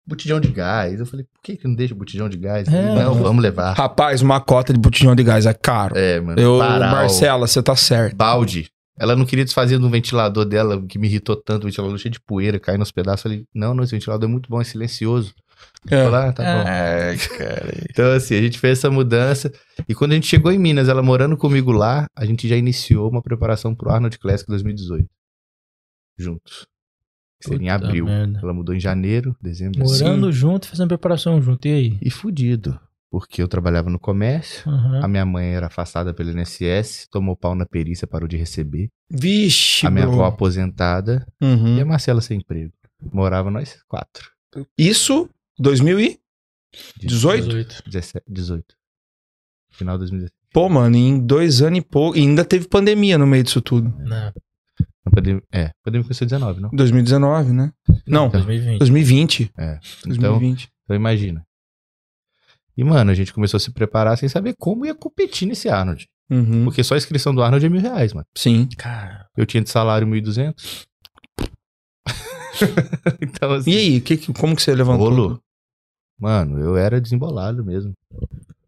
S3: Botijão de gás. Eu falei, por que que não deixa botijão de gás?
S1: É.
S3: não, vamos levar.
S2: Rapaz, uma cota de botijão de gás é caro.
S3: É, mano.
S2: Eu,
S3: Parau.
S2: Marcela, você tá certo.
S3: balde. Ela não queria desfazer do ventilador dela, que me irritou tanto, o ventilador cheio de poeira, caindo nos pedaços. Eu falei, não, não, esse ventilador é muito bom, é silencioso. Eu
S2: É.
S3: falei, ah, tá
S1: Ah.
S3: bom. Então, assim, a gente fez essa mudança. E quando a gente chegou em Minas, ela morando comigo lá, a gente já iniciou uma preparação pro Arnold Classic 2018. Juntos. Seria em
S1: Puta
S3: abril.
S1: merda.
S3: Ela mudou em janeiro, dezembro. assim.
S1: Morando junto, fazendo preparação junto. E aí?
S3: E fudido. Porque eu trabalhava no comércio,
S1: Aham.
S3: a minha mãe era afastada pelo INSS, tomou pau na perícia, parou de receber.
S2: Vixe,
S3: a minha
S2: bro.
S3: avó aposentada,
S2: Uhum.
S3: E a Marcela sem emprego. Morava nós quatro.
S2: Isso, 2018?
S1: 18.
S3: 17, 18. Final de 2017.
S2: Pô, mano, em dois anos e pouco. E ainda teve pandemia no meio disso tudo.
S1: Não,
S3: Não, pandemia, é, pandemia começou em 19, não?
S2: 2019, né? Não,
S3: Então,
S1: 2020.
S2: 2020.
S3: Então,
S2: 2020.
S3: então imagina. E, mano, a gente começou a se preparar sem saber como ia competir nesse Arnold.
S2: Uhum.
S3: Porque só a inscrição do Arnold é mil reais, mano.
S2: Sim.
S1: Cara,
S3: Eu tinha de salário 1.200. então, assim...
S2: E aí, que, que- como que você levantou? né?
S3: Rolo. Mano, eu era desembolado mesmo.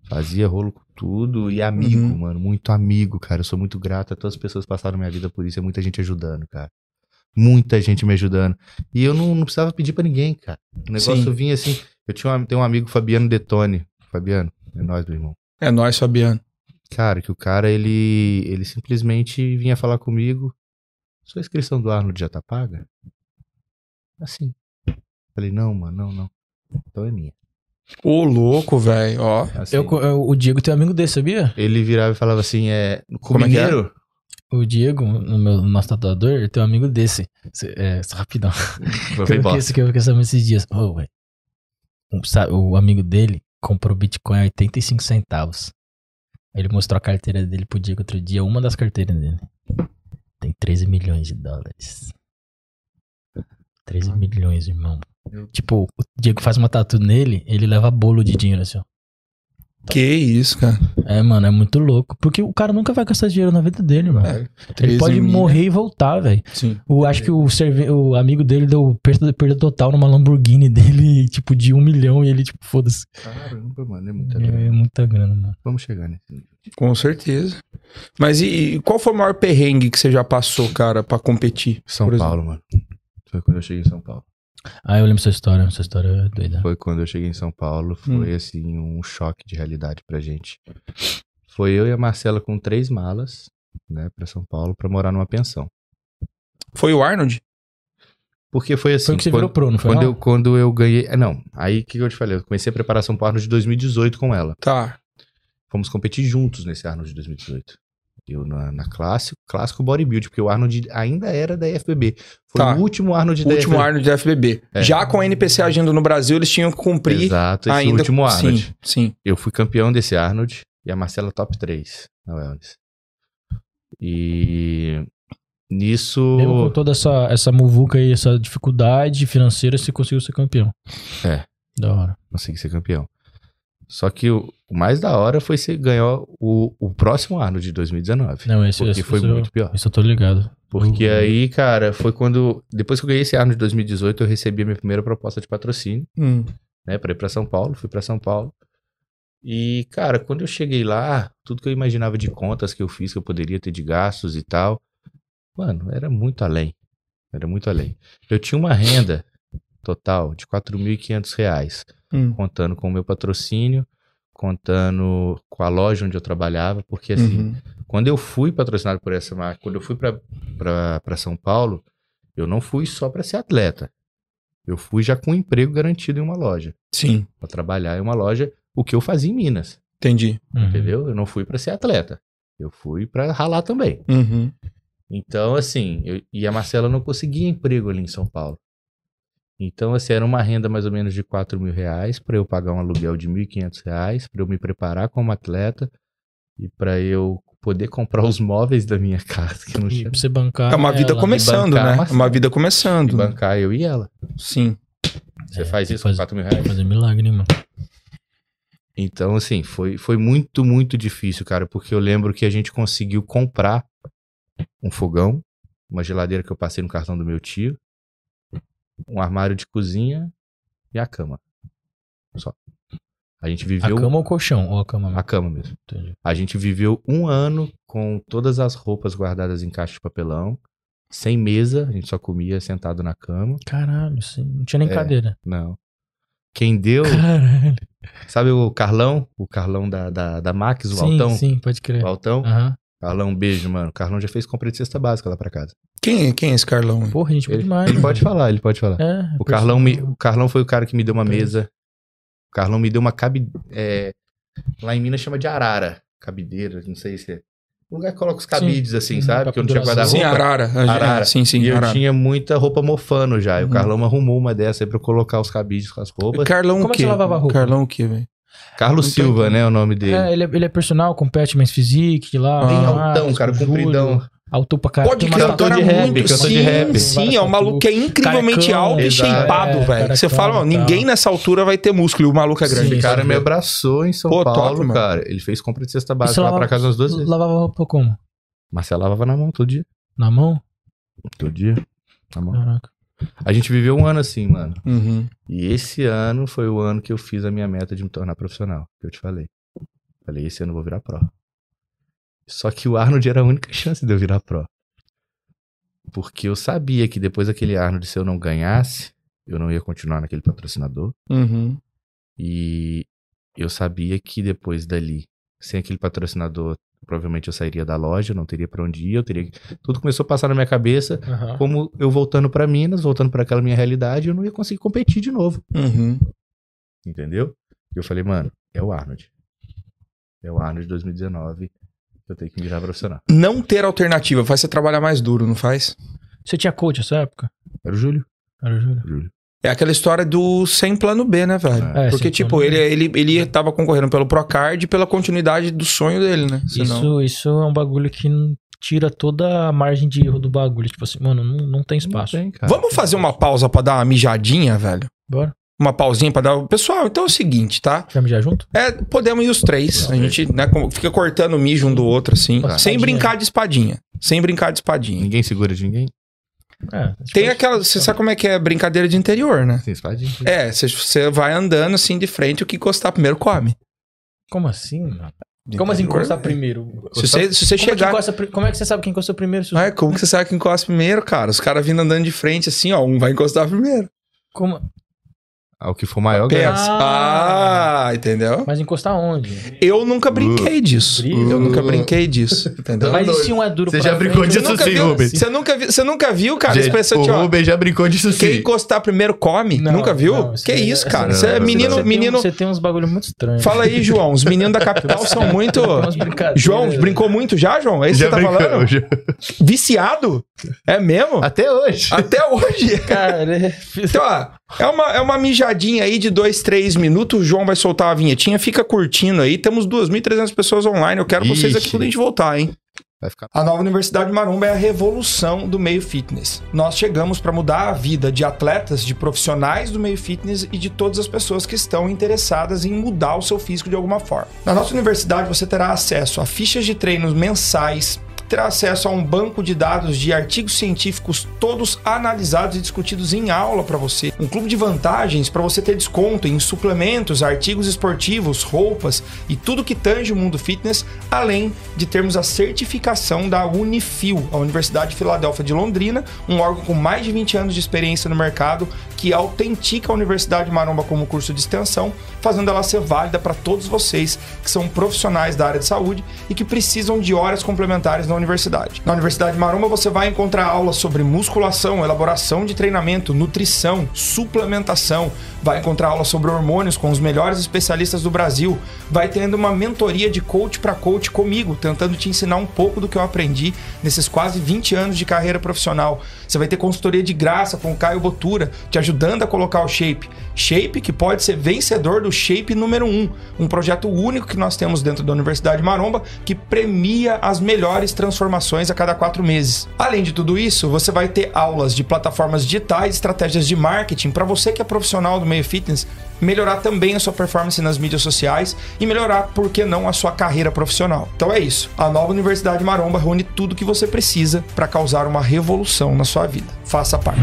S3: Fazia rolo com tudo e amigo,
S2: Uhum.
S3: mano. Muito amigo, cara. Eu sou muito grato a todas as pessoas que passaram minha vida por isso. É muita gente ajudando, cara. Muita gente me ajudando. E eu não, não precisava pedir pra ninguém, cara. O negócio
S2: Sim.
S3: vinha assim. Eu tinha um, tenho um amigo, Fabiano Detone. Fabiano, é nóis, meu irmão.
S2: É nóis, Fabiano.
S3: Cara, que o cara, ele, ele simplesmente vinha falar comigo. Sua inscrição do Arnold já tá paga? Assim. Falei, não, mano, não, não. Então é minha.
S2: Ô, louco, velho. Ó.
S3: Assim.
S1: eu, co- eu- o Diego tem um amigo desse, sabia?
S3: Ele virava e falava assim, é...
S2: Como é que é?
S1: O Diego, no meu, no nosso tatuador, tem um amigo desse. Cê- é, só rapidão.
S3: Eu
S1: Que
S3: falei,
S1: eu
S3: "Bosta."
S1: fiquei, que eu fiquei sabendo esses dias. Ô, velho. O, sa- o amigo dele comprou Bitcoin a 85 centavos. Ele mostrou a carteira dele pro Diego outro dia, uma das carteiras dele. Tem 13 milhões de dólares. 13 milhões, irmão. Tipo, o Diego faz uma tatu nele, ele leva bolo de dinheiro assim, ó.
S2: Que isso, cara.
S1: É, mano, é muito louco. Porque o cara nunca vai gastar dinheiro na vida dele, mano.
S2: É,
S1: Ele
S2: 13
S1: pode
S2: mil.
S1: morrer e voltar, velho.
S2: Sim.
S1: O- Acho que o, serve- o amigo dele deu perda, perda total numa Lamborghini dele, tipo, de um milhão, e ele, tipo, foda-se.
S3: Caramba, mano, é muita grana.
S1: É muita grana, mano.
S3: Vamos chegar nesse nível.
S2: Com certeza. Mas e, e qual foi o maior perrengue que você já passou, cara, pra competir?
S3: São
S2: Por exemplo.
S3: Paulo, mano. Foi quando eu cheguei em São Paulo.
S1: Ah, eu lembro essa história, essa história é doida.
S3: Foi quando eu cheguei em São Paulo, foi
S1: Hum.
S3: assim, um choque de realidade pra gente. Foi eu e a Marcela com três malas, né, pra São Paulo, pra morar numa pensão.
S2: Foi o Arnold?
S3: Porque foi assim.
S1: Foi o que você virou pro, não foi?
S3: quando
S1: não?
S3: eu, quando eu ganhei. é, Não, aí o que eu te falei? Eu comecei a preparação pro Arnold de 2018 com ela.
S2: Tá.
S3: Fomos competir juntos nesse Arnold de 2018. Eu na, na clássico, clássico bodybuild, porque o Arnold ainda era da IFBB. Foi
S2: Tá.
S3: o último Arnold
S2: O
S3: da
S2: último
S3: IFBB.
S2: Arnold da FBB.
S3: É.
S2: Já com a NPC agindo no Brasil, eles tinham que cumprir
S3: Exato, esse
S2: ainda.
S3: último né? Arnold.
S2: Sim, sim.
S3: Eu fui campeão desse Arnold e a Marcela top 3 na Wellness. E nisso.
S1: Mesmo com toda essa, essa muvuca aí, essa dificuldade financeira, você conseguiu ser campeão.
S3: É.
S1: Da hora.
S3: consegui ser campeão. Só que o, o mais da hora foi você ganhar o, o próximo Arnold de 2019.
S1: Não, esse,
S2: é
S3: porque
S1: esse
S3: foi
S1: esse eu-
S3: muito pior.
S1: Isso eu tô ligado.
S3: Porque
S1: eu-
S3: aí, cara, foi quando. Depois que eu ganhei esse Arnold de 2018, eu recebi a minha primeira proposta de patrocínio,
S2: Hum.
S3: né? Pra ir pra São Paulo, fui pra São Paulo. E, cara, quando eu cheguei lá, tudo que eu imaginava de contas que eu fiz, que eu poderia ter de gastos e tal, mano, era muito além. Era muito além. Eu tinha uma renda total de R$ 4.500, reais,
S2: Hum.
S3: contando com o meu patrocínio, contando com a loja onde eu trabalhava, porque assim,
S2: Uhum.
S3: quando eu fui patrocinado por essa marca, quando eu fui para São Paulo, eu não fui só para ser atleta. Eu fui já com um emprego garantido em uma loja,
S2: Sim,
S3: para trabalhar em uma loja, o que eu fazia em Minas,
S2: entendi.
S1: Uhum.
S3: entendeu? Eu não fui para ser atleta. Eu fui para ralar também.
S2: Uhum.
S3: Então, assim, eu- e a Marcela não conseguia emprego ali em São Paulo. Então, assim, era uma renda mais ou menos de 4 mil reais para eu pagar um aluguel de 1.500 reais, para eu me preparar como atleta e para eu poder comprar os móveis da minha casa, que eu não
S1: E
S3: tinha
S1: pra você bancar.
S2: É uma vida
S1: ela,
S2: começando,
S3: Ah, bancar,
S2: né?
S3: mas-
S2: Uma vida
S3: de
S2: começando.
S3: bancar, eu e ela.
S2: Sim.
S3: Você
S1: É,
S3: faz
S1: tem
S3: isso
S1: que
S3: com
S1: fazer-
S3: 4 mil
S1: tem
S3: reais?
S1: que Fazer milagre, mano.
S3: Então, assim, foi, foi muito, muito difícil, cara, porque eu lembro que a gente conseguiu comprar um fogão, uma geladeira que eu passei no cartão do meu tio, um armário de cozinha e a cama. Só. A gente
S1: A
S3: viveu.
S1: cama ou o colchão? Ou a cama
S3: A
S1: mesmo?
S3: cama mesmo.
S1: Entendi.
S3: A gente viveu um ano com todas as roupas guardadas em caixa de papelão, sem mesa, a gente só comia sentado na cama.
S1: Caralho, sim. não tinha nem
S3: É.
S1: cadeira.
S3: Não. Quem deu,
S1: Caralho.
S3: sabe o Carlão? O Carlão da, da, da Max, o
S1: sim,
S3: Altão?
S1: sim, pode crer.
S3: O Altão?
S1: Aham.
S3: Carlão, um beijo, mano. Carlão já fez compra de cesta básica lá pra casa.
S2: Quem, quem é esse Carlão?
S1: Porra, gente, muito
S3: Ele,
S1: demais.
S3: ele
S1: né?
S3: pode falar, ele pode falar.
S1: É,
S3: o, Carlão me-
S1: personal.
S3: o Carlão foi o cara que me deu uma mesa. O Carlão me deu uma cabe... é, lá em Minas chama de arara. Cabideira, não sei se é. Um lugar que coloca os cabides, assim,
S1: Uhum,
S3: sabe?
S1: pra
S3: Porque eu não tinha
S1: penduração.
S2: Sim,
S3: guarda-roupa.
S2: Arara. É,
S3: Arara.
S2: Sim, sim,
S3: E eu
S2: Arara.
S3: tinha muita roupa mofano já. E o
S2: Uhum.
S3: Carlão arrumou uma dessa aí pra eu colocar os cabides com as roupas.
S2: Carlão
S1: Como
S2: o
S1: é que
S2: quê?
S1: você lavava a roupa?
S2: Carlão o quê, velho?
S3: Carlos
S2: Não tô
S3: Silva, né? O nome dele.
S1: É, ele é, ele é personal, compete mais physique lá.
S2: Bem
S3: Bem
S1: lá,
S3: altão,
S1: Marcos,
S3: cara,
S1: com
S3: compridão.
S1: Júlio, Alto pra caralho.
S2: Pode
S1: Tem
S2: que
S1: uma
S2: cantor
S3: cantor
S1: tatuagem
S3: de
S2: era
S3: rap,
S2: muito.
S3: cantor de
S2: Sim,
S3: rap.
S2: sim, é um maluco que é incrivelmente
S1: Carecão,
S2: alto e
S3: exato.
S2: shapeado,
S1: É,
S2: velho. Você
S1: carecão,
S2: fala, ó,
S1: tá.
S2: ninguém nessa altura vai ter músculo e o maluco é
S1: Sim,
S2: grande.
S3: Esse
S1: sim.
S3: cara me abraçou em São
S2: Pô, top,
S3: Paulo,
S2: mano.
S3: cara. Ele fez compra de cesta
S1: Isso
S3: básica lá
S1: lavava-
S3: pra casa umas duas vezes.
S1: Lavava roupa como?
S3: Marcela lavava na mão todo dia.
S1: Na mão?
S3: Todo dia. Na mão.
S1: Caraca.
S3: A gente viveu um ano assim, mano.
S2: Uhum.
S3: E esse ano foi o ano que eu fiz a minha meta de me tornar profissional, que eu te falei. Falei, esse ano eu vou virar pró. Só que o Arnold era a única chance de eu virar pró. Porque eu sabia que depois daquele Arnold, se eu não ganhasse, eu não ia continuar naquele patrocinador.
S2: Uhum.
S3: E eu sabia que depois dali, sem aquele patrocinador, provavelmente eu sairia da loja, não teria pra onde ir, eu teria. que- Tudo começou a passar na minha cabeça
S1: Aham.
S3: como eu voltando pra Minas, voltando pra aquela minha realidade, eu não ia conseguir competir de novo,
S2: Uhum.
S3: entendeu? E eu falei, mano, é o Arnold. É o Arnold 2019, eu tenho que virar profissional.
S2: Não ter alternativa faz você trabalhar mais duro, não faz?
S1: Você tinha coach nessa época?
S3: Era o Júlio.
S1: Era o Júlio?
S3: Júlio.
S2: É aquela história do sem plano B, né, velho?
S1: É,
S2: Porque,
S1: sem
S2: tipo,
S1: plano
S2: ele,
S1: B.
S2: ele, ele tava concorrendo pelo Procard e pela continuidade do sonho dele, né?
S1: Isso,
S2: Senão...
S1: isso é um bagulho que não tira toda a margem de erro do bagulho. Tipo assim, mano, não, não tem espaço.
S3: Não tem, cara.
S2: Vamos fazer uma pausa pra dar uma mijadinha, velho?
S1: Bora.
S2: uma pausinha pra dar. Pessoal, então é o seguinte, tá?
S1: Quer mijar junto?
S2: É, podemos ir os três. A gente né, como- fica cortando o mijo um do outro, assim.
S1: Tá.
S2: Sem
S1: Espadinha.
S2: brincar de espadinha. Sem brincar de espadinha.
S3: Ninguém segura de ninguém.
S1: É,
S2: Tem
S1: tipo,
S2: aquela. Você sabe como é que é brincadeira de interior, né?
S3: Tem espadinha.
S2: É, você- você vai andando assim de frente, o que encostar primeiro come.
S1: Como assim, mano?
S3: Então,
S1: Como assim
S3: é.
S1: encostar primeiro?
S2: Se você, se você
S1: Como, que
S2: chegar.
S1: encosta pri- como é que você sabe quem encostou primeiro? se os-
S2: Ah, como que você sabe que encosta primeiro, cara? Os caras vindo andando de frente assim, ó. Um vai encostar primeiro.
S1: Como-
S3: Ah, o que for maior ganha.
S2: Pensa. Ah, entendeu?
S1: Mas encostar onde?
S2: Eu
S3: Uh.
S2: nunca brinquei disso.
S1: Briga.
S2: Eu nunca brinquei disso. Entendeu?
S1: Mas e se um é duro
S3: Tá Você
S1: pra
S3: já
S1: frente?
S3: brincou
S2: Você
S3: disso?
S2: nunca
S3: sim,
S2: viu-
S3: Rubens.
S2: Você nunca, viu- você nunca viu, cara,
S3: Gente,
S2: expressão de
S3: o
S2: ó.
S3: Rubens já brincou disso
S2: Quem
S3: sim.
S2: encostar primeiro come?
S1: Não,
S2: Nunca viu?
S1: não,
S2: que
S1: daí-
S2: isso, cara?
S3: não,
S2: Você é
S3: não,
S2: menino,
S1: Você tem um-
S2: menino.
S1: Você tem uns bagulho muito estranho.
S2: Fala aí, João. Os meninos da capital são muito.
S1: Tem umas brincadeiras.
S2: João, brincou muito já, João? É isso que
S3: já
S2: você tá
S3: brincou.
S2: falando?
S3: já-
S2: Viciado? É mesmo?
S3: Até hoje.
S2: Até hoje.
S1: Cara, é-
S2: Então, ó, é uma, é uma mijadinha aí de dois, três minutos. O João vai soltar a vinhetinha. Fica curtindo aí. Temos 2.300 pessoas online. Eu quero vocês aqui
S3: Ixi.
S2: quando a gente voltar, hein?
S3: Vai ficar.
S2: A nova Universidade Maromba é a revolução do meio fitness. Nós chegamos para mudar a vida de atletas, de profissionais do meio fitness e de todas as pessoas que estão interessadas em mudar o seu físico de alguma forma. Na nossa universidade você terá acesso a fichas de treinos mensais, terá acesso a um banco de dados de artigos científicos todos analisados e discutidos em aula para você, um clube de vantagens para você ter desconto em suplementos, artigos esportivos, roupas e tudo que tange o mundo fitness, além de termos a certificação da Unifil, a Universidade de Filadélfia de Londrina, um órgão com mais de 20 anos de experiência no mercado que autentica a Universidade Maromba como curso de extensão, fazendo ela ser válida para todos vocês que são profissionais da área de saúde e que precisam de horas complementares na universidade. Na Universidade Maromba você vai encontrar aulas sobre musculação, elaboração de treinamento, nutrição, suplementação, vai encontrar aulas sobre hormônios com os melhores especialistas do Brasil, vai tendo uma mentoria de coach para coach comigo, tentando te ensinar um pouco do que eu aprendi nesses quase 20 anos de carreira profissional. Você vai ter consultoria de graça com o Caio Botura, te ajudando a colocar o shape. Shape que pode ser vencedor do Shape número 1, um projeto único que nós temos dentro da Universidade Maromba que premia as melhores transformações a cada quatro meses. Além de tudo isso, você vai ter aulas de plataformas digitais, estratégias de marketing para você que é profissional do meio fitness melhorar também a sua performance nas mídias sociais e melhorar, por que não, a sua carreira profissional. Então é isso. A nova Universidade Maromba reúne tudo que você precisa para causar uma revolução na sua vida. Faça parte.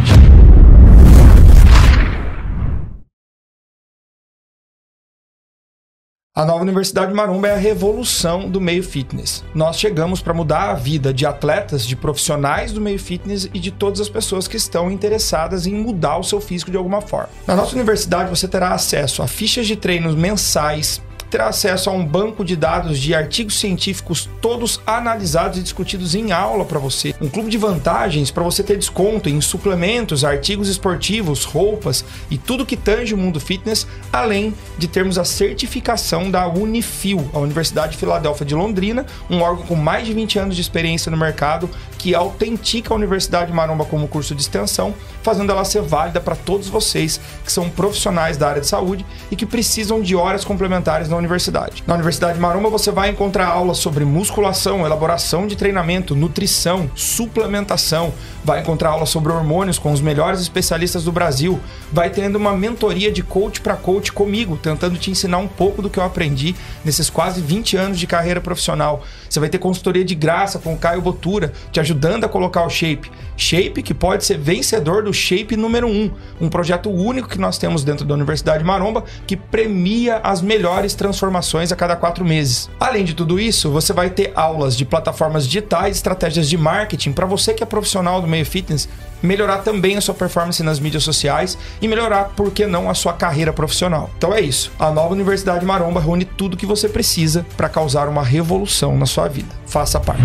S2: A nova Universidade Maromba é a revolução do meio fitness. Nós chegamos para mudar a vida de atletas, de profissionais do meio fitness e de todas as pessoas que estão interessadas em mudar o seu físico de alguma forma. Na nossa universidade você terá acesso a fichas de treinos mensais, terá acesso a um banco de dados de artigos científicos todos analisados e discutidos em aula para você, um clube de vantagens para você ter desconto em suplementos, artigos esportivos, roupas e tudo que tange o mundo fitness, além de termos a certificação da Unifil, a Universidade de Filadélfia de Londrina, um órgão com mais de 20 anos de experiência no mercado que autentica a Universidade Maromba como curso de extensão, fazendo ela ser válida para todos vocês que são profissionais da área de saúde e que precisam de horas complementares na universidade. Na Universidade Maromba você vai encontrar aulas sobre musculação, elaboração de treinamento, nutrição, suplementação, vai encontrar aulas sobre hormônios com os melhores especialistas do Brasil, vai tendo uma mentoria de coach para coach comigo, tentando te ensinar um pouco do que eu aprendi nesses quase 20 anos de carreira profissional. Você vai ter consultoria de graça com o Caio Botura, te ajudando a colocar o shape. Shape que pode ser vencedor do Shape número 1, um projeto único que nós temos dentro da Universidade Maromba que premia as melhores transformações a cada quatro meses. Além de tudo isso, você vai ter aulas de plataformas digitais, estratégias de marketing para você que é profissional do meio fitness melhorar também a sua performance nas mídias sociais e melhorar, por que não, a sua carreira profissional. Então é isso. A nova Universidade Maromba reúne tudo que você precisa para causar uma revolução na sua vida. Faça parte.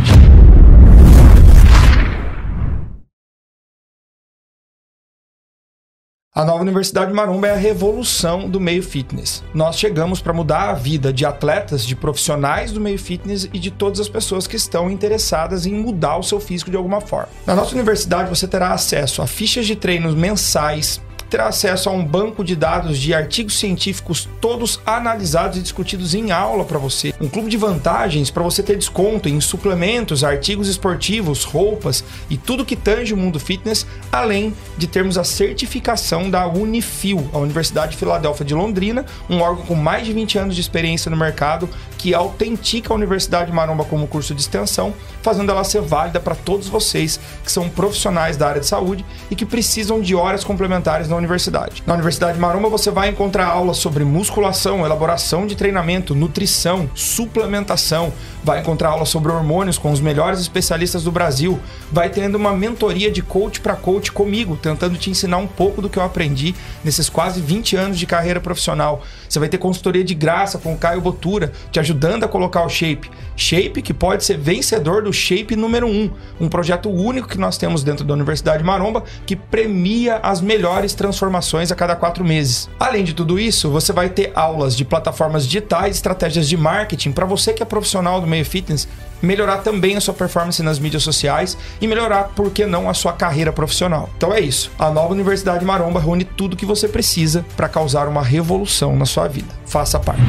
S2: A nova Universidade Maromba é a revolução do meio fitness. Nós chegamos para mudar a vida de atletas, de profissionais do meio fitness e de todas as pessoas que estão interessadas em mudar o seu físico de alguma forma. Na nossa universidade você terá acesso a fichas de treinos mensais, ter acesso a um banco de dados de artigos científicos todos analisados e discutidos em aula para você, um clube de vantagens para você ter desconto em suplementos, artigos esportivos, roupas e tudo que tange o mundo fitness, além de termos a certificação da Unifil, a Universidade de Filadélfia de Londrina, um órgão com mais de 20 anos de experiência no mercado que autentica a Universidade Maromba como curso de extensão, fazendo ela ser válida para todos vocês que são profissionais da área de saúde e que precisam de horas complementares na universidade. Na Universidade Maromba você vai encontrar aulas sobre musculação, elaboração de treinamento, nutrição, suplementação, vai encontrar aulas sobre hormônios com os melhores especialistas do Brasil, vai tendo uma mentoria de coach para coach comigo, tentando te ensinar um pouco do que eu aprendi nesses quase 20 anos de carreira profissional. Você vai ter consultoria de graça com o Caio Botura, te ajudando a colocar o shape. Shape que pode ser vencedor do Shape número 1, um projeto único que nós temos dentro da Universidade Maromba que premia as melhores transformações a cada quatro meses. Além de tudo isso, você vai ter aulas de plataformas digitais, estratégias de marketing para você que é profissional do meio fitness melhorar também a sua performance nas mídias sociais e melhorar, por que não, a sua carreira profissional. Então é isso. A nova Universidade Maromba reúne tudo que você precisa para causar uma revolução na sua vida. Faça parte.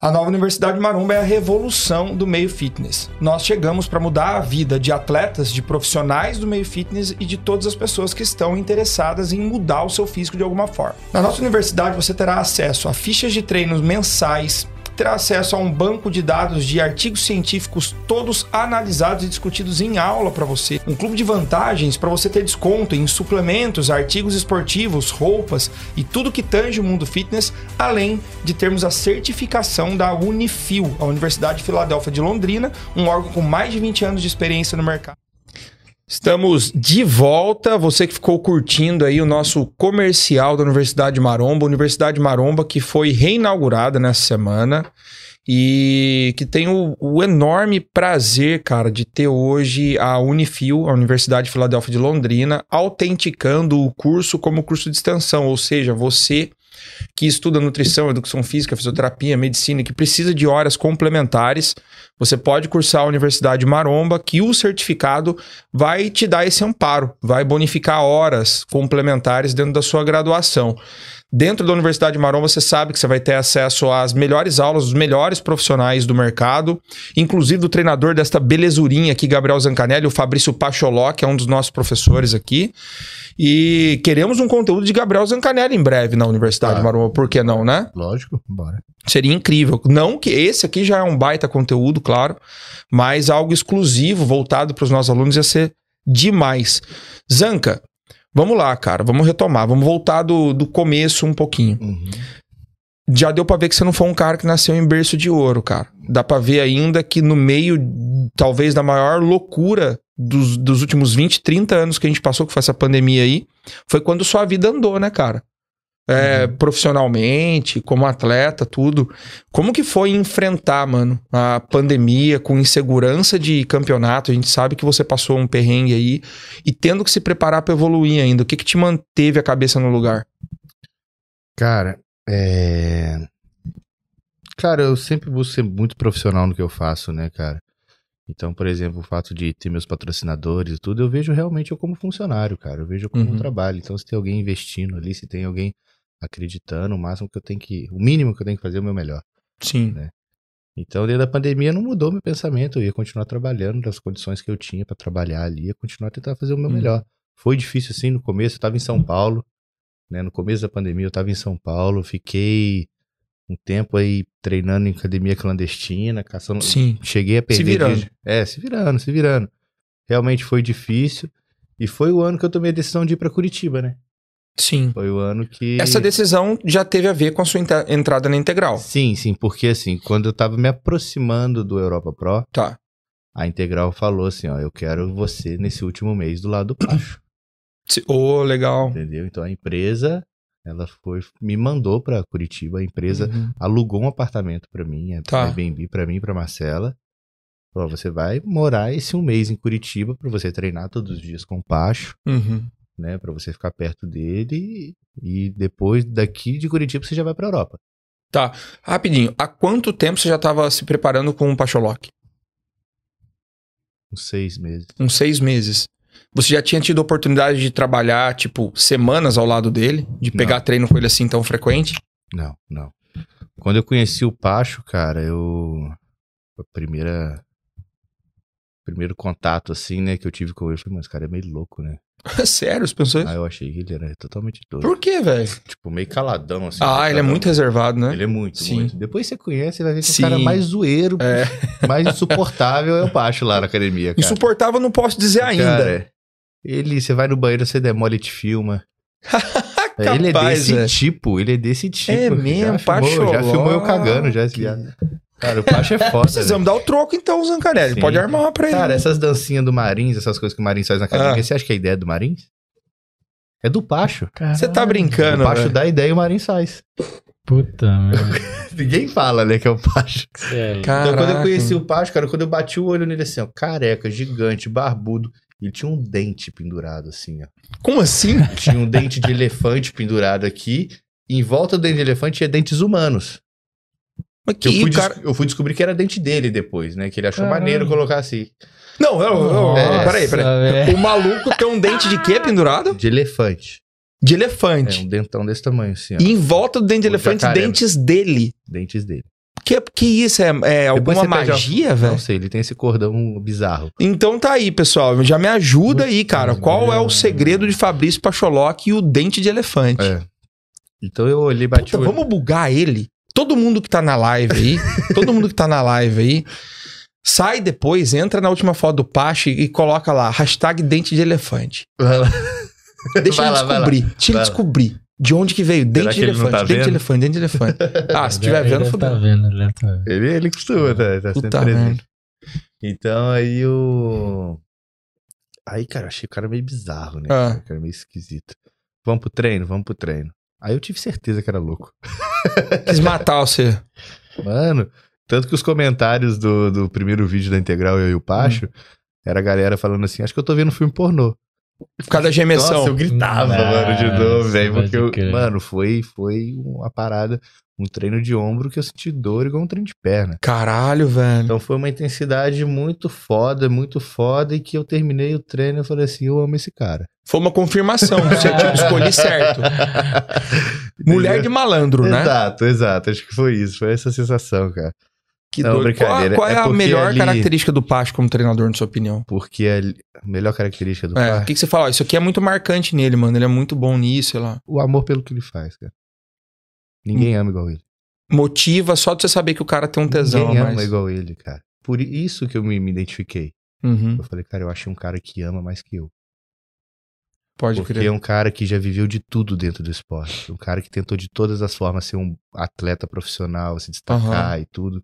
S2: A nova Universidade Maromba é a revolução do meio fitness. Nós chegamos para mudar a vida de atletas, de profissionais do meio fitness e de todas as pessoas que estão interessadas em mudar o seu físico de alguma forma. Na nossa universidade você terá acesso a fichas de treinos mensais, terá acesso a um banco de dados de artigos científicos todos analisados e discutidos em aula para você, um clube de vantagens para você ter desconto em suplementos, artigos esportivos, roupas e tudo que tange o mundo fitness, além de termos a certificação da Unifil, a Universidade de Filadélfia de Londrina, um órgão com mais de 20 anos de experiência no mercado. Estamos de volta. Você que ficou curtindo aí o nosso comercial da Universidade Maromba, Universidade Maromba que foi reinaugurada nessa semana e que tem o, o enorme prazer, cara, de ter hoje a Unifil, a Universidade de Filadélfia de Londrina, autenticando o curso como curso de extensão, ou seja, você que estuda nutrição, educação física, fisioterapia, medicina, que precisa de horas complementares, você pode cursar a Universidade Maromba, que o certificado vai te dar esse amparo, vai bonificar horas complementares dentro da sua graduação. Dentro da Universidade Maromba, você sabe que você vai ter acesso às melhores aulas dos melhores profissionais do mercado, inclusive do treinador desta belezurinha aqui, Gabriel Zancanelli, o Fabrício Pacholó, que é um dos nossos professores aqui. E queremos um conteúdo de Gabriel Zancanelli em breve na Universidade
S3: Claro.
S2: Maromba, por que não, né?
S3: Lógico, bora.
S2: Seria incrível. Não que esse aqui já é um baita conteúdo, claro, mas algo exclusivo voltado para os nossos alunos ia ser demais. Zanca, vamos lá, cara, vamos retomar, vamos voltar do, do começo um pouquinho.
S3: Uhum.
S2: Já deu para ver que você não foi um cara que nasceu em berço de ouro, cara. Dá para ver ainda que no meio, talvez, da maior loucura dos, dos últimos 20, 30 anos que a gente passou, que foi essa pandemia aí, foi quando sua vida andou, né, cara? É, Profissionalmente, como atleta, tudo. Como que foi enfrentar, mano, a pandemia com insegurança de campeonato? A gente sabe que você passou um perrengue aí e tendo que se preparar para evoluir ainda. O que que te manteve a cabeça no lugar?
S3: Cara, é. Cara, eu sempre busco ser muito profissional no que eu faço, né, cara? Então, por exemplo, o fato de ter meus patrocinadores e tudo, eu vejo realmente eu como funcionário, cara. Eu vejo como um
S2: Uhum.
S3: trabalho. Então, se tem alguém investindo ali, se tem alguém acreditando, o máximo que eu tenho que. O mínimo que eu tenho que fazer é o meu melhor.
S2: Sim.
S3: Então, dentro da pandemia, não mudou meu pensamento. Eu ia continuar trabalhando das condições que eu tinha pra trabalhar ali, ia continuar tentando fazer o meu
S2: Uhum.
S3: melhor. Foi difícil, sim, no começo. Eu tava em São Paulo, né? No começo da pandemia, eu tava em São Paulo. Fiquei um tempo aí treinando em academia clandestina, caçando.
S2: Sim.
S3: Cheguei a perder.
S2: virando.
S3: de- É, se virando, se virando. Realmente foi difícil. E foi o ano que eu tomei a decisão de ir pra Curitiba, né?
S2: Sim.
S3: Foi o ano que.
S2: Essa decisão já teve a ver com a sua inte- entrada na integral.
S3: Sim, sim, porque assim, quando eu tava me aproximando do Europa Pro,
S2: Tá.
S3: A Integral falou assim, ó, eu quero você nesse último mês do lado do Pacho,
S2: Se- Ô, legal.
S3: entendeu? Então a empresa, ela foi, me mandou pra Curitiba, a empresa
S2: Uhum.
S3: alugou um apartamento pra mim, a
S2: Tá.
S3: Airbnb pra mim, e pra Marcela. Falou, você vai morar esse um mês em Curitiba pra você treinar todos os dias com o Pacho,
S2: Uhum.
S3: né, Pra você ficar perto dele e depois daqui de Curitiba você já vai pra Europa.
S2: Rapidinho, há quanto tempo você já estava se preparando com o Pacholoc?
S3: Uns seis meses.
S2: Uns seis meses. Você já tinha tido a oportunidade de trabalhar, tipo, semanas ao lado dele? De pegar treino com ele assim tão frequente?
S3: Não, não. Quando eu conheci o Pacho, cara, eu. A primeira. Primeiro contato, assim, né, que eu tive com ele, eu falei, mas esse cara é meio louco, né?
S2: Sério, você pensou isso?
S3: Aí eu achei que ele era totalmente doido.
S2: Por quê, velho?
S3: Tipo, meio caladão, assim.
S2: Ah, ele é
S3: caladão.
S2: muito reservado, né?
S3: Ele é muito,
S2: Sim.
S3: muito. Depois você conhece, vai ver que
S2: Sim.
S3: o cara mais zoeiro,
S2: É.
S3: mais insuportável é o Pacho lá na academia, cara.
S2: Insuportável, eu não posso dizer é ainda.
S3: Cara, é ele, você vai no banheiro, você demole e te filma. É, ele é
S2: Ah, Capaz,
S3: desse
S2: velho.
S3: tipo, ele é desse tipo.
S2: É mesmo,
S3: já filmou, já
S2: Pacholó.
S3: filmou eu cagando, já esse viado. Cara, o Pacho é foda.
S2: Precisamos dar o troco, então, Zancarelli.
S3: Sim.
S2: Pode armar uma pra
S3: velho.
S2: ele.
S3: Cara, essas dancinhas do Marins, essas coisas que o Marins faz na academia,
S2: Ah.
S3: você acha que a ideia é do Marins? É do Pacho.
S2: Você tá
S3: O
S2: brincando,
S3: Pacho
S2: velho.
S3: dá a ideia e o Marins faz.
S1: Puta, merda.
S3: Ninguém fala, né, que é o Pacho. Então, quando eu
S2: Caraca.
S3: conheci o Pacho, cara, quando eu bati o olho nele assim, ó, careca, gigante, barbudo, ele tinha um dente pendurado assim, ó.
S2: Como assim?
S3: Tinha um dente de elefante pendurado aqui. e Em volta do dente de elefante tinha dentes humanos.
S2: Mas
S3: Que eu,
S2: que
S3: fui des-
S2: cara...
S3: eu fui descobrir que era dente dele depois, né? Que ele achou
S1: Caralho.
S3: maneiro colocar assim.
S2: Não, eu, eu-
S1: Nossa,
S2: peraí, peraí.
S1: velho.
S2: O maluco tem um dente de quê pendurado?
S3: De elefante.
S2: De
S3: É,
S2: elefante.
S3: um dentão desse tamanho, assim, ó.
S2: E em volta do dente de
S3: O
S2: elefante,
S3: jacaré.
S2: dentes dele.
S3: Dentes dele.
S2: Que, que isso? É, é alguma
S3: você pede a-
S2: magia,
S3: Não
S2: velho?
S3: sei, ele tem esse cordão bizarro.
S2: Então tá aí, pessoal. Já me ajuda aí, cara.
S1: Deus,
S2: Qual é o
S1: velho.
S2: segredo de Fabrício Pacholoc e o dente de elefante?
S3: É. Então eu olhei, bati
S2: Puta,
S3: o olho.
S2: vamos bugar ele. Todo mundo que tá na live aí, todo mundo que tá na live aí, sai depois, entra na última foto do Pache e coloca lá, hashtag dente de elefante.
S3: Vai lá.
S2: Deixa
S3: Vai
S2: ele
S3: lá, vai lá.
S2: descobrir, deixa ele
S3: Vai lá.
S2: descobrir de onde que veio, dente de
S3: que ele não
S2: elefante,
S3: tá
S2: dente de
S3: vendo?
S2: elefante, dente de elefante. Ah, se tiver
S1: Ele
S2: vendo,
S1: deve tá
S2: fodeu.
S1: vendo, ele deve tá vendo.
S3: Ele, ele costuma, tá, tá sempre
S2: Puta
S3: presente.
S2: merda.
S3: Então aí o. Aí, cara, eu achei o cara meio bizarro, né?
S2: Ah.
S3: O cara meio esquisito. Vamos pro treino, vamos pro treino. Aí eu tive certeza que era louco.
S2: Quis matar você.
S3: Mano, tanto que os comentários do, do primeiro vídeo da Integral, eu e o Pacho,
S2: Hum.
S3: era a galera falando assim, acho que eu tô vendo um filme pornô.
S2: Por causa da
S3: Nossa,
S2: gemessão.
S3: eu gritava,
S1: Nossa,
S3: mano, Ah, de novo, velho.
S1: Ah, pode
S3: Porque, eu-
S1: crer.
S3: mano, foi, foi uma parada, um treino de ombro que eu senti dor igual um treino de perna.
S2: Caralho, velho.
S3: Então foi uma intensidade muito foda, muito foda, e que eu terminei o treino e eu falei assim, eu amo esse cara.
S2: Foi uma confirmação. Você tipo, escolhi certo. Mulher de malandro, né?
S3: Exato, exato, acho que foi isso, foi essa sensação, cara.
S2: Que
S3: Não,
S2: doido. Qual,
S3: brincadeira.
S2: qual é,
S3: É
S2: a
S3: porque
S2: melhor
S3: ali-
S2: característica do Pache como treinador, na sua opinião?
S3: Porque ali- a melhor característica do
S2: É, o
S3: cara
S2: que, que você fala? Ó, Isso aqui é muito marcante nele, mano. Ele é muito bom nisso, sei lá.
S3: o amor pelo que ele faz, cara. Ninguém ama igual ele.
S2: Motiva só de você saber que o cara tem um tesão a
S3: Ninguém ama
S2: mais.
S3: igual ele, cara. Por isso que eu me, me identifiquei.
S2: Uhum,
S3: Eu falei, cara, eu achei um cara que ama mais que eu.
S2: pode
S3: Porque é
S2: crer.
S3: um cara que já viveu de tudo dentro do esporte. Um cara que tentou de todas as formas ser um atleta profissional, se destacar e tudo.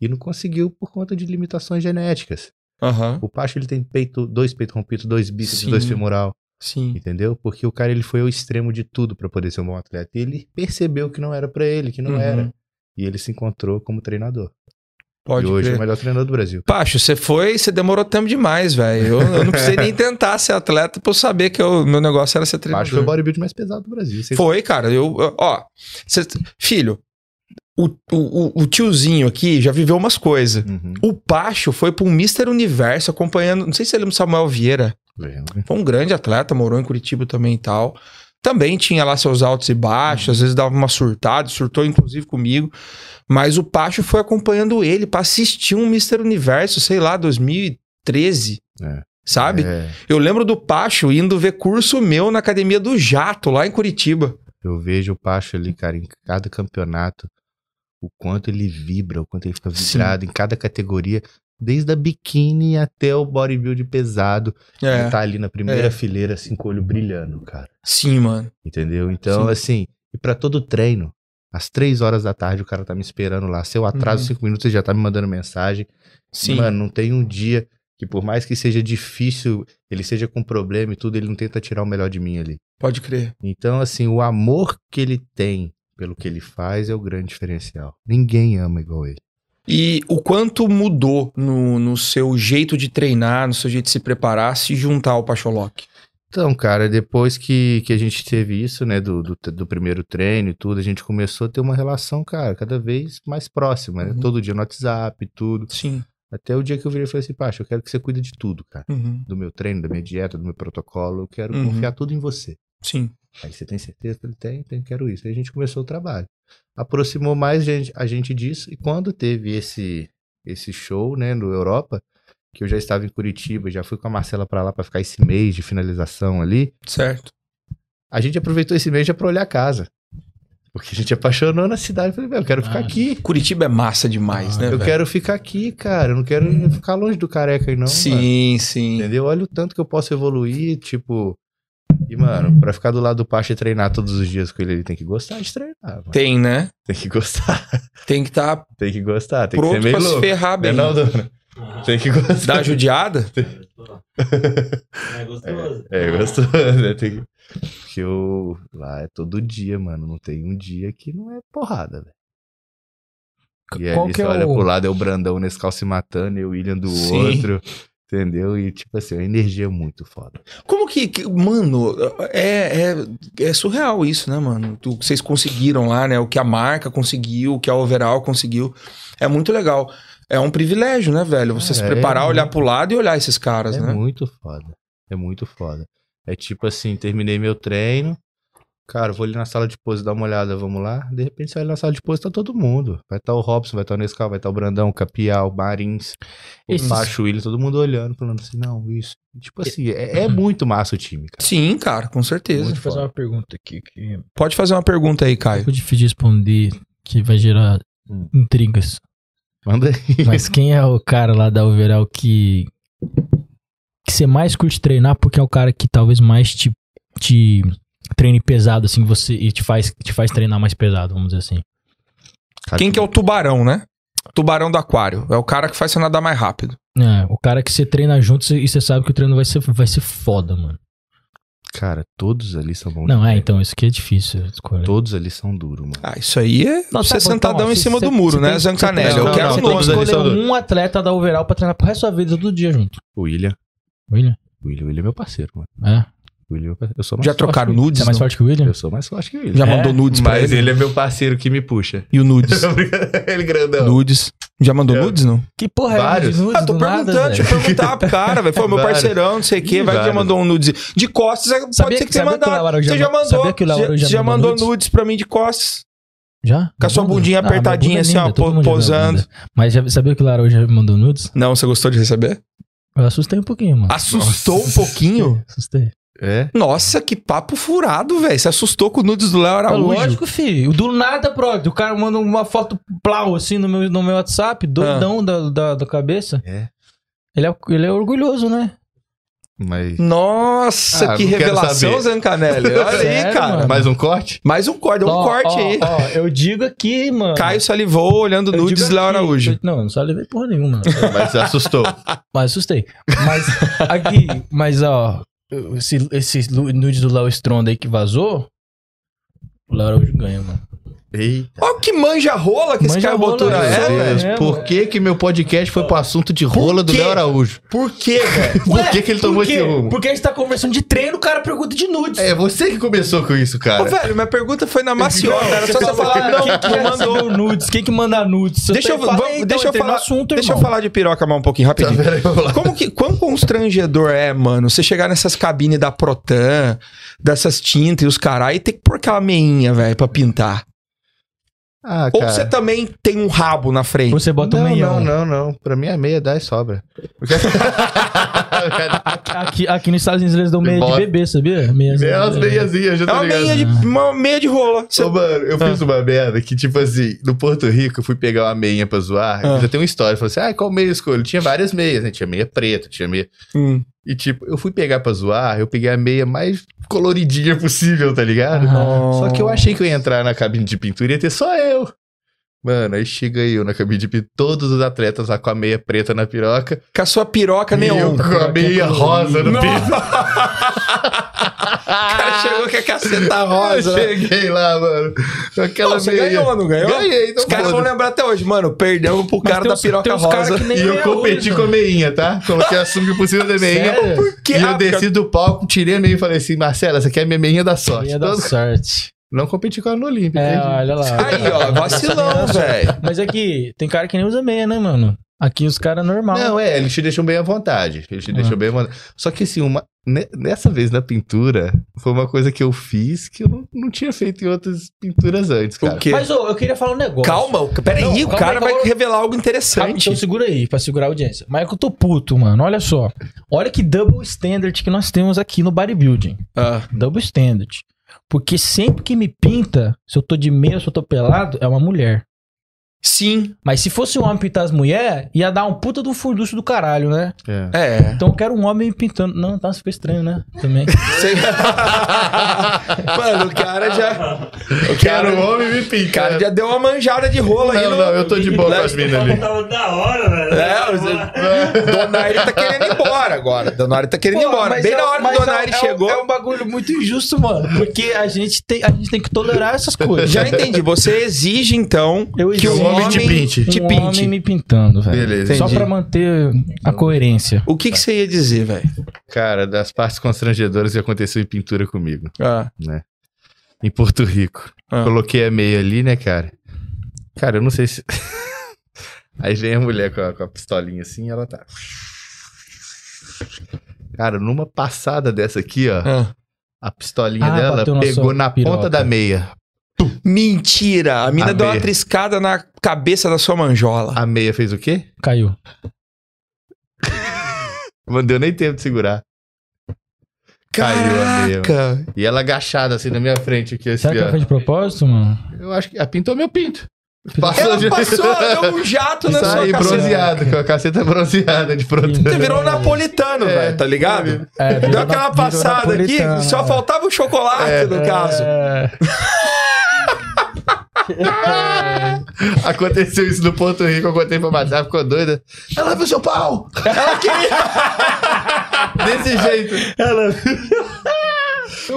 S3: E não conseguiu por conta de limitações genéticas.
S2: Aham,
S3: O Pacho, ele tem peito, dois peitos rompidos, dois bíceps,
S2: Sim.
S3: dois femoral,
S2: sim.
S3: entendeu? Porque o cara, ele foi ao extremo de tudo pra poder ser um bom atleta. E ele percebeu que não era pra ele, que não
S2: Uhum.
S3: era. E ele se encontrou como treinador.
S2: Pode
S3: e hoje é o
S2: crer.
S3: melhor treinador do Brasil.
S2: Pacho, você foi, você demorou tempo demais, velho. Eu, eu não precisei nem tentar ser atleta pra eu saber que o meu negócio era ser treinador.
S3: Pacho foi o bodybuilder mais pesado do Brasil. Você-
S2: Foi, cara. Eu, eu- ó, cê- filho, o, o, o- o tiozinho aqui já viveu umas coisas.
S3: Uhum.
S2: O Pacho foi pro Mister Universo acompanhando. Não sei se você lembra do Samuel Vieira.
S3: Lembra?
S2: Foi um grande atleta, morou em Curitiba também e tal. Também tinha lá seus altos e baixos, às vezes dava uma surtada, surtou inclusive comigo. Mas o Pacho foi acompanhando ele pra assistir um Mister Universo, sei lá, 2013.
S3: É.
S2: Sabe?
S3: É,
S2: Eu lembro do Pacho indo ver curso meu na academia do Jato, lá em Curitiba.
S3: Eu vejo o Pacho ali, cara, em cada campeonato, o quanto ele vibra, o quanto ele fica
S2: Sim.
S3: vibrado em cada categoria, desde a biquíni até o bodybuild pesado.
S2: É.
S3: Ele tá ali na primeira
S2: É.
S3: fileira, assim, com o olho brilhando, cara.
S2: Sim, mano.
S3: Entendeu? Então,
S2: Sim.
S3: assim, e pra todo treino, às três horas da tarde o cara tá me esperando lá. Se eu atraso
S2: Uhum.
S3: cinco minutos, ele já tá me mandando mensagem.
S2: Sim.
S3: Mano, não tem um dia que por mais que seja difícil, ele seja com problema e tudo, ele não tenta tirar o melhor de mim ali.
S2: Pode crer.
S3: Então, assim, o amor que ele tem pelo que ele faz é o grande diferencial. Ninguém ama igual ele.
S2: E o quanto mudou no, no seu jeito de treinar, no seu jeito de se preparar, se juntar ao Pacholoc?
S3: Então, cara, depois que, que a gente teve isso, né, do, do, do primeiro treino e tudo, a gente começou a ter uma relação, cara, cada vez mais próxima, né?
S2: Uhum.
S3: Todo dia no WhatsApp e tudo.
S2: Sim.
S3: Até o dia que eu virei e falei assim, Pacha, eu quero que você cuide de tudo, cara. Do meu treino, da minha dieta, do meu protocolo. Eu quero
S2: Uhum.
S3: confiar tudo em você.
S2: Sim.
S3: Aí você tem certeza? Ele tem, tem, quero isso. Aí a gente começou o trabalho. Aproximou mais gente, a gente disso. E quando teve esse, esse show, né, no Europa, que eu já estava em Curitiba, já fui com a Marcela pra lá pra ficar esse mês de finalização ali,
S2: Certo.
S3: a gente aproveitou esse mês já pra olhar a casa. Porque a gente apaixonou na cidade. Eu Falei, meu, eu quero ficar
S1: Ah,
S3: aqui.
S2: Curitiba é massa demais,
S1: Ah,
S2: né?
S3: Eu
S2: velho?
S3: quero ficar aqui, cara. Eu não quero ficar longe do careca aí, não. mano.
S2: Sim, sim.
S3: Entendeu? Olha o tanto que eu posso evoluir, tipo. E, mano, pra ficar do lado do Pacha e treinar todos os dias com ele, ele tem que gostar de treinar. Mano.
S2: Tem, né?
S3: Tem que gostar,
S2: Tem que estar tá
S3: tem que gostar, tem que
S2: pronto
S3: ser meio
S2: pra se
S3: louco.
S2: ferrar
S3: Né
S2: bem.
S3: não, dona? Tem que gostar.
S2: Dá judiada?
S4: É gostoso.
S3: É gostoso, né? Tem que... Porque eu... lá é todo dia, mano. Não tem um dia que não é porrada, velho. E aí
S1: Qual que
S3: você
S1: é
S3: olha
S1: o-
S3: pro lado, é o Brandão nesse cal se matando, e o William do
S2: Sim.
S3: outro. Entendeu? E tipo assim, a energia é muito foda.
S2: Como que. que- mano, é, é, é surreal isso, né, mano? O que vocês conseguiram lá, né? O que a marca conseguiu, o que a overall conseguiu. É muito legal. É um privilégio, né, velho? Você se
S3: É,
S2: preparar,
S3: é
S2: olhar
S3: muito.
S2: pro lado e olhar esses caras,
S3: É
S2: né?
S3: muito foda. É muito foda. É tipo assim, terminei meu treino. Cara, vou ali na sala de pose dar uma olhada, vamos lá. De repente você olha na sala de pose, tá todo mundo. Vai estar o Robson, vai estar o Nescau, vai estar o Brandão, o Capial, o Marins,
S1: Esses-
S3: o Pacho, o Willian, todo mundo olhando, falando assim, não, isso. Tipo assim, é, é
S2: Uhum.
S3: muito massa o time, cara.
S2: Sim, cara, com certeza.
S1: Deixa eu fazer uma pergunta aqui que é
S2: Pode fazer uma pergunta aí, Caio.
S1: muito difícil de responder, que vai gerar
S3: Hum.
S1: intrigas.
S3: Manda aí.
S1: Mas quem é o cara lá da Overall que. que você mais curte treinar porque é o cara que talvez mais te, te treine pesado, assim, você. e te faz, te faz treinar mais pesado, vamos dizer assim.
S2: Quem que é o tubarão, né? Tubarão do aquário. É o cara que faz você nadar mais rápido.
S1: É, o cara que você treina junto cê- e você sabe que o treino vai ser, vai ser foda, mano.
S3: Cara, todos ali são bons.
S1: Não,
S3: de
S1: é,
S3: ver.
S1: então, isso aqui é difícil escolher.
S3: Todos ali são duros, mano.
S2: Ah, isso aí é
S1: Não, tá
S2: você
S1: bom,
S2: sentadão
S1: então, ó,
S2: em
S1: cê-
S2: cima
S1: cê-
S2: do muro,
S1: cê
S2: né?
S1: tem-
S2: Zancanelli.
S3: cê tem-
S2: Eu
S3: não,
S2: quero
S3: não,
S2: o
S1: você tem que
S2: nome.
S3: todos ali
S1: escolher
S3: são
S1: um atleta da Overall pra treinar pro resto da vida, todo dia junto.
S3: O William.
S1: William?
S3: O William, o William é meu parceiro, mano.
S1: É.
S3: O William é meu parceiro. Eu sou mais
S2: Já
S3: forte
S2: trocaram
S3: que ele.
S2: nudes?
S1: Você é mais
S2: não?
S1: forte que o William?
S3: Eu sou mais forte que o
S2: Já
S3: William.
S1: É,
S2: mandou nudes pra
S3: Mas
S2: ele?
S3: ele é meu parceiro que me puxa.
S2: E o nudes?
S3: ele grandão.
S2: Nudes. Já mandou
S3: Eu-
S2: nudes, não?
S1: Que porra
S3: Vários.
S1: é?
S2: Ah, tô perguntando, deixa eu perguntar pro cara, velho. Foi meu
S3: Vários.
S2: parceirão, não sei o quê.
S3: Ih,
S2: Vai que já
S3: vários.
S2: mandou um nude. De costas, é- pode
S1: Sabia
S2: ser
S1: que-
S2: que tenha
S1: sabia que o
S2: mandado.
S1: Lauro já
S2: Você já
S1: mandou-
S2: mandou.
S1: sabia que o Lauro
S2: você-
S1: já
S2: você já
S1: mandou
S2: mandou
S1: nudes?
S2: nudes pra mim de costas.
S1: Já?
S2: Com a sua
S1: Bunda?
S2: bundinha
S1: Ah, minha
S2: apertadinha,
S1: bunda é
S2: assim, ó,
S1: linda, todo
S2: po-
S1: mundo já
S2: posando.
S1: manda. Mas já sabia que o Laroja me mandou nudes?
S2: Não, você gostou de receber?
S1: Eu assustei um pouquinho, mano.
S2: Assustou
S3: Nossa.
S2: um pouquinho?
S1: Assustei.
S3: É?
S2: Nossa, que papo furado, velho. Você assustou com o nudes do Léo
S1: Tá
S2: Araújo?
S1: lógico, filho. Do nada, brother. O cara manda uma foto plau assim no meu, no meu WhatsApp, doidão
S2: Ah.
S1: da, da, da cabeça.
S3: É.
S1: Ele é, ele é orgulhoso, né?
S3: Mas.
S2: Nossa,
S3: Ah,
S2: que
S3: não quero
S2: revelação,
S3: saber.
S2: Zancanelli. Olha aí,
S1: Sério,
S2: cara.
S1: mano?
S3: Mais um corte?
S2: Mais um corte, dá um
S1: Ó,
S2: corte
S1: ó,
S2: aí.
S1: Ó, eu digo aqui, mano.
S2: Caio salivou olhando
S1: Eu
S2: nudes
S1: digo
S2: Léo
S1: aqui.
S2: Araújo.
S1: Não, eu não salivei porra nenhuma.
S3: Mas se assustou.
S1: Mas assustei. Mas aqui, mas ó, esse, esse lu- nude do Léo Stronda aí que vazou, o Léo Araújo ganha, mano.
S3: Eita.
S2: Olha que manja rola que esse
S1: Manja
S2: cara botou
S1: rola,
S3: né?
S2: na
S1: é,
S2: é,
S1: velho.
S3: Deus,
S1: é,
S3: por que, que meu podcast foi pro assunto de rola do
S2: quê?
S3: Léo Araújo?
S2: Por quê, velho?
S3: Por que, que ele tomou esse rumo?
S1: Porque a gente tá conversando de treino, o cara pergunta de nudes.
S3: É você que começou com isso,
S2: Ô,
S3: cara.
S2: velho, minha pergunta foi na maciota. Era só você
S1: Só tá "Ah,
S2: falar, não,
S1: quem
S2: que
S1: que
S2: mandou.
S1: mandou nudes, quem que manda nudes?
S2: Deixa eu, vamos- deixa eu falar,
S1: então, assunto,
S2: deixa eu falar de piroca mais um pouquinho,
S3: Tá,
S2: rapidinho.
S3: peraí, vamos lá.
S2: Como que, quão constrangedor é, mano, você chegar nessas cabines da Protan, dessas tintas e os caras, e ter que pôr aquela meinha, velho, pra pintar.
S3: Ah,
S2: Ou você também tem um rabo na frente.
S1: Você bota
S3: não,
S1: um meião.
S3: não, não, não. Pra mim é meia, dá e sobra.
S1: Aqui, aqui nos Estados Unidos eles dão meia de
S3: Bota.
S1: bebê, sabia? Meia
S3: É umas meiazinhas, já
S2: É
S3: tá
S2: uma
S3: ligado?
S2: meia de, uma meia de rola. Você-
S3: Ô, mano, eu
S1: Ah.
S3: fiz uma merda que, tipo assim, no Porto Rico eu fui pegar uma meia pra zoar.
S2: Ah.
S3: Eu já tenho uma história. Eu falei assim, ah, qual meia eu escolho? Tinha várias meias, né? Tinha meia preta, tinha meia.
S2: Hum.
S3: E, tipo, eu fui pegar pra zoar, eu peguei a meia mais coloridinha possível, tá ligado?
S1: Aham.
S3: Só que eu achei que eu ia entrar na cabine de pintura e ia ter só eu. Mano, aí chega eu na cabine de pintura, todos os atletas lá com a meia preta na piroca.
S2: Com a sua um? piroca
S3: e eu
S2: neon.
S3: com a
S1: piroca
S3: meia rosa no
S2: Não.
S3: peito. Ah,
S2: O cara chegou com a caceta rosa.
S3: Eu
S2: né?
S3: cheguei lá, mano. com Aquela
S2: Não, você
S3: meia.
S2: ganhou, não ganhou?
S3: Ganhei,
S2: Os
S3: então
S2: caras vão
S3: foda.
S2: lembrar até hoje, mano. Perdemos pro cara da piroca rosa.
S3: E eu competi com a meinha, tá? Coloquei a sunga por cima da meinha.
S1: Sério?
S2: Por quê?
S3: E
S2: Ah,
S3: eu desci do palco, tirei a meia e falei assim, Marcela, essa aqui é a minha meinha da sorte.
S1: Meia da
S3: Então,
S1: sorte.
S3: Não competi com ela no Olímpico.
S2: Ah,
S1: É, olha lá.
S2: Aí, ó, vacilão, velho.
S1: Mas é que tem cara que nem usa meia, né, mano? Aqui os caras normal.
S3: Não, é, eles te deixam bem à vontade. Eles te
S1: Ah.
S3: deixam bem à vontade. Só que assim, uma, ne- nessa vez na pintura, foi uma coisa que eu fiz que eu não, não tinha feito em outras pinturas antes, cara.
S2: O quê?
S1: Mas ô, eu queria falar um negócio.
S2: Calma, peraí,
S1: Não,
S2: o
S1: calma aí,
S2: cara vai
S1: calma aí.
S2: revelar algo
S1: Ah,
S2: interessante.
S1: então segura aí, pra segurar a audiência. Mas é que eu tô puto, mano. Olha só. Olha que double standard que nós temos aqui no bodybuilding.
S2: Ah,
S1: Double standard. Porque sempre que me pinta, se eu tô de meia, se eu tô pelado, é uma mulher.
S2: sim,
S1: Mas se fosse um homem pintar as mulheres, ia dar um puta do furdúcio do caralho, né?
S3: É.
S2: é.
S1: Então eu quero um homem me pintando. Não, tá, ficou estranho, né? Também.
S2: Sei- Mano, o cara já. O
S3: Cara,
S2: cara,
S3: o homem me
S2: o
S3: pica.
S2: cara já deu uma manjada de rola aí.
S3: Não,
S2: no-
S3: não, eu tô de boa com as minas ali.
S4: Tava da hora, velho.
S2: É, você- Dona Aire tá querendo ir embora agora. Dona Aire tá querendo ir
S1: Pô,
S2: embora.
S1: mas
S2: Bem
S1: é-
S2: na hora que
S1: mas
S2: Dona
S1: é-
S2: Aire
S1: é um-
S2: chegou.
S1: É um bagulho muito injusto, mano. Porque a gente tem, a gente tem que tolerar essas coisas.
S2: Já entendi. Você exige, então,
S1: Eu
S2: que o
S1: exijo.
S2: homem te pinte.
S1: um homem me pintando, velho.
S3: Beleza.
S1: Só
S2: Entendi.
S1: pra manter a coerência.
S2: O que, que você ia dizer, velho?
S3: Cara, das partes constrangedoras que aconteceu em pintura comigo,
S2: Ah,
S3: em Porto Rico.
S2: Ah.
S3: Coloquei a meia ali, né, cara? Cara, eu não sei se. Aí vem a mulher com a, com a pistolinha assim, ela tá. Cara, numa passada dessa aqui, ó,
S2: ah.
S3: a pistolinha
S1: Ah,
S3: dela
S1: bateu na
S3: pegou
S1: sua
S3: na
S1: piroca.
S3: ponta da meia.
S2: Mentira! A mina
S3: A
S2: deu uma
S3: meia.
S2: triscada na cabeça da sua manjola.
S3: A meia fez o quê?
S1: Caiu.
S3: Não deu nem tempo de segurar. Caiu a meia.
S2: Caraca!
S3: E ela agachada assim na minha frente aqui, assim,
S1: Será que ela
S3: ó.
S1: fez de propósito, mano?
S3: Eu acho que. Ah, pintou meu pinto.
S2: Ela
S3: de-
S2: passou, deu um jato na
S3: Sai
S2: sua caceta.
S3: bronzeado, com a caceta bronzeada de proteína.
S2: Você virou um napolitano,
S3: É.
S2: velho, tá ligado?
S1: É,
S2: Deu aquela passada aqui, só faltava o chocolate,
S3: É.
S2: no
S1: É.
S2: caso.
S3: Aconteceu isso no Porto Rico, eu contei pra Matar, ficou doida. Ela viu seu pau!
S2: Ela queria
S3: Desse jeito. Eu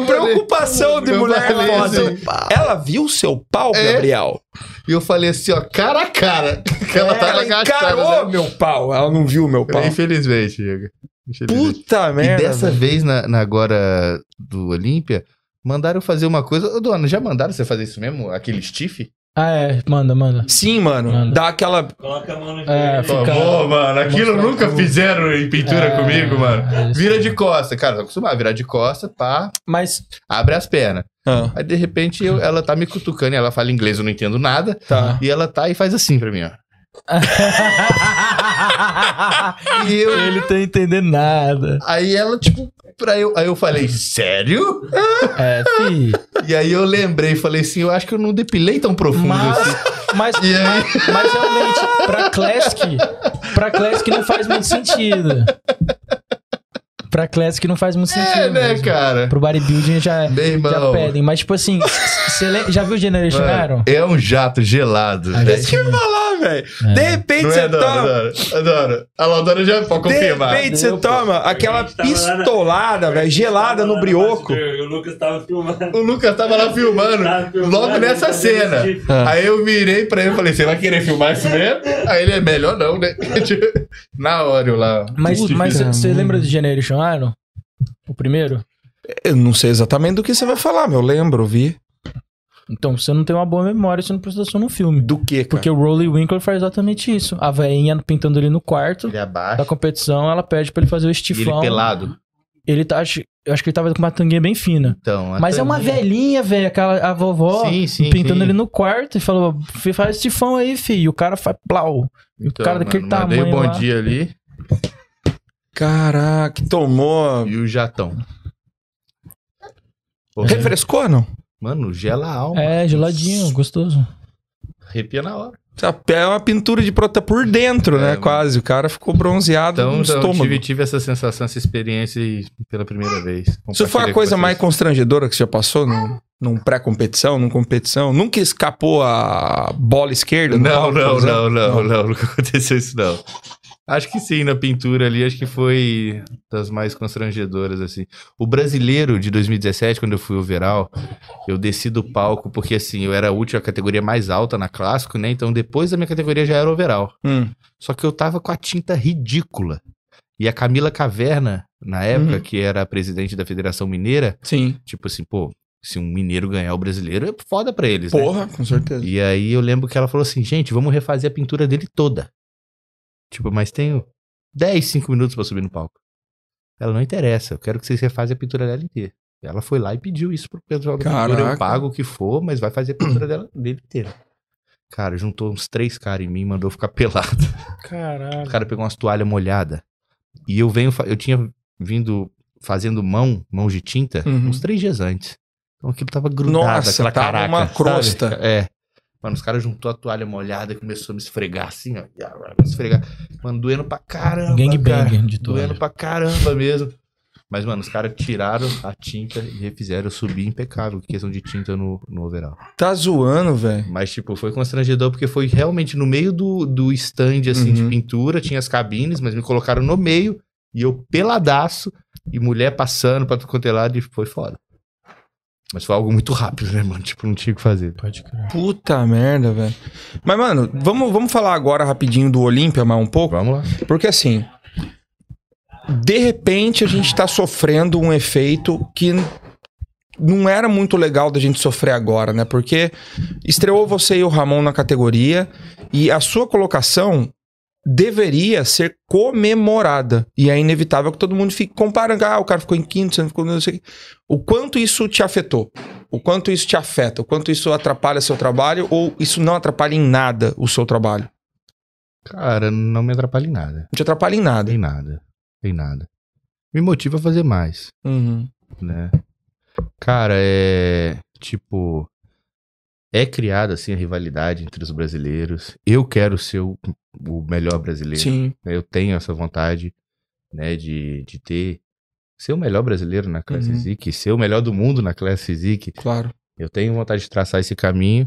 S3: falei-
S2: preocupação de
S3: Eu
S2: mulher
S3: falei
S2: foda.
S3: assim,
S2: Ela viu seu pau,
S3: É.
S2: Gabriel?
S3: E eu falei assim, ó, cara a cara. Que ela tá
S2: Ela
S3: tava agachada.
S2: encarou
S3: né?
S2: meu pau. Ela não viu meu pau.
S3: Infelizmente, Diego. Infelizmente.
S2: Puta
S3: E
S2: merda.
S3: dessa
S2: velho.
S3: vez, na, na agora do Olímpia, mandaram eu fazer uma coisa. Ô, dona, já mandaram você fazer isso mesmo? Aquele stiff?
S1: Ah, é. Manda, manda.
S2: Sim, mano.
S1: Manda.
S2: Dá aquela. Ah,
S4: Coloca a mão no
S1: É,
S4: joelho.
S1: fica-
S3: Pô, mano, aquilo
S1: mostrar
S3: nunca
S1: tudo.
S3: fizeram em pintura
S1: É,
S3: comigo, mano.
S1: é isso.
S3: Vira de costa, cara, eu acostumava, virar de costa, pá,
S1: Mas,
S3: abre as pernas.
S2: Ah,
S3: Aí, de repente, eu- ela tá me cutucando e ela fala inglês, eu não entendo nada.
S2: tá.
S3: E ela tá e faz assim pra mim, ó. E eu.
S1: ele não tá entendendo nada.
S3: Aí ela, tipo, pra eu. Aí eu falei, sério?
S1: É, fi.
S3: E aí eu lembrei, falei assim, eu acho que eu não depilei tão profundo
S1: Mas,
S3: assim.
S1: mas,
S3: E aí.
S1: mas realmente, pra Classic, pra Classic não faz muito sentido. Pra Classic não faz muito sentido.
S3: É, né,
S1: mesmo.
S3: cara?
S1: Pro bodybuilding já,
S3: Meu
S1: já
S3: irmão.
S1: pedem. Mas, tipo assim, você le- já viu Generation Iron?
S3: Mano, é um jato gelado.
S1: Ah,
S3: velho.
S2: Isso que eu ia falar, velho.
S1: É.
S2: De repente
S3: Não
S2: você tá
S3: é, Dora,
S2: toma.
S3: Dora? Dora. A Laudora já pode
S2: De
S3: confirmar.
S2: repente você
S1: Deu, pô.
S2: toma aquela
S4: A gente tava lá na-
S2: pistolada, velho, gelada no brioco.
S4: E o Lucas tava filmando.
S3: O Lucas tava lá filmando,
S4: Tava filmando,
S3: logo nessa
S4: tava
S3: cena.
S4: assistindo.
S2: Ah.
S3: Aí eu virei pra ele e falei, você vai querer filmar isso mesmo? Aí ele, é melhor não, né? Na hora eu lá.
S1: Mas
S3: Puta,
S1: mas
S3: cara.
S1: você lembra do Generation Iron? O primeiro?
S2: Eu não sei exatamente do que você vai falar, meu. Lembro, vi.
S1: Então, você não tem uma boa memória, você não prestou atenção no filme.
S2: Do que, cara?
S1: Porque o Rolly Winkler faz exatamente isso. A veinha pintando ele no quarto
S3: Ele
S1: da
S3: abaixa.
S1: competição, ela pede pra ele fazer o
S3: E ele
S1: estifão.
S3: pelado.
S1: Ele tá, acho- eu acho que ele tava com uma tanguinha bem fina.
S3: Então, a
S1: Mas é uma
S3: Taninha-
S1: velhinha, velho, aquela a vovó
S3: Sim, sim.
S1: pintando
S3: sim.
S1: ele no quarto e falou: "Fi- faz estifão aí, filho. E o cara faz plau.
S3: Então,
S1: cara daquele
S3: mano, mandei o
S1: tamanho
S3: bom
S1: lá.
S3: dia ali
S2: Caraca, tomou.
S3: e o jatão. Pô,
S2: Refrescou, não?
S3: Mano, gela a alma.
S1: É, geladinho, gostoso.
S3: Arrepia na hora.
S2: É uma pintura de prota por dentro, né?
S3: É,
S2: Quase. O cara ficou bronzeado
S3: Então,
S2: no
S3: então
S2: estômago.
S3: tive, tive essa sensação, essa experiência e- pela primeira vez.
S2: Isso foi
S3: Compartilhei
S2: a
S3: com
S2: coisa
S3: vocês.
S2: mais constrangedora que você já passou num, num pré-competição, numa competição? Nunca escapou a bola esquerda? no
S3: Não,
S2: palco, por
S3: não,
S2: exemplo?
S3: não, não, não, nunca aconteceu isso, não. Acho que sim, na pintura ali, acho que foi das mais constrangedoras, assim. O brasileiro de 2017, quando eu fui overall, eu desci do palco, porque assim, eu era a última categoria mais alta na clássico, né? Então depois da minha categoria já era overall.
S2: Hum.
S3: Só que eu tava com a tinta ridícula. E a Camila Caverna, na época,
S2: Uhum.
S3: que era a presidente da Federação Mineira,
S2: Sim.
S3: tipo assim, pô, se um mineiro ganhar o brasileiro, é foda pra eles, né?
S2: Porra, com certeza.
S3: E aí eu lembro que ela falou assim, gente, vamos refazer a pintura dele toda. Tipo, mas tenho 10, 5 minutos pra subir no palco. Ela não interessa, eu quero que vocês refazem a pintura dela inteira. Ela foi lá e pediu isso pro pessoal da pintura.
S2: Caraca.
S3: Eu pago o que for, mas vai fazer a pintura dela dele inteira. Cara, juntou uns três caras em mim e mandou eu ficar pelado. O
S1: Caralho.
S3: cara pegou umas toalhas molhadas. E eu venho, fa- eu tinha vindo fazendo mão, mão de tinta,
S2: Uhum.
S3: uns três dias antes. Então aquilo tava grudado,
S2: Nossa,
S3: aquela
S2: tava
S3: caraca.
S2: uma
S3: sabe?
S2: crosta.
S3: É. Mano, os caras juntou a toalha molhada e começou a me esfregar assim, ó. E agora Me esfregar. Mano, doendo pra
S1: É,
S3: caramba. cara.
S1: Gangbang de toalha.
S3: Doendo pra caramba mesmo. Mas, mano, os caras tiraram a tinta e refizeram eu subir impecável, questão de tinta no, no overall.
S2: Tá zoando, velho.
S3: Mas, tipo, foi constrangedor porque foi realmente no meio do, do stand, assim, de
S2: Uhum.
S3: pintura. Tinha as cabines, mas me colocaram no meio e eu peladaço e mulher passando pra tudo quanto é lado e foi foda. Mas foi algo muito rápido, né, mano? Tipo, não tinha o que fazer.
S1: Pode crer.
S2: Puta merda, velho. Mas, mano, vamos, vamos falar agora rapidinho do Olímpia mais um pouco?
S3: Vamos lá.
S2: Porque assim. De repente a gente tá sofrendo um efeito que n- não era muito legal da gente sofrer agora, né? Porque estreou você e o Ramon na categoria e a sua colocação deveria ser comemorada. E é inevitável que todo mundo fique comparando. Ah, o cara ficou em quinto, você não ficou não sei o quê. O quanto isso te afetou? O quanto isso te afeta? O quanto isso atrapalha seu trabalho? Ou isso não atrapalha em nada o seu trabalho?
S3: Cara, não me atrapalha em nada.
S2: Não te atrapalha em nada.
S3: Em nada. Em nada. Me motiva a fazer mais,
S2: Uhum.
S3: né? Cara, é. Tipo. É criada, assim, a rivalidade entre os brasileiros. Eu quero ser o, o melhor brasileiro.
S2: Sim.
S3: né? Eu tenho essa vontade, né, de, de ter. Ser o melhor brasileiro na classe
S2: Uhum.
S3: Zik, ser o melhor do mundo na classe Zik.
S2: Claro.
S3: Eu tenho vontade de traçar esse caminho.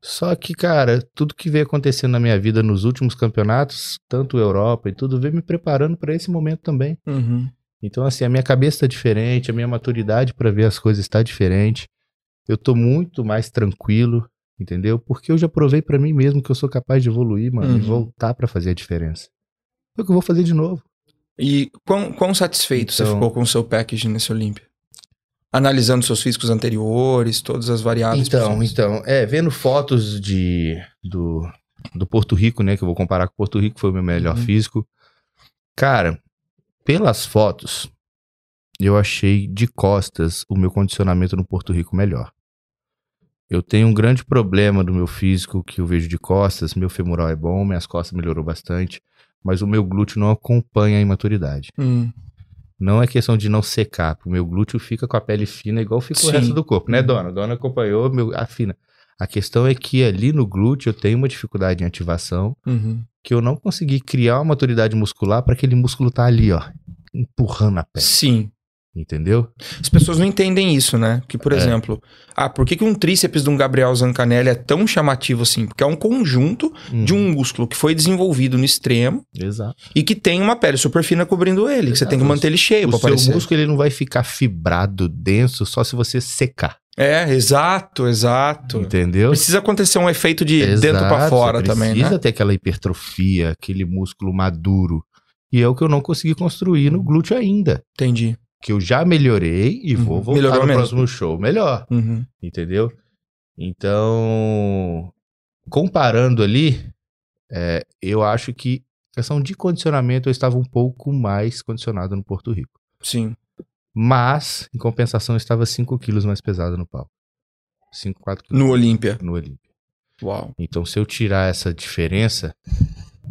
S3: Só que, cara, tudo que veio acontecendo na minha vida nos últimos campeonatos, tanto Europa e tudo, veio me preparando pra esse momento também.
S2: Uhum.
S3: Então, assim, a minha cabeça tá diferente, a minha maturidade pra ver as coisas está diferente. Eu tô muito mais tranquilo, entendeu? Porque eu já provei pra mim mesmo que eu sou capaz de evoluir, mano, e
S2: Uhum.
S3: voltar pra fazer a diferença. É o que eu vou fazer de novo.
S2: E quão, quão satisfeito você
S3: Então-
S2: ficou com o seu package nesse Olímpia? Analisando seus físicos anteriores, todas as variáveis.
S3: Então,
S2: possíveis.
S3: então, é, vendo fotos de do, do Porto Rico, né, que eu vou comparar com o Porto Rico, foi o meu melhor
S2: Uhum.
S3: físico. Cara, pelas fotos, eu achei de costas o meu condicionamento no Porto Rico melhor. Eu tenho um grande problema do meu físico que eu vejo de costas, meu femoral é bom, minhas costas melhorou bastante, mas o meu glúteo não acompanha a imaturidade.
S2: Hum,
S3: Não é questão de não secar, porque o meu glúteo fica com a pele fina igual fica o
S2: Sim. Uhum.
S3: resto do corpo, né, dona? Dona acompanhou meu, a fina. A questão é que ali no glúteo eu tenho uma dificuldade em ativação
S2: uhum.
S3: que eu não consegui criar uma maturidade muscular para aquele músculo tá ali, ó, empurrando a pele,
S2: Sim.
S3: entendeu?
S2: As pessoas não entendem isso, né? Que,
S3: É.
S2: por exemplo, ah, por que, que um tríceps de um Gabriel Zancanelli é tão chamativo assim? Porque é um conjunto de um músculo que foi desenvolvido no extremo
S3: Uhum. Exato.
S2: e que tem uma pele super fina cobrindo ele. que você
S3: Exato.
S2: tem que manter ele cheio
S3: O
S2: pra
S3: seu
S2: aparecer.
S3: músculo ele não vai ficar fibrado, denso, só se você secar,
S2: É, exato, exato.
S3: entendeu?
S2: Precisa acontecer um efeito de Uhum. dentro pra
S3: Uhum. Exato,
S2: fora
S3: você
S2: também, né?
S3: Precisa ter aquela hipertrofia, aquele músculo maduro. E é o que eu não consegui construir
S2: Uhum.
S3: no glúteo ainda.
S2: Entendi.
S3: que eu já melhorei e vou
S2: Uhum.
S3: voltar
S2: Melhorou
S3: no
S2: mesmo.
S3: próximo show melhor,
S2: Uhum.
S3: entendeu? Então, comparando ali, é, eu acho que questão de condicionamento eu estava um pouco mais condicionado no Porto Rico.
S2: Sim.
S3: Mas, em compensação, eu estava 5 quilos mais pesado no palco. 5, 4 quilos
S2: No Olímpia.
S3: no Olímpia.
S2: Uau.
S3: Então, se eu tirar essa diferença,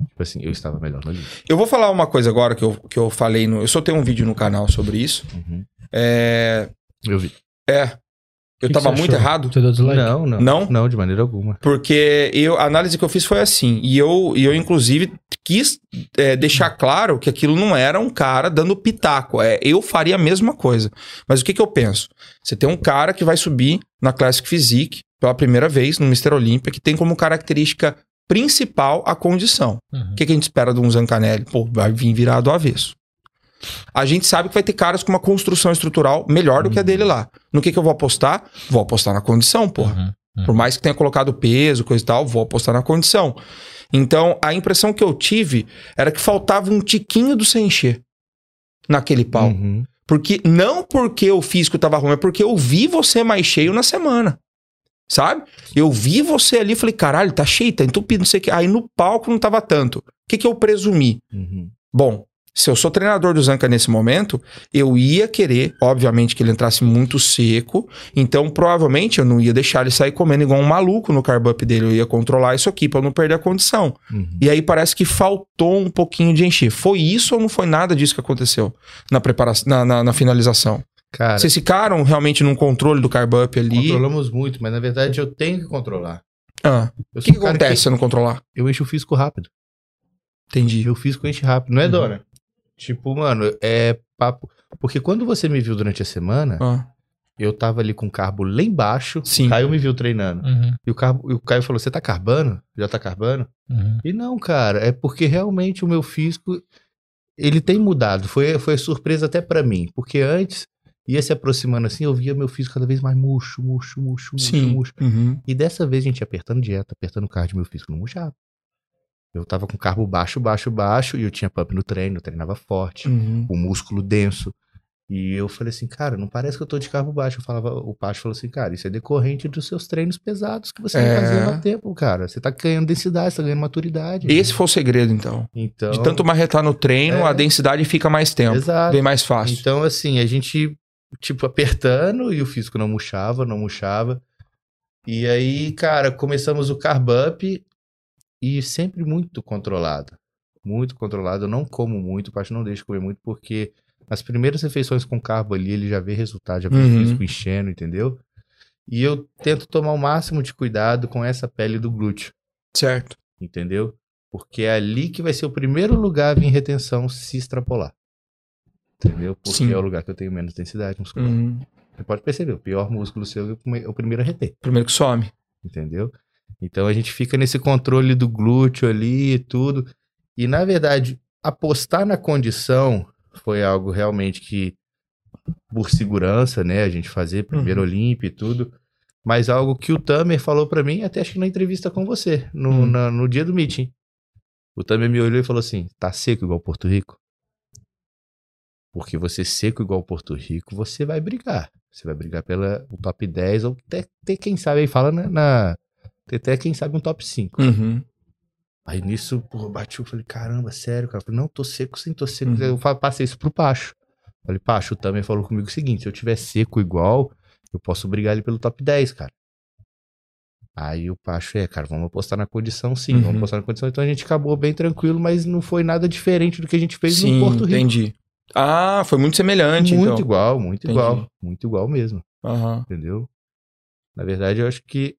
S3: tipo assim, eu estava melhor no Olímpia.
S2: Eu vou falar uma coisa agora que eu, que eu falei no. Eu só tenho um vídeo no canal sobre isso.
S3: Uhum.
S2: É.
S3: Eu vi.
S2: É. Eu
S1: Que que
S2: tava
S1: você
S2: muito
S1: achou?
S2: errado.
S1: Você deu dislike?
S3: Não, não.
S2: Não?
S3: Não, de maneira alguma.
S2: Porque eu, a análise que eu fiz foi assim. E eu, e eu inclusive, quis é, deixar claro que aquilo não era um cara dando pitaco. É, eu faria a mesma coisa. Mas o que, que eu penso? Você tem um cara que vai subir na Classic Physique pela primeira vez no Mr. Olímpia, que tem como característica principal a condição.
S1: Uhum.
S2: O que, que a gente espera de um Zancanelli? Pô, vai vir virado ao avesso. A gente sabe que vai ter caras com uma construção estrutural melhor do que a dele lá. No que, que eu vou apostar? Vou apostar na condição, porra.
S1: Uhum.
S2: Por mais que tenha colocado peso, coisa e tal, vou apostar na condição. Então, a impressão que eu tive era que faltava um tiquinho do sem encher naquele pau.
S3: Uhum.
S2: Porque não porque o físico tava ruim, é porque eu vi você mais cheio na semana. Sabe? Eu vi você ali e falei, caralho, tá cheio, tá entupido, não sei o que. Aí no palco não tava tanto. O que, que eu presumi?
S3: Uhum.
S2: Bom, se eu sou treinador do Zanca nesse momento, eu ia querer, obviamente, que ele entrasse muito seco. Então, provavelmente, eu não ia deixar ele sair comendo igual um maluco no carb up dele. Eu ia controlar isso aqui pra eu não perder a condição.
S3: Uhum.
S2: E aí parece que faltou um pouquinho de encher. Foi isso ou não foi nada disso que aconteceu na preparação, na, na- na finalização?
S3: Cara,
S2: Vocês ficaram realmente num controle do carb up ali?
S3: controlamos muito, mas na verdade eu tenho que controlar.
S2: Ah,
S3: Eu
S2: o que,
S3: sou
S2: que
S3: um cara
S2: acontece se eu não controlar?
S3: eu encho o físico rápido.
S2: Entendi.
S3: Eu físico enche rápido, não é,
S2: Uhum.
S3: Dora? Tipo, mano, é papo. Porque quando você me viu durante a semana,
S2: Ah,
S3: eu tava ali com o carbo lá embaixo.
S2: Sim.
S3: O Caio me viu treinando.
S1: Uhum,
S3: E o, carbo, e o Caio falou: Você tá carbando? Já tá carbando?
S1: uhum.
S3: E não, cara, é porque realmente o meu físico ele tem mudado. Foi, foi surpresa até pra mim, porque antes ia se aproximando assim, eu via meu físico cada vez mais murcho, murcho, murcho, murcho,
S2: sim.
S3: murcho.
S2: Uhum.
S3: E dessa vez, gente, apertando dieta, apertando cardio, meu físico não murchava. Eu tava com carbo baixo, baixo, baixo, e eu tinha pump no treino, eu treinava forte,
S2: Uhum.
S3: o músculo denso. E eu falei assim, cara, não parece que eu tô de carbo baixo. Eu falava, o Pacho falou assim, cara, isso é decorrente dos seus treinos pesados que você
S2: É.
S3: vem fazendo há tempo, cara. Você tá ganhando densidade, você tá ganhando maturidade.
S2: Esse foi o segredo, então.
S3: Então,
S2: De tanto marretar no treino,
S3: É.
S2: a densidade fica mais tempo.
S3: Exato.
S2: Bem mais fácil.
S3: Então, assim, a gente, tipo, apertando e o físico não murchava, não murchava. E aí, cara, começamos o carb up e sempre muito controlado. Muito controlado. Eu não como muito, parte não deixa comer muito, porque as primeiras refeições com carbo ali, ele já vê resultado, já vê
S2: Uhum.
S3: o físico enchendo, entendeu? E eu tento tomar o máximo de cuidado com essa pele do glúteo
S2: Certo.
S3: entendeu? Porque é ali que vai ser o primeiro lugar a vir retenção se extrapolar. Entendeu? Porque
S2: Sim.
S3: é o lugar que eu tenho menos densidade muscular.
S2: Uhum.
S3: Você pode perceber, o pior músculo seu é o prime- é o primeiro a reter,
S2: Primeiro que some.
S3: entendeu? Então a gente fica nesse controle do glúteo ali e tudo. E na verdade, apostar na condição foi algo realmente que, por segurança, né? A gente fazer primeiro
S2: Uhum.
S3: Olimp e tudo. Mas algo que o Tamer falou pra mim, até acho que na entrevista com você, no,
S2: Hum.
S3: na- no dia do meeting. O Tamer me olhou e falou assim: tá seco igual Porto Rico? Porque você seco igual Porto Rico, você vai brigar. Você vai brigar pela o top 10, ou até, até quem sabe aí fala na. na tem até quem sabe um top 5.
S2: Uhum.
S3: Aí nisso, pô, bati, eu falei, caramba, sério, cara. Eu falei, não, tô seco, sim, tô seco.
S2: Uhum.
S3: Eu fa- passei isso pro Pacho. Falei, Pacho, o também falou comigo o seguinte: se eu tiver seco igual, eu posso brigar ele pelo top 10, cara. Aí o Pacho, é, cara, vamos apostar na condição, sim,
S2: Uhum.
S3: vamos apostar na condição. Então a gente acabou bem tranquilo, mas não foi nada diferente do que a gente fez
S2: Sim,
S3: no Porto Rico.
S2: entendi. Ah, foi muito semelhante,
S3: Muito
S2: então.
S3: igual, muito
S2: Entendi.
S3: igual, muito igual mesmo,
S2: Aham.
S3: entendeu? Na verdade, eu acho que.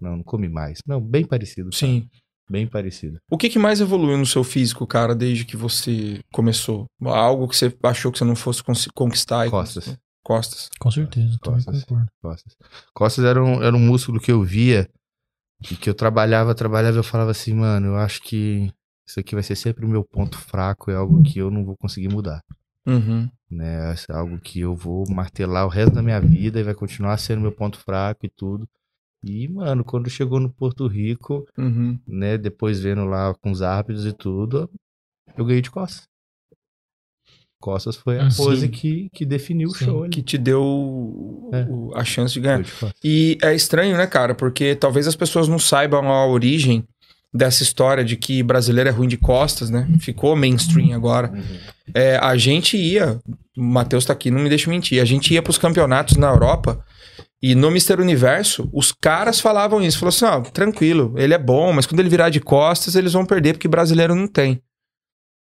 S3: Não, não comi mais. Não, bem parecido. cara,
S2: Sim.
S3: Bem parecido.
S2: O que, que mais evoluiu no seu físico, cara, desde que você começou? Algo que você achou que você não fosse cons- conquistar? e-
S3: Costas.
S2: Costas.
S1: Com certeza, também
S3: Costas.
S1: concordo.
S3: Costas. Costas era um, era um músculo que eu via e que eu trabalhava, trabalhava e eu falava assim, mano, eu acho que isso aqui vai ser sempre o meu ponto fraco, é algo que eu não vou conseguir mudar.
S2: Uhum.
S3: Né? Isso É algo que eu vou martelar o resto da minha vida e vai continuar sendo meu ponto fraco e tudo. E, mano, quando chegou no Porto Rico,
S2: Uhum.
S3: né, depois vendo lá com os árbitros e tudo, eu ganhei de costas. Costas foi a
S1: Ah,
S3: pose
S2: sim.
S3: que, que definiu o
S1: Sim,
S3: show ali.
S2: Que te deu o-
S3: É.
S2: o- a chance de
S3: Foi
S2: ganhar.
S3: de costas.
S2: E é estranho, né, cara? Porque talvez as pessoas não saibam a origem dessa história de que brasileiro é ruim de costas, né? Ficou
S3: Uhum.
S2: mainstream agora. É, a gente ia, o Matheus tá aqui, não me deixa mentir, a gente ia pros campeonatos na Europa e no Mister Universo, os caras falavam isso, falou assim, ó, tranquilo, ele é bom, mas quando ele virar de costas, eles vão perder porque brasileiro não tem.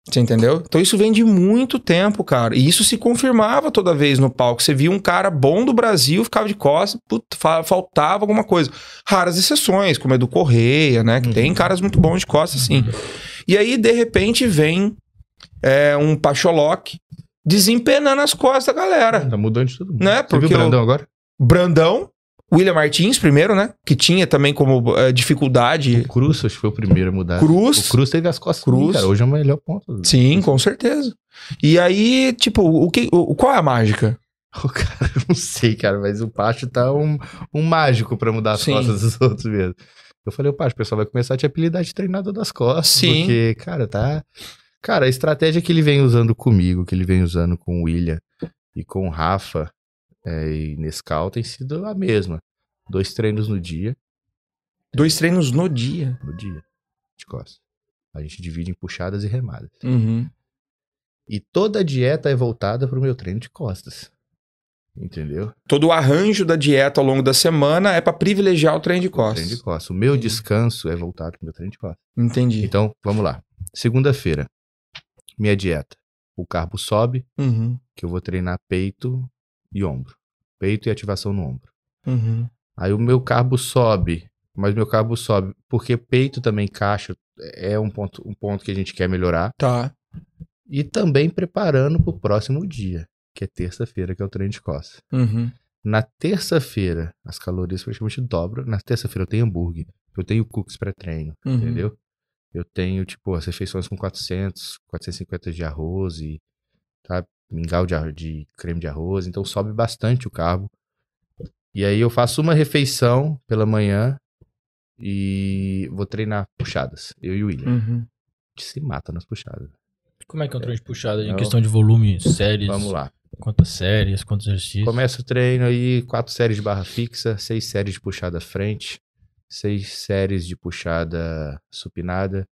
S2: Você entendeu? Então isso vem de muito tempo, cara. E isso se confirmava toda vez no palco. Você via um cara bom do Brasil, ficava de costas, puta, fa- faltava alguma coisa. Raras exceções, como Edu Correia, né? Que
S3: Uhum.
S2: tem caras muito bons de costas, sim. E aí, de repente, vem é, um Pacholoc desempenando as costas da galera.
S3: Tá mudando de todo mundo.
S2: Né?
S3: Você viu o
S2: É. Porque eu-
S3: Brandão agora?
S2: Brandão, William Martins primeiro, né? Que tinha também como eh, dificuldade.
S3: O Cruz, acho que foi o primeiro a mudar.
S2: Cruz.
S3: É, O Cruz teve as costas.
S2: Cruz.
S3: ruins, cara. Hoje é o melhor ponto.
S2: Sim, com certeza. E aí, tipo, o que, o, qual é a mágica?
S3: O cara, eu não sei, cara, mas o Pacho tá um, um mágico pra mudar as
S2: Sim.
S3: costas dos outros mesmo. Eu falei, o Pacho, o pessoal vai começar a te apelidar de treinador das costas.
S2: Sim.
S3: Porque, cara, tá. Cara, a estratégia que ele vem usando comigo, que ele vem usando com o William e com o Rafa é, e Nescau tem sido a mesma. Dois treinos no dia.
S2: Dois treinos no dia.
S3: No dia. De costas. A gente divide em puxadas e remadas.
S2: Uhum.
S3: E toda a dieta é voltada pro meu treino de costas. Entendeu?
S2: Todo o arranjo da dieta ao longo da semana é pra privilegiar o treino de costas.
S3: Treino de costas. O meu
S2: Entendi.
S3: descanso é voltado pro meu treino de costas.
S2: Entendi.
S3: Então, vamos lá. Segunda-feira, minha dieta. O carbo sobe,
S2: Uhum.
S3: que eu vou treinar peito e ombro. Peito e ativação no ombro.
S2: Uhum.
S3: Aí o meu carbo sobe, mas meu carbo sobe porque peito também caixa é um ponto, um ponto que a gente quer melhorar.
S2: Tá.
S3: E também preparando pro próximo dia, que é terça-feira, que é o treino de costas.
S2: Uhum.
S3: Na terça-feira, as calorias praticamente dobram. Na terça-feira eu tenho hambúrguer, eu tenho cookies pré-treino,
S2: Uhum.
S3: entendeu? Eu tenho, tipo, as refeições com 400, 450 de arroz e, tá? Mingau de, ar- de creme de arroz, então sobe bastante o carbo. E aí eu faço uma refeição pela manhã e vou treinar puxadas, eu e o William.
S2: Uhum.
S3: A gente se mata nas puxadas.
S1: Como é que é um treino de puxada? Em
S3: Eu-
S1: questão de volume, séries,
S3: Vamos lá.
S1: quantas séries, quantos exercícios?
S3: Começa o treino aí, quatro séries de barra fixa, seis séries de puxada à frente, seis séries de puxada supinada,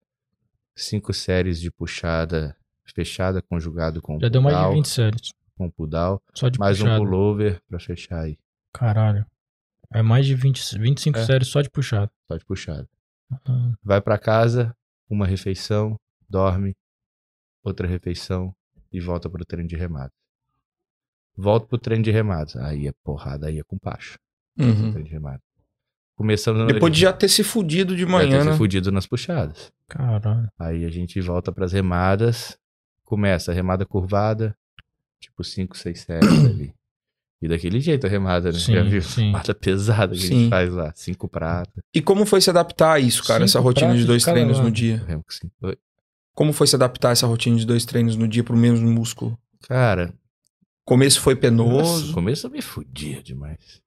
S3: cinco séries de puxada fechada, conjugado com
S1: Já deu mais de
S3: pull-down,
S1: 20 séries.
S3: com pull-down,
S1: Só de
S3: mais
S1: puxada.
S3: um pullover pra fechar aí,
S1: Caralho. É mais de 20, 25
S3: É.
S1: séries só de puxada.
S3: só de puxada.
S1: Ah,
S3: Vai pra casa, uma refeição, dorme, outra refeição e volta pro treino de remada. Volta pro treino de remada. Aí é porrada, aí é com pacho.
S2: Uhum.
S3: Treino de remada. Começando na-
S2: Depois de já ter se fudido de manhã,
S3: Vai ter
S2: né?
S3: se fudido nas puxadas.
S1: Caralho.
S3: Aí a gente volta pras remadas. Começa a remada curvada, tipo 5, 6, 7 ali. E daquele jeito a remada, né?
S1: Sim,
S3: Já viu?
S1: sim.
S3: Remada pesada que a
S2: Sim.
S3: gente faz lá. Cinco pratas.
S2: E como foi se adaptar a isso, cara?
S1: Cinco
S2: essa rotina
S1: pratos
S2: de
S1: de
S2: dois
S1: cada
S2: treinos no
S1: lado.
S2: dia.
S3: eu lembro que sim. Oi.
S2: Como foi se adaptar essa rotina de dois treinos no dia pro mesmo músculo?
S3: Cara,
S2: Começo foi
S3: nossa, o
S2: penoso.
S3: começo eu me fudia demais.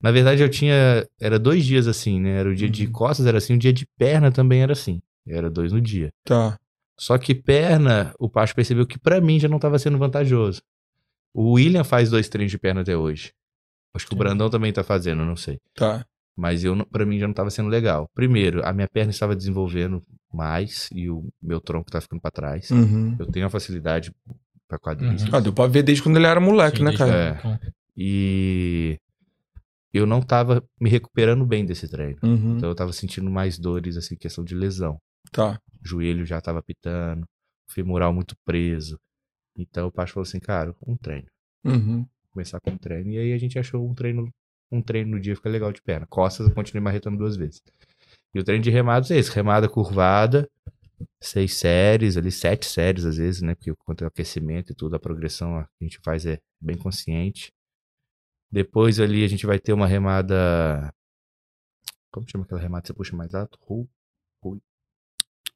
S3: Na verdade, eu tinha. Era dois dias assim, né? Era o dia de
S2: Uhum.
S3: costas, era assim. O dia de perna também era assim. Era dois no dia.
S2: Tá.
S3: Só que perna, o Pacho percebeu que pra mim já não tava sendo vantajoso. O William faz dois treinos de perna até hoje. Acho que o
S1: Entendi.
S3: Brandão também tá fazendo, não sei.
S2: Tá.
S3: Mas eu não- pra mim já não tava sendo legal. Primeiro, a minha perna estava desenvolvendo mais e o meu tronco tá ficando pra trás.
S2: Uhum.
S3: Eu tenho uma facilidade pra quadríceps.
S1: Uhum.
S2: Ah, deu pra ver desde quando ele era moleque,
S1: Sim,
S2: né,
S1: deixa
S2: cara?
S1: eu ver
S3: é.
S1: com-
S3: E eu não tava me recuperando bem desse treino.
S2: Uhum.
S3: Então eu tava sentindo mais dores, assim, questão de lesão.
S2: Tá.
S3: joelho já tava pitando, femoral muito preso. Então o Pacho falou assim, cara, um treino.
S2: Uhum.
S3: Começar com um treino. E aí a gente achou um treino, um treino no dia fica legal de perna. Costas eu continuei marretando duas vezes. E o treino de remados é esse, remada curvada, seis séries, ali sete séries às vezes, né? Porque quanto ao aquecimento e tudo, a progressão a que a gente faz é bem consciente. Depois ali a gente vai ter uma remada. Como chama aquela remada que você puxa mais alto? Roll,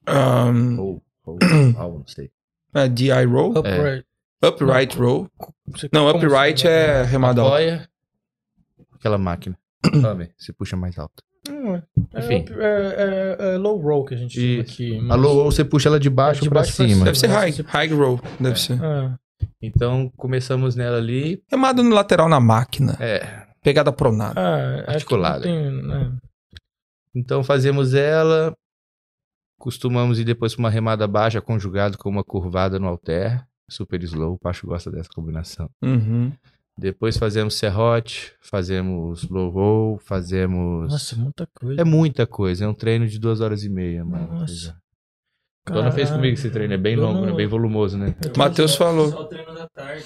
S2: Ahn,
S3: roll, roll, roll, não sei.
S2: é DI roll?
S1: Upright.
S2: Upright roll.
S1: Então, Você-
S2: Não,
S1: como
S2: upright
S1: você-
S2: é remada alta.
S3: apoia aquela máquina. Sabe? Se puxa mais alto.
S1: Hum, é-
S3: Enfim.
S1: É, é- é low roll que a gente chama
S3: Isso.
S1: aqui. mas-
S3: Alô, ou você puxa ela É, de baixo
S1: De
S3: pra
S1: baixo pra
S3: cima.
S1: cima.
S2: Deve ser high.
S1: Nossa,
S2: High roll. Deve
S3: É.
S2: ser.
S1: Ah,
S3: Então começamos nela ali.
S2: Remada no lateral na máquina.
S3: É.
S2: Pegada pronada.
S1: ah, acho que não
S3: Articulada.
S1: tem, né?
S3: Então fazemos ela. Costumamos ir depois pra uma remada baixa conjugado com uma curvada no halter. Super slow, o Pacho gosta dessa combinação.
S2: Uhum.
S3: Depois fazemos serrote, fazemos low roll, fazemos.
S1: Nossa, muita coisa.
S3: É muita coisa, é um treino de duas horas e meia, mano.
S1: Nossa.
S3: A Dona fez comigo esse treino, é bem
S1: Eu
S3: longo,
S1: não-
S3: né? bem volumoso, né?
S2: Matheus falou.
S4: Só o treino da tarde.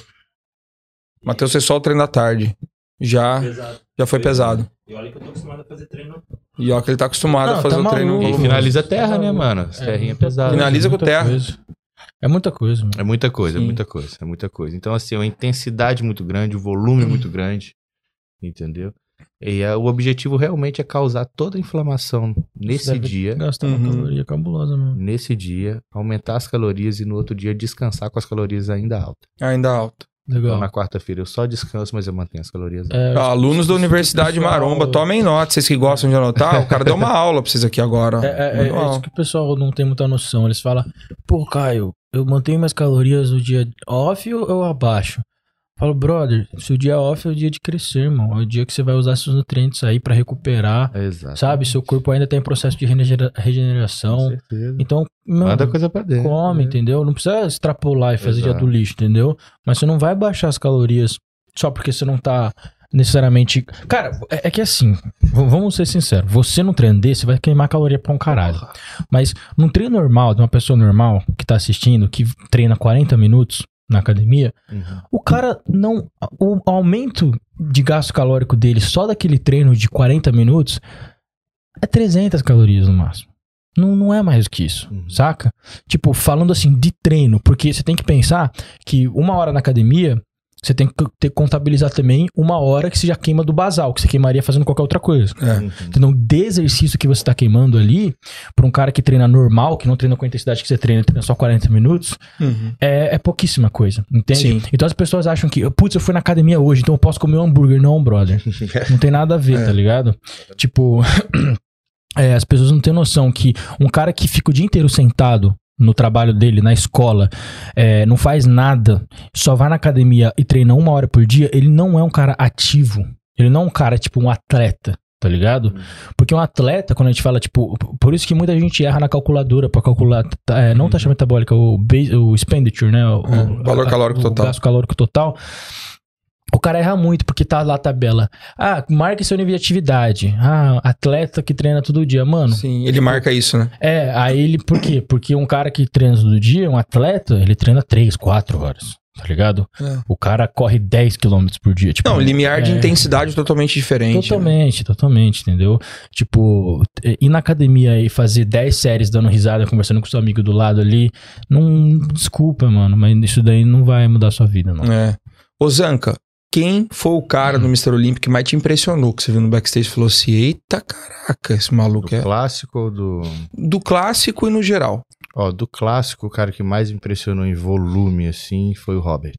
S2: Matheus, você só o treino da tarde. Já,
S3: Ah.
S4: Pesado.
S2: já foi pesado.
S4: E olha que eu tô acostumado a fazer treino.
S2: E ó, que ele tá acostumado
S1: Não,
S2: a fazer
S1: tá
S2: o treino.
S1: maluco.
S3: E
S2: volumoso.
S3: finaliza a terra, né, mano? As terrinha é pesada.
S2: Finaliza com
S1: muita
S2: terra.
S1: coisa. É muita coisa. mano.
S3: É muita coisa,
S2: Sim.
S3: é muita coisa, é muita coisa. Então, assim, é uma intensidade muito grande, o volume é muito
S1: Uhum.
S3: grande, entendeu? E é, o objetivo realmente é causar toda a inflamação nesse
S1: deve-
S3: dia,
S1: Gasta uma
S2: Uhum.
S1: caloria cabulosa mesmo.
S3: nesse dia, aumentar as calorias e no outro dia descansar com as calorias ainda altas.
S2: Ainda alto.
S3: Então,
S1: Legal.
S3: na Tá quarta-feira eu só descanso, mas eu mantenho as calorias altas.
S1: É,
S2: Ó, alunos da Universidade
S1: pessoal-
S2: Maromba, tomem nota, vocês que gostam de anotar. O cara deu uma aula pra vocês aqui agora.
S1: É, é- é
S2: Mandou uma
S1: isso
S2: aula.
S1: que o pessoal não tem muita noção. Eles falam, pô, Caio, eu mantenho minhas calorias no dia off ou eu abaixo? Falo, brother, seu dia off é o dia de crescer, irmão. É o dia que você vai usar seus nutrientes aí pra recuperar.
S3: Exato.
S1: Sabe? Seu corpo ainda tá em processo de regenera-
S3: Com
S1: regeneração.
S3: certeza.
S1: Então, meu,
S3: Manda coisa pra dentro.
S1: come,
S3: né?
S1: entendeu? Não precisa extrapolar e fazer dia
S3: Exato.
S1: do lixo, entendeu? Mas você não vai baixar as calorias só porque você não tá necessariamente. Cara, é, é que assim, v- vamos ser sinceros. Você num treino desse, você vai queimar caloria pra um caralho. Mas num treino normal, de uma pessoa normal que tá assistindo, que treina 40 minutos na academia,
S3: Uhum.
S1: o cara não. O aumento de gasto calórico dele só daquele treino de 40 minutos é 300 calorias no máximo. Não, não é mais do que isso,
S3: Uhum.
S1: saca? Tipo, falando assim de treino, porque você tem que pensar que uma hora na academia, você tem que ter, contabilizar também uma hora que você já queima do basal, que você queimaria fazendo qualquer outra coisa.
S2: É.
S3: Uhum.
S1: Entendeu? De exercício que você tá queimando ali, pra um cara que treina normal, que não treina com a intensidade que você treina, treina só 40 minutos,
S2: Uhum.
S1: é, é pouquíssima coisa, entende?
S2: Sim.
S1: Então as pessoas acham que, putz, eu fui na academia hoje, então eu posso comer um hambúrguer. Não, brother. Não tem nada a ver, tá ligado? Tipo, é, as pessoas não têm noção que um cara que fica o dia inteiro sentado no trabalho dele, na escola, é, não faz nada, só vai na academia e treina uma hora por dia, ele não é um cara ativo. Ele não é um cara, tipo, um atleta, tá ligado?
S2: Uhum.
S1: Porque um atleta, quando a gente fala, tipo, p- por isso que muita gente erra na calculadora pra calcular, t- é, não taxa metabólica, o, base, o expenditure, né? O,
S2: É, Uhum. valor calórico
S1: o
S2: total.
S1: gasto calórico total. O cara erra muito porque tá lá a tabela. Ah, marque seu nível de atividade. Ah, atleta que treina todo dia. Mano,
S2: Sim, ele marca isso, né?
S1: é, aí ele, por quê? Porque um cara que treina todo dia, um atleta, ele treina 3, 4 horas, tá ligado?
S2: É.
S1: O cara corre 10 km por dia. Tipo,
S2: Não, limiar de
S1: é.
S2: intensidade totalmente diferente. né?
S1: Totalmente, totalmente, entendeu? Tipo, é, ir na academia e fazer 10 séries dando risada, conversando com seu amigo do lado ali, não. Desculpa, mano, mas isso daí não vai mudar sua vida, não.
S2: É. Ô, Zanca, quem foi o cara no Mr. Olímpico que mais te impressionou? Que você viu no backstage e falou assim: eita caraca, esse maluco
S3: Do
S2: é.
S3: clássico ou do.
S2: Do clássico e no geral.
S3: Ó, do clássico, o cara que mais me impressionou em volume, assim, foi o Robert.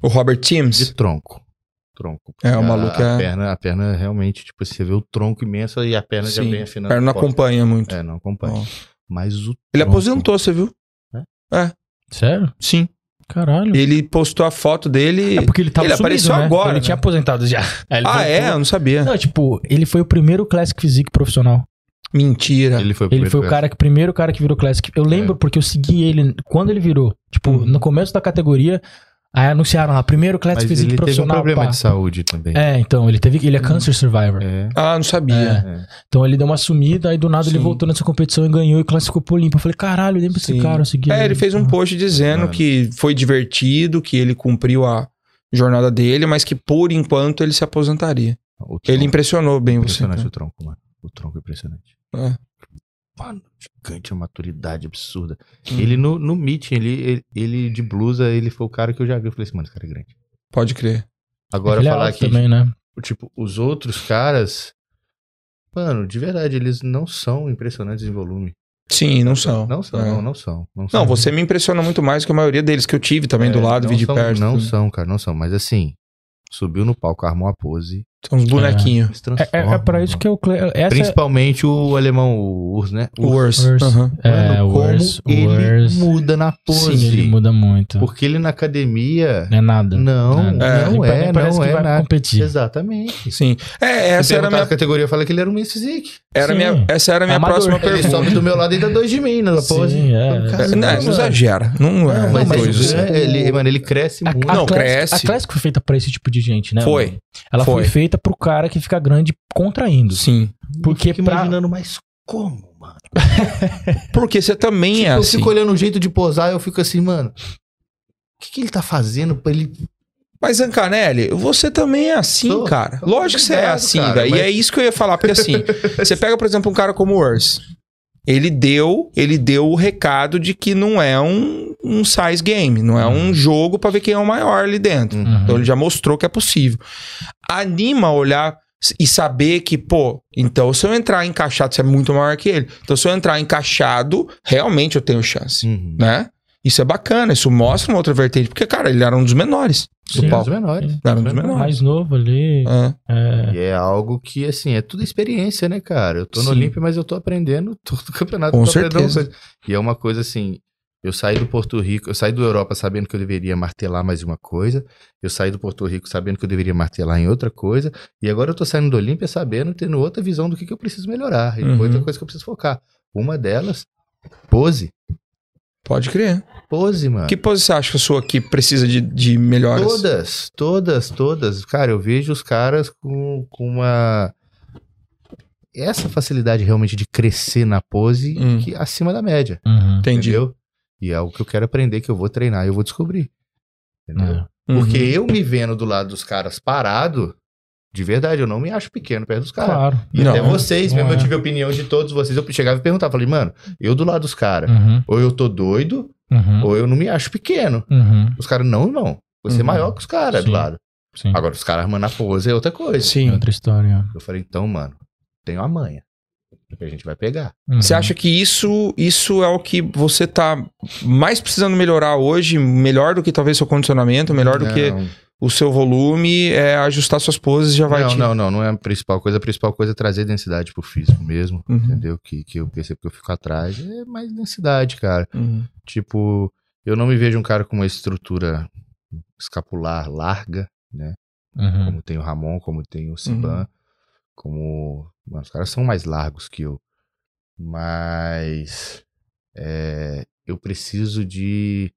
S2: O Robert Timms.
S3: De Ah, tronco. Tronco.
S2: É, o
S3: A-
S2: maluco
S3: a,
S2: é-
S3: perna, a perna realmente, tipo, você vê o tronco imenso e a perna já
S2: Sim,
S3: vem
S2: O
S3: afinando.
S2: cara não
S3: a costa.
S2: acompanha muito.
S3: É, não acompanha.
S2: Ó.
S3: Mas o
S2: Ele
S3: tronco-
S2: aposentou, você viu?
S1: Sério?
S2: Sim.
S1: Caralho.
S2: Ele postou a foto dele.
S1: É porque ele tava
S2: Ele
S1: sumido,
S2: apareceu
S1: né?
S2: agora,
S1: Ele
S2: né?
S1: tinha aposentado já. Aí ele
S2: Ah,
S1: voltou.
S2: é? Eu não sabia.
S1: Não, tipo, ele foi o primeiro Classic Physique profissional.
S2: Mentira.
S3: Ele foi o, É.
S1: Ele
S3: primeiro
S1: foi o cara que primeiro cara que virou Classic. Eu lembro porque eu segui ele quando ele virou. Tipo,
S2: Uhum.
S1: no começo da categoria, aí anunciaram lá, primeiro Classic
S3: Mas
S1: Physique
S3: ele teve um
S1: profissional.
S3: problema
S1: pá.
S3: de saúde também.
S1: É, então, ele teve. Ele é cancer survivor.
S3: É.
S2: Ah, não sabia.
S1: É. Então ele deu uma sumida, aí do nada ele
S2: Sim.
S1: voltou nessa competição e ganhou e classificou pro Olimpo. Eu falei, caralho, lembra esse
S2: Sim.
S1: cara, eu segui
S2: É, ele fez um
S1: Ah.
S2: post dizendo
S3: Mano.
S2: que foi divertido, que ele cumpriu a jornada dele, mas que por enquanto ele se aposentaria.
S3: O tronco,
S2: Ele impressionou bem você.
S3: impressionante
S2: cara.
S3: o tronco, mano. O tronco é impressionante.
S2: É.
S3: Mano, gigante, uma maturidade absurda.
S2: Hum.
S3: Ele no, no meeting, ele, ele, ele de blusa, ele foi o cara que eu já vi. Eu falei assim, mano, esse cara é grande.
S2: Pode crer.
S3: Agora
S1: Ele é
S3: falar
S1: alto
S3: que
S1: também, né?
S3: tipo, os outros caras, mano, de verdade, eles não são impressionantes em volume.
S2: Sim, não são.
S3: Não são,
S2: É.
S3: não, não são. Não,
S2: Não,
S3: são.
S2: você me impressiona muito mais que a maioria deles que eu tive também
S3: É,
S2: do lado,
S3: não
S2: vi de
S3: são-
S2: perto.
S3: Não
S2: tudo.
S3: são, cara, não são. Mas assim, subiu no palco, armou a pose,
S2: São uns bonequinhos.
S3: se transforma.
S1: É, é, é pra isso
S3: mano.
S1: que eu. cle- Essa
S3: Principalmente o alemão, o Urs, né?
S2: O Urs.
S1: Urs.
S2: Aham.
S1: é,
S3: Mano,
S1: o
S3: como
S1: Urs. o
S3: ele
S1: Urs-
S3: muda na pose.
S1: Sim, ele muda muito.
S3: Porque ele na academia...
S1: Não é nada.
S3: Não,
S1: Nada.
S2: É.
S3: não
S1: Nem pa- nem
S3: é,
S1: parece
S3: não
S1: que
S3: é
S1: vai
S3: nada.
S1: competir.
S3: Exatamente.
S2: Sim. É, essa
S3: Se
S2: era a
S3: perguntar
S2: minha,
S3: as categoria, eu falei que ele era um Miss Physique.
S2: era
S1: Sim.
S2: a minha, essa era a minha
S1: Amador.
S2: próxima
S3: né?
S1: Ele
S2: pergunta.
S3: sobe do meu lado e dá dois de mim na pose.
S1: Sim, é.
S2: É, não, não
S3: mano.
S2: exagera. Não, é.
S3: Não, mas
S2: dois,
S1: isso
S2: assim.
S1: é-
S3: ele, mano, ele cresce muito.
S2: Não,
S1: Classic-
S2: cresce.
S1: A Classic foi feita pra esse tipo de gente, né?
S2: Foi.
S1: mano? Ela foi.
S2: Foi.
S1: feita pro cara que fica grande contraindo.
S2: Sim.
S1: Porque
S3: Fico
S1: pra.
S3: imaginando, mas como, mano?
S2: Porque você também é
S3: eu
S2: assim.
S3: fico olhando o jeito de posar, eu fico assim, mano. O que, que ele tá fazendo pra ele.
S2: Mas, Ancanelli, você também é assim,
S3: Sou.
S2: cara. Lógico que você é
S3: Obrigado,
S2: assim,
S3: cara,
S2: velho.
S3: mas-
S2: E é isso que eu ia falar, porque assim, você pega, por exemplo, um cara como o Urs. Ele deu, ele deu o recado de que não é um, um size game, não é
S3: Uhum.
S2: um jogo pra ver quem é o maior ali dentro.
S1: Uhum.
S2: Então ele já mostrou que é possível. Anima a olhar e saber que, pô, então se eu entrar encaixado, você é muito maior que ele. Então se eu entrar encaixado, realmente eu tenho chance,
S3: Uhum.
S2: né? Isso é bacana, isso mostra uma outra vertente, porque, cara, ele era um dos menores do
S1: Sim.
S2: palco.
S3: Os menores.
S2: Era um
S3: Os
S2: dos
S3: menores.
S2: menores.
S1: Mais novo ali.
S3: um.
S2: É.
S1: É.
S3: E é algo que, assim, é tudo experiência, né, cara? Eu tô no
S2: Sim.
S3: Olímpio, mas eu tô aprendendo todo o campeonato.
S2: Com
S3: eu tô aprendendo uma
S2: certeza.
S3: coisa. E é uma coisa, assim, Eu saí do Porto Rico, eu saí da Europa sabendo que eu deveria martelar mais uma coisa, eu saí do Porto Rico sabendo que eu deveria martelar em outra coisa, e agora eu tô saindo do Olímpia sabendo, tendo outra visão do que, que eu preciso melhorar, e
S2: Uhum.
S3: outra coisa que eu preciso focar. Uma delas, pose.
S2: Pode crer.
S3: Pose, mano.
S2: Que pose você acha que a sua aqui precisa de, de melhoras?
S3: Todas, todas, todas. Cara, eu vejo os caras com, com uma. Essa facilidade realmente de crescer na pose
S2: Hum.
S3: que é acima da média.
S1: Uhum.
S2: Entendi.
S3: Entendeu? E é algo que eu quero aprender, que eu vou treinar e eu vou descobrir. Entendeu?
S1: É.
S2: Uhum.
S3: Porque eu me vendo do lado dos caras parado, de verdade, eu não me acho pequeno perto dos caras.
S1: Claro.
S3: E
S2: Não,
S3: até vocês,
S1: não
S3: mesmo
S1: é.
S3: eu tive a opinião de todos vocês, eu chegava e perguntava, falei, mano, eu do lado dos
S2: é.
S3: caras,
S1: Uhum.
S3: ou eu tô doido,
S1: Uhum.
S3: ou eu não me acho pequeno.
S1: Uhum.
S3: Os caras, não, irmão. Você é
S2: Uhum.
S3: maior que os caras do
S1: Sim.
S3: lado.
S1: Sim.
S3: Agora, os caras armando a pose é outra coisa.
S1: É
S2: Sim.
S1: outra história.
S3: Eu falei, então, mano, tenho a manha. A gente vai pegar.
S1: Uhum.
S2: Você acha que isso, isso é o que você tá mais precisando melhorar hoje, melhor do que talvez seu condicionamento, melhor do que
S3: Não,
S2: o seu volume, é ajustar suas poses já vai
S3: não,
S2: te...
S3: não, não, não é a principal coisa. A principal coisa é trazer densidade pro físico mesmo.
S2: Uhum.
S3: Entendeu? Que, que eu percebo que eu fico atrás. É mais densidade, cara.
S2: Uhum.
S3: Tipo, eu não me vejo um cara com uma estrutura escapular larga,
S1: Uhum.
S3: como
S2: Hum.
S3: tem o Ramon, como tem
S2: Uhum.
S3: o Siban, como. Mano, os caras são mais largos que eu. Mas é, eu preciso de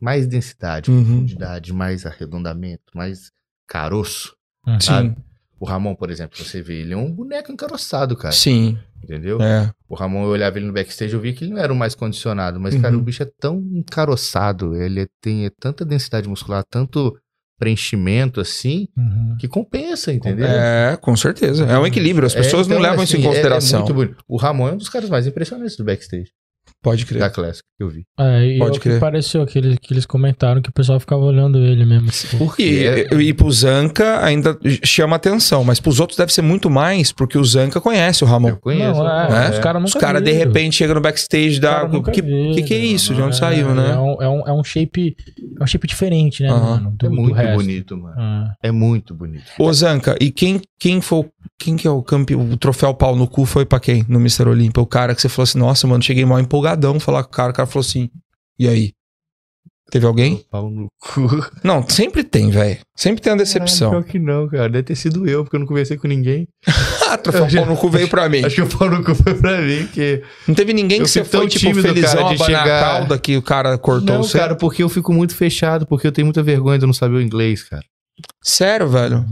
S3: mais densidade,
S2: Uhum.
S3: profundidade, mais arredondamento, mais caroço.
S1: Uhum.
S2: Sim,
S3: O Ramon, por exemplo, você vê, ele é um boneco encaroçado, cara.
S2: sim.
S3: Entendeu?
S2: É.
S3: O Ramon, eu olhava ele no backstage, eu vi que ele não era o mais condicionado, mas, cara,
S2: Uhum.
S3: o bicho é tão encaroçado, ele é, tem tanta densidade muscular, tanto preenchimento assim,
S1: Uhum.
S3: que compensa, entendeu?
S2: É, com certeza. É um equilíbrio. As
S3: É,
S2: pessoas não
S3: então,
S2: levam isso em
S3: assim, é- é
S2: consideração.
S3: muito bonito. O Ramon é um dos caras mais impressionantes do backstage,
S2: Pode
S3: da
S2: crer.
S3: Classic, que eu vi.
S1: É, e
S2: Pode
S1: é o
S2: crer.
S1: que pareceu que eles, que eles comentaram que o pessoal ficava olhando ele mesmo. tipo,
S3: Por
S2: E, e, e pro Zanca ainda chama atenção, mas pros outros deve ser muito mais, porque o Zanca conhece o Ramon.
S3: Eu conheço.
S1: Não, é,
S3: né?
S1: os caras nunca
S2: Os caras, de
S1: viram.
S2: repente, chegam no backstage
S1: Os
S2: da.
S1: caras nunca
S2: que,
S1: viram,
S2: que que é isso? De
S1: mano.
S2: onde
S1: É,
S2: saiu, né?
S1: É um, é um, é um shape. É um shape diferente, né,
S2: Aham.
S1: mano? Do,
S3: É
S1: do
S3: muito
S1: resto.
S3: bonito, mano.
S1: Ah,
S3: É muito bonito.
S2: Ô, Zanca, e quem, quem foi. Quem que é o campeão? O troféu pau no cu foi pra quem no Mr. Olímpia? O cara que você falou assim, nossa, mano, cheguei mal empolgadão falar com o cara. O cara falou assim, e aí? Teve alguém?
S3: Pau no cu.
S2: Não, sempre tem, velho. Sempre tem uma decepção.
S3: Caralho, pior que não, cara. Deve ter sido eu, porque eu não conversei com ninguém.
S2: Ah, troféu pau no cu veio pra mim.
S3: Acho que o pau no cu foi pra mim, que
S2: Não teve ninguém
S3: Eu
S2: que você
S3: fico tão
S2: foi, tipo,
S3: tímido,
S2: felizão,
S3: cara, de
S2: abanar a
S3: chegar-
S2: cauda que o cara cortou
S3: não,
S2: você?
S3: cara, porque eu fico muito fechado, porque eu tenho muita vergonha de eu não saber o inglês, cara.
S2: Sério, velho?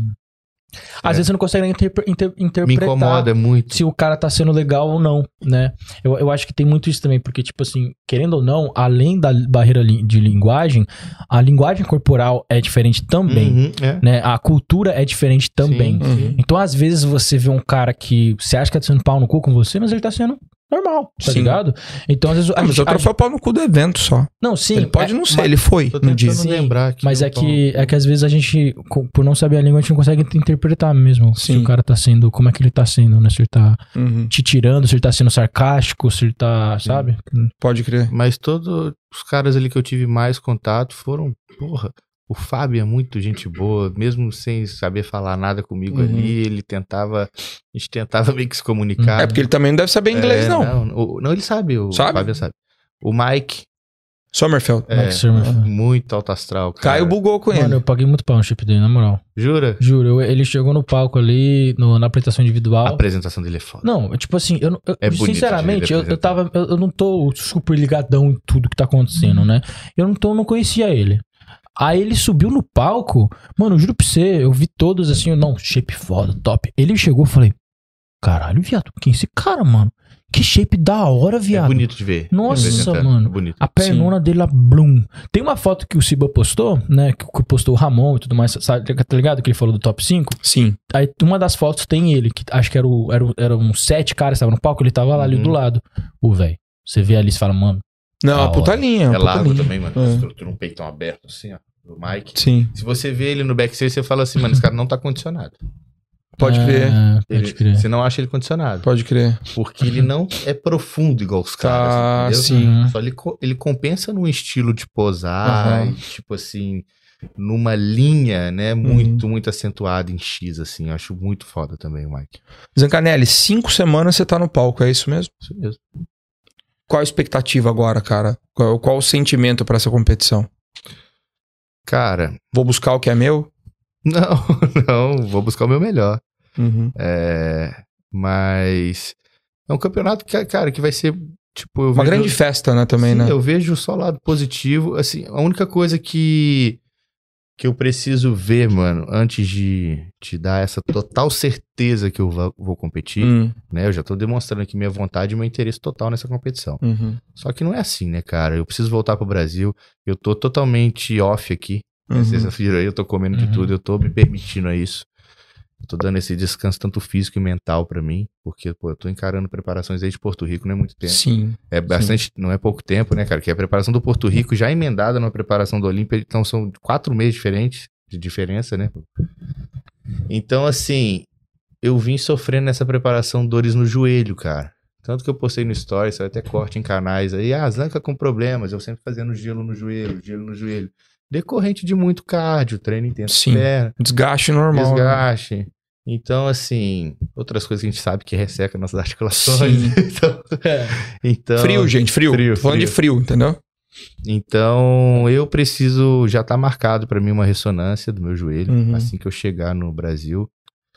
S1: Às
S3: É.
S1: vezes você não consegue nem interpre- inter-
S3: Me
S1: interpretar
S3: incomoda muito.
S1: se o cara tá sendo legal ou não, né? Eu, eu acho que tem muito isso também, porque, tipo assim, querendo ou não, além da barreira li- de linguagem, a linguagem corporal é diferente também,
S3: Uhum, é.
S1: né? A cultura é diferente também.
S3: Sim,
S2: Uhum.
S3: sim.
S1: Então, às vezes, você vê um cara que você acha que tá sendo pau no cu com você, mas ele tá sendo normal, tá
S2: Sim.
S1: ligado? Então, às vezes. a
S2: Ah, mas
S1: gente-
S2: o
S1: a gente-
S2: troféu pau no cu do evento só.
S1: Não, sim.
S2: ele pode
S1: é,
S2: não ser,
S1: mas-
S2: ele foi
S3: Tô
S2: no
S3: tentando
S2: dia.
S1: Sim,
S3: lembrar aqui.
S1: Mas
S3: o
S1: é
S3: pau
S1: que,
S3: no cu.
S1: é que às vezes a gente, co- por não saber a língua, a gente não consegue t- interpretar mesmo se
S2: Sim.
S1: o cara tá sendo, como é que ele tá sendo, né? Se ele tá
S3: Uhum.
S1: te tirando, se ele tá sendo sarcástico, se ele tá,
S3: Sim.
S1: sabe?
S2: Pode crer.
S3: Mas todos os caras ali que eu tive mais contato foram, porra, o Fábio é muito gente boa, mesmo sem saber falar nada comigo
S2: Uhum.
S3: ali, ele tentava, a gente tentava meio que se comunicar.
S2: É porque ele também não deve saber inglês,
S3: É,
S2: não.
S3: Não, o- não, ele sabe, o
S2: Sabe?
S3: Fábio sabe. O Mike,
S2: Sommerfeld.
S1: Como é que você, meu filho?
S3: muito alto astral, cara.
S2: Caio bugou com
S1: Mano,
S2: ele.
S1: eu paguei muito pau no chip dele, na moral.
S3: Jura?
S1: Juro, eu- ele chegou no palco ali, no- na apresentação
S3: A
S1: individual.
S3: apresentação dele é foda.
S1: Não, é tipo assim, eu, não- eu-
S3: É bonito
S1: sinceramente,
S3: de
S1: eu, eu tava. Eu, eu não tô super ligadão em tudo que tá acontecendo, né? Eu não, tô, não conhecia ele. Aí ele subiu no palco, mano, eu juro pra você, eu vi todos assim, eu, não, shape foda, top. Ele chegou, eu falei, caralho, viado, quem é esse cara, mano? Que shape da hora,
S3: É
S1: viado.
S3: bonito de ver.
S1: Nossa,
S3: Apresentando,
S1: mano.
S3: é Bonito.
S1: A pernona dele lá, blum. Tem uma foto que o Siba postou, né? Que, que postou o Ramon e tudo mais, sabe, tá ligado? Que ele falou do top 5.
S2: Sim.
S1: Aí uma das fotos tem ele, que acho que era, o, era, o- era uns sete caras que estavam no palco, ele tava lá ali
S3: Uhum.
S1: do lado. O velho. Você vê ali e fala, mano.
S2: Não,
S1: Da
S2: a puta
S1: hora.
S2: linha.
S3: É
S2: puta
S3: largo
S2: linha.
S3: também, mano.
S2: É.
S3: Estrutura, um peitão aberto assim, ó. Do Mike.
S2: Sim.
S3: Se você vê ele no backstage, você fala assim, mano, esse cara não tá condicionado.
S2: Pode
S1: é,
S2: crer.
S1: Pode
S3: Ele-
S1: crer.
S3: Você não acha ele condicionado.
S2: Pode crer.
S3: Porque ele não é profundo igual os caras,
S2: Tá,
S3: entendeu?
S2: sim.
S1: Uhum.
S3: Só ele, co- ele compensa num estilo de posar,
S2: Aham. Uhum.
S3: e, tipo assim, numa linha, né? Muito, muito acentuada em X, assim. Eu acho muito foda também o Mike.
S2: Zancanelli, cinco semanas você tá no palco, é isso mesmo?
S3: Isso mesmo.
S2: Qual a expectativa agora, cara? Qual, qual o sentimento pra essa competição?
S3: Cara,
S2: Vou buscar o que é meu?
S3: não, não, vou buscar o meu melhor. É, mas é um campeonato que, cara, que vai ser tipo eu
S2: Uma
S3: vejo-
S2: grande festa, né, também,
S3: Sim,
S2: né?
S3: Assim, Eu vejo só o lado positivo. Assim, a única coisa que que eu preciso ver, mano, antes de te dar essa total certeza que eu va- vou competir,
S2: Hum,
S3: né? Eu já tô demonstrando aqui minha vontade e meu interesse total nessa competição.
S2: uhum,
S3: Só que não é assim, né, cara? Eu preciso voltar pro Brasil. Eu tô totalmente off aqui. né?
S2: uhum.
S3: Sexta-feira aí eu tô comendo
S1: Uhum.
S3: de tudo, eu tô me permitindo a isso. Eu tô dando esse descanso tanto físico e mental pra mim, porque pô, eu tô encarando preparações aí de Porto Rico não é muito tempo.
S2: Sim.
S3: É bastante, não é pouco tempo, né, cara? Que é a preparação do Porto Rico já é emendada na preparação do Olímpia, então são quatro meses diferentes de diferença, né? Então, assim, eu vim sofrendo nessa preparação dores no joelho, cara. Tanto que eu postei no Stories, saiu até corte em canais aí, ah, Zanca com problemas, eu sempre fazendo gelo no joelho, gelo no joelho. Decorrente de muito cardio, treino intenso
S2: Sim.
S3: de perna,
S2: Desgaste normal. né?
S3: desgaste. Então, assim, outras coisas que a gente sabe que resseca nossas articulações.
S2: Sim.
S3: Então,
S2: É.
S3: então,
S2: Frio, gente, frio.
S3: Frio,
S2: Tô falando de frio, entendeu?
S3: Então, eu preciso. Já tá marcado pra mim uma ressonância do meu joelho
S2: Uhum.
S3: assim que eu chegar no Brasil.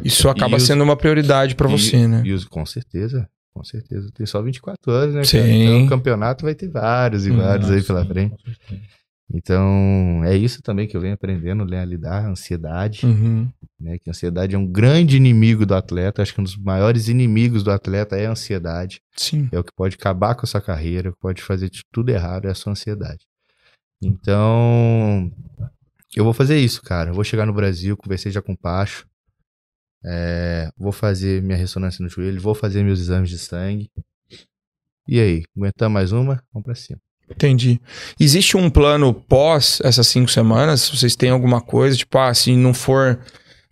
S2: Isso acaba
S3: E os-
S2: sendo uma prioridade pra
S3: E-
S2: você, né?
S3: E os, com certeza, com certeza. Tem só 24 anos, né? cara?
S2: Sim.
S3: Então, o campeonato vai ter vários e
S2: Uhum,
S3: vários aí
S1: Nossa,
S3: pela frente.
S1: com certeza.
S3: Então, é isso também que eu venho aprendendo, né? A lidar a ansiedade,
S2: Uhum.
S3: né? Que a ansiedade é um grande inimigo do atleta. Acho que um dos maiores inimigos do atleta é a ansiedade.
S2: Sim.
S3: É o que pode acabar com a sua carreira, o que pode fazer de tudo errado, é a sua ansiedade. Então, eu vou fazer isso, cara. Eu vou chegar no Brasil, conversei já com o Pacho. É, vou fazer minha ressonância no joelho, vou fazer meus exames de sangue. E aí, aguentar mais uma? Vamos pra cima.
S2: Entendi. Existe um plano pós essas cinco semanas? Vocês têm alguma coisa? Tipo, ah, se não for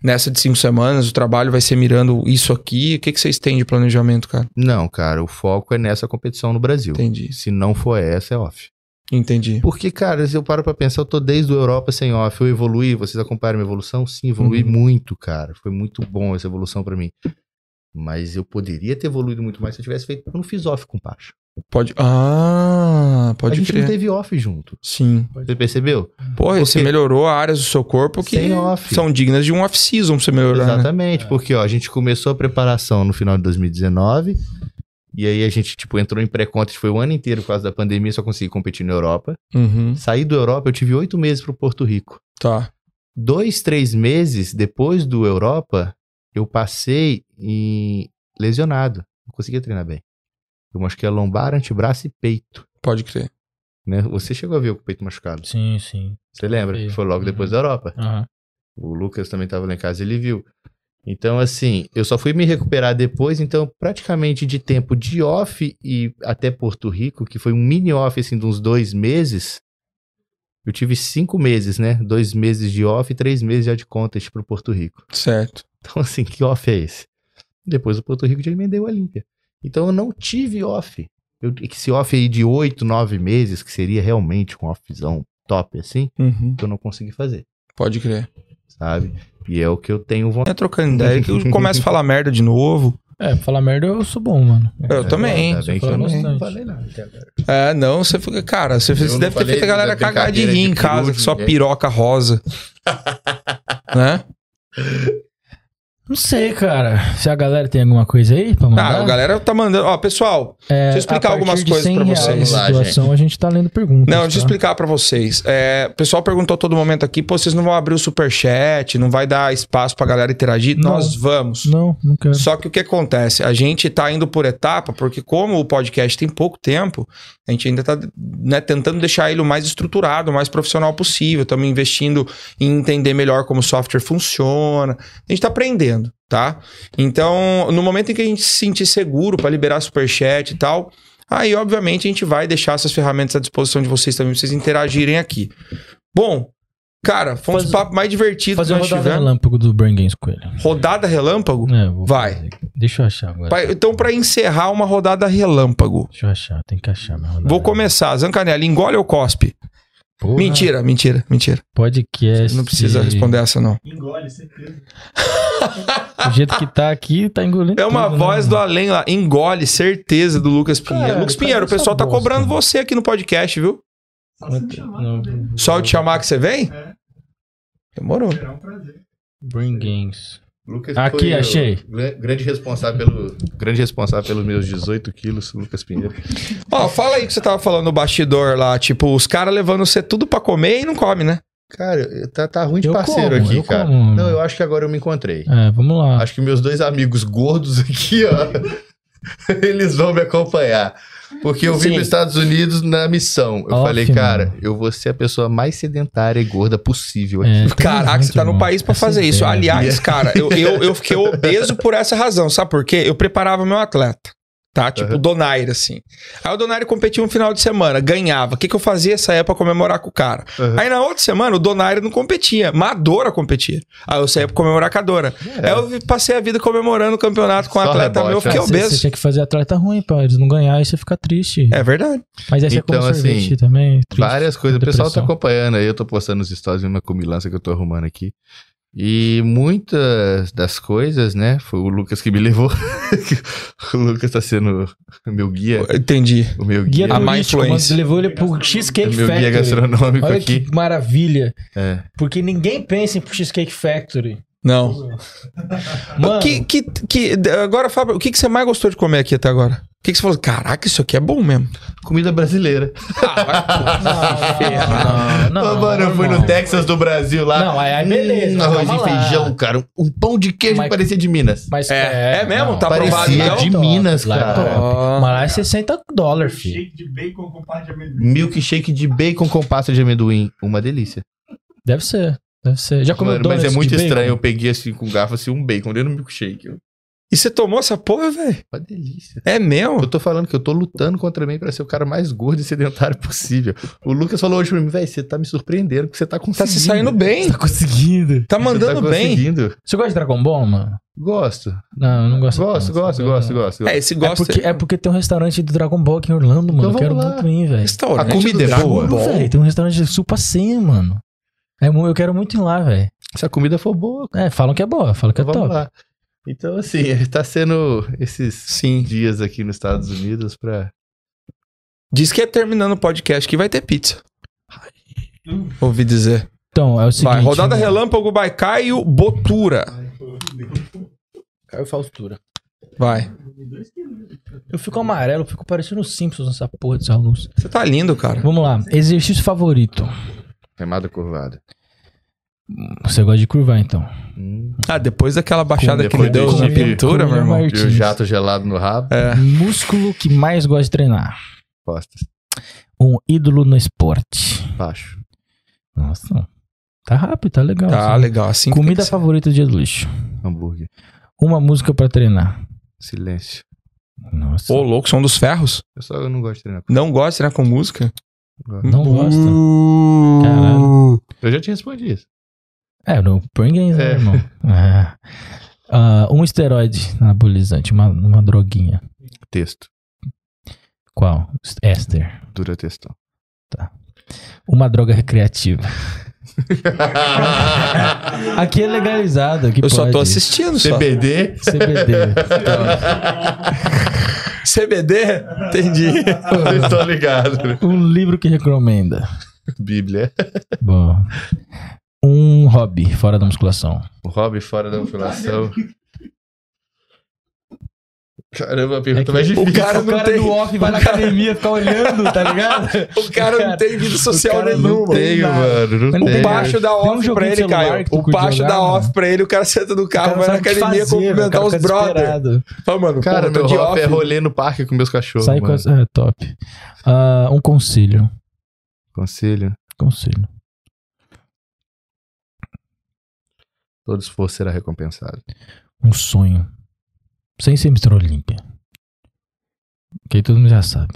S2: nessa de cinco semanas, o trabalho vai ser mirando isso aqui. O que, que vocês têm de planejamento, cara?
S3: Não, cara, o foco é nessa competição no Brasil.
S2: Entendi.
S3: Se não for essa, é off.
S2: Entendi.
S3: Porque, cara, se eu paro pra pensar, eu tô desde o Europa sem off, eu evoluí, vocês acompanharam minha evolução? Sim, evoluí
S2: Uhum.
S3: muito, cara. Foi muito bom essa evolução pra mim. Mas eu poderia ter evoluído muito mais se eu tivesse feito. Eu não fiz off com o Pacho.
S2: Pode. Ah,
S3: a
S2: pode
S3: gente
S2: crer.
S3: não teve off junto.
S2: Sim.
S3: Você percebeu?
S2: Porra, você
S3: Porque-
S2: melhorou áreas do seu corpo que
S3: Sem off.
S2: são dignas de um off-season pra você melhorar. né?
S3: Exatamente, porque ó, a gente começou a preparação no final de 2019. E aí a gente, tipo, entrou em pré-contas, foi o ano inteiro por causa da pandemia, só consegui competir na Europa.
S2: Uhum.
S3: Saí do Europa, eu tive oito meses pro Porto Rico.
S2: Tá.
S3: dois, três meses depois do Europa, eu passei em lesionado. Não conseguia treinar bem. Eu machuquei a lombar, antebraço e peito.
S2: Pode crer.
S3: Né? Você chegou a ver eu com o peito machucado.
S1: Sim, sim.
S3: Você lembra?
S1: Sim.
S3: Foi logo depois da Europa.
S1: Aham.
S3: O Lucas também estava lá em casa, ele viu. Então, assim, eu só fui me recuperar depois, então, praticamente de tempo de off e até Porto Rico, que foi um mini off, assim, de uns dois meses, eu tive cinco meses, né? Dois meses de off e três meses já de contest pro Porto Rico.
S2: Certo.
S3: Então, assim, que off é esse? Depois o Porto Rico já emendei o Olímpia. Então, eu não tive off. Eu, esse off aí de oito, nove meses, que seria realmente um offzão top, assim,
S2: Uhum.
S3: eu não consegui fazer,
S2: Pode crer.
S3: sabe? E é o que eu tenho vontade.
S2: É trocando ideia que eu começo a falar merda de novo.
S1: É, pra falar merda eu sou bom, mano.
S2: Eu também.
S3: Ainda né? Tá bem que
S1: Fala
S3: eu não
S1: bastante.
S3: falei nada até agora.
S2: É, não, você fica. Cara, você fez-
S3: Eu não
S2: deve ter
S3: falei
S2: feito a galera
S3: da
S2: cagar de
S3: brincadeira
S2: rir
S3: de
S2: em
S3: né?
S2: casa
S3: peru
S2: com
S3: de
S2: sua
S3: ninguém.
S2: piroca rosa. né?
S1: Não sei, cara. Se a galera tem alguma coisa aí pra mandar.
S2: Ah, a galera tá mandando. Ó, pessoal,
S1: É,
S2: deixa eu
S1: a
S2: explicar
S1: partir
S2: algumas
S1: de
S2: coisas
S1: 100
S2: pra
S1: reais
S2: vocês.
S1: de
S3: Vamos lá,
S1: doação, a gente tá lendo perguntas.
S2: Não, deixa eu
S1: tá?
S2: explicar pra vocês. É, o pessoal perguntou a todo momento aqui, pô, vocês não vão abrir o superchat, não vai dar espaço pra galera interagir?
S1: Não.
S2: Nós vamos.
S1: Não, não quero.
S2: Só que o que acontece? A gente tá indo por etapa, porque como o podcast tem pouco tempo, a gente ainda tá né, tentando deixar ele o mais estruturado, o mais profissional possível. Estamos investindo em entender melhor como o software funciona. A gente tá aprendendo, tá? Então, no momento em que a gente se sentir seguro para liberar superchat e tal, aí, obviamente, a gente vai deixar essas ferramentas à disposição de vocês também, pra vocês interagirem aqui. Bom, cara, foi um dos
S1: Fazer-
S2: papos mais divertidos que
S1: Fazer uma
S2: nós
S1: rodada
S2: tivemos.
S1: relâmpago do Brain Games com ele.
S2: Rodada relâmpago?
S1: É, vou
S2: Vai.
S1: fazer. Deixa eu achar agora.
S2: Pa- Então, pra encerrar uma rodada relâmpago,
S1: Deixa eu achar, tem que achar minha rodada.
S2: vou começar. Zancanelli, engole ou cospe?
S3: Porra,
S2: Mentira, mentira, mentira.
S1: Podcast.
S2: Não precisa responder essa, não.
S1: é
S4: Engole, certeza.
S1: Do jeito que tá aqui, tá engolindo.
S2: É uma
S1: tudo, né,
S2: voz do
S1: mano?
S2: além lá. Engole, certeza, do Lucas Pinheiro.
S1: Cara,
S2: Lucas
S1: tá
S2: Pinheiro, o
S1: essa
S2: pessoal tá
S1: bosta,
S2: cobrando
S1: mano.
S2: você aqui no podcast, viu?
S4: Só
S3: Tá
S4: se me chamar
S1: Não,
S3: né?
S4: também.
S2: Só eu te chamar que você vem?
S4: É,
S2: Demorou.
S4: será um prazer.
S1: Bring Games.
S3: Lucas
S1: Aqui,
S3: foi o
S1: achei.
S3: gran- Grande responsável, pelo, grande responsável pelos meus 18 quilos, Lucas Pinheiro.
S2: Ó, fala aí que você tava falando no bastidor lá, tipo, os caras levando você tudo pra comer e não come, né?
S3: Cara, tá, tá ruim de
S1: Eu
S3: parceiro
S1: como,
S3: aqui,
S1: eu
S3: cara.
S1: como.
S3: Não, eu acho que agora eu me encontrei.
S1: É, vamos lá.
S3: Acho que meus dois amigos gordos aqui, ó, eles vão me acompanhar. Porque eu vim
S1: Sim.
S3: para os Estados Unidos na missão. Eu
S1: Off,
S3: falei, cara, eu vou ser a pessoa mais sedentária e gorda possível aqui.
S1: É, tem
S2: Caraca,
S1: muito,
S2: você tá no
S1: mano.
S2: país pra
S1: Essa
S2: fazer isso.
S1: ideia.
S2: Aliás, cara, eu, eu, eu fiquei obeso por essa razão. Sabe por quê? Eu preparava meu atleta. Tá? Tipo,
S3: Aham.
S2: Donaire, assim. Aí o Donaire competia um final de semana, ganhava. O que, que eu fazia essa época pra comemorar com o cara?
S3: Aham.
S2: Aí na outra semana, o Donaire não competia, mas a Dora competia. Aí eu saía pra comemorar com a Dora.
S1: É
S2: Aí eu vi- passei a vida comemorando o campeonato com um
S3: É. Só
S2: atleta
S3: rebote,
S2: meu, eu fiquei
S3: né?
S1: Você, você
S2: obeso.
S1: Ah, tinha que fazer atleta ruim, pá. Eles não ganhar, aí você fica triste.
S2: É verdade.
S1: Mas aí você come
S3: Então, assim,
S1: sorvete também. triste,
S3: Várias coisas. O pessoal tá
S1: depressão.
S3: acompanhando aí. Eu tô postando os stories uma comilança que eu tô arrumando aqui. E muitas das coisas, né? Foi o Lucas que me levou. o Lucas tá sendo o meu guia.
S2: Entendi.
S3: O meu guia,
S1: Guia
S2: A
S1: do
S2: má
S1: Mítico,
S2: influência.
S1: mano, levou ele pro Cheesecake
S3: meu guia
S1: Factory.
S3: gastronômico
S1: Olha
S3: aqui.
S1: que maravilha.
S3: É.
S1: Porque ninguém pensa em Cheesecake Factory.
S2: Não.
S1: Mano,
S2: Que, que, que, agora, Fábio, o que, que você mais gostou de comer aqui até agora? O que, que você falou? Caraca, isso aqui é bom mesmo. Ah,
S3: Comida brasileira.
S1: não, não, não,
S3: Ô, mano, eu fui
S1: não.
S3: no Texas do Brasil lá.
S1: Não, aí- aí beleza,
S3: Hum,
S1: mas
S3: arroz
S1: calma
S3: e
S1: lá.
S3: feijão, cara. Um pão de queijo
S1: Mas-
S3: parecia de Minas.
S1: Mas,
S2: É, é mesmo? Tá aprovado,
S3: Parecia
S2: então?
S3: de Minas,
S1: Lá é
S3: cara.
S1: top.
S2: Ah.
S1: Mas lá é 60 dólares, filho.
S4: Shake de bacon com parte de amendoim.
S3: Milkshake de bacon com pasta de amendoim. Uma delícia.
S1: Deve ser, deve ser. Já comeu
S3: Mano, mas é
S1: donuts
S3: muito
S1: de bacon?
S3: estranho. Eu peguei assim com garfo assim, um bacon dentro do milkshake. Eu-
S2: E você tomou essa porra, velho?
S3: Uma delícia.
S2: É meu?
S3: Eu tô falando que eu tô lutando contra mim pra ser o cara mais gordo e sedentário possível. O Lucas falou hoje pra mim, velho, você tá me surpreendendo porque você tá
S2: Tá
S3: conseguindo.
S2: se saindo bem.
S1: Tá conseguindo.
S2: Tá mandando
S3: você tá
S2: bem.
S3: conseguindo.
S1: Você gosta de Dragon Ball, mano?
S3: Gosto.
S1: Não, eu não gosto.
S3: Gosto,
S1: tanto.
S3: gosto,
S1: Eu-
S3: gosto, gosto.
S2: É, esse
S1: É
S2: gosta.
S1: porque, é porque tem um restaurante do Dragon Ball aqui em Orlando, mano.
S3: Então
S1: eu quero
S3: vamos lá.
S1: muito ir, velho.
S2: Restaurante
S3: A comida
S2: do
S3: é
S2: Dragon
S3: boa?
S2: Ball.
S1: Véi, Tem um restaurante de Supa 100, mano. É, mu- eu quero muito ir lá, velho.
S3: Se a comida for boa,
S1: É, falam que é boa, falam que é
S3: Então vamos
S1: top.
S3: lá. Então, assim, tá sendo esses
S2: Sim.
S3: dias aqui nos Estados Unidos pra.
S2: Diz que é terminando o podcast que vai ter pizza.
S4: Hum.
S2: Ouvi dizer.
S1: Então, é o seguinte.
S2: vai, rodada
S1: mano.
S2: relâmpago by Caio Botura.
S4: Ai, pô,
S1: Caiu faltura.
S2: Vai.
S4: dois quilos.
S1: Eu fico amarelo, eu fico parecendo os Simpsons nessa porra dessa luz.
S2: Você tá lindo, cara.
S1: Vamos lá. Exercício favorito.
S3: Remada curvada.
S1: Você gosta de curvar, então.
S3: Hum.
S2: Ah, depois daquela baixada que
S3: depois
S2: me deu
S3: desse
S2: na
S3: jeito.
S2: pintura, meu
S1: Comida
S2: irmão.
S3: E o
S1: Martins.
S3: jato gelado no rabo.
S2: É.
S1: Músculo que mais gosta de treinar.
S3: Costas.
S1: Um ídolo no esporte.
S3: Baixo.
S1: Nossa. Tá rápido, tá legal.
S2: Tá
S1: assim.
S2: legal, assim. que
S1: Comida
S2: tem que ser.
S1: favorita do dia do lixo.
S3: Hambúrguer.
S1: Uma música pra treinar.
S3: Silêncio.
S1: Nossa.
S2: Ô, louco, som dos ferros.
S3: Eu só eu não gosto de treinar.
S2: Não gosta, né, com música?
S3: Não
S1: Não gosta?
S2: Caralho.
S3: Eu já te respondi isso.
S1: É, no Brain Games, né,
S3: É.
S1: irmão? É. Ah, um esteroide anabolizante, uma, uma droguinha.
S3: Texto.
S1: Qual? Éster.
S3: Dura textão.
S1: Uma droga recreativa. Aqui é legalizado. Aqui
S2: Eu só tô
S1: pode.
S2: assistindo, só.
S3: CBD.
S1: CBD.
S2: CBD? Entendi.
S3: Vocês estão ligados. né?
S1: um livro que recomenda.
S3: Bíblia.
S1: Bom. Um hobby fora da musculação.
S3: O hobby fora da mutilação. Caramba, a pergunta
S1: É que
S3: mais
S1: o
S3: difícil.
S2: O cara não tem.
S1: off vai na academia ficar olhando, tá ligado?
S2: O cara não tem vida social
S1: cara não
S2: nenhuma.
S1: tem
S3: Tenho,
S1: nada.
S3: mano. Não
S1: Mas não
S2: O
S3: tenho.
S1: tem
S2: baixo da
S1: Tem um
S2: off pra
S1: joguinho de
S2: ele,
S1: celular
S2: Caio.
S1: que tu
S2: O
S1: podia
S2: baixo
S1: jogar,
S2: da
S1: mano.
S2: off pra ele, o cara senta no
S1: O cara
S2: carro,
S1: não
S2: vai na
S1: sabe o que
S2: academia
S1: fazer, velho, o
S2: cumprimentar
S1: cara
S2: os
S1: fica
S2: brother.
S1: desesperado.
S2: Fala, mano,
S3: Cara,
S2: pô, tô
S3: meu
S2: de
S3: hobby
S2: off.
S3: é rolê no parque com meus cachorros.
S1: Sai com
S3: mano.
S1: as... É, top. Ah, um conselho. um
S3: Conselho.
S1: Conselho.
S3: Todo esforço será recompensado.
S1: Um sonho. Sem ser Mr. Olímpia. Que aí todo mundo já sabe.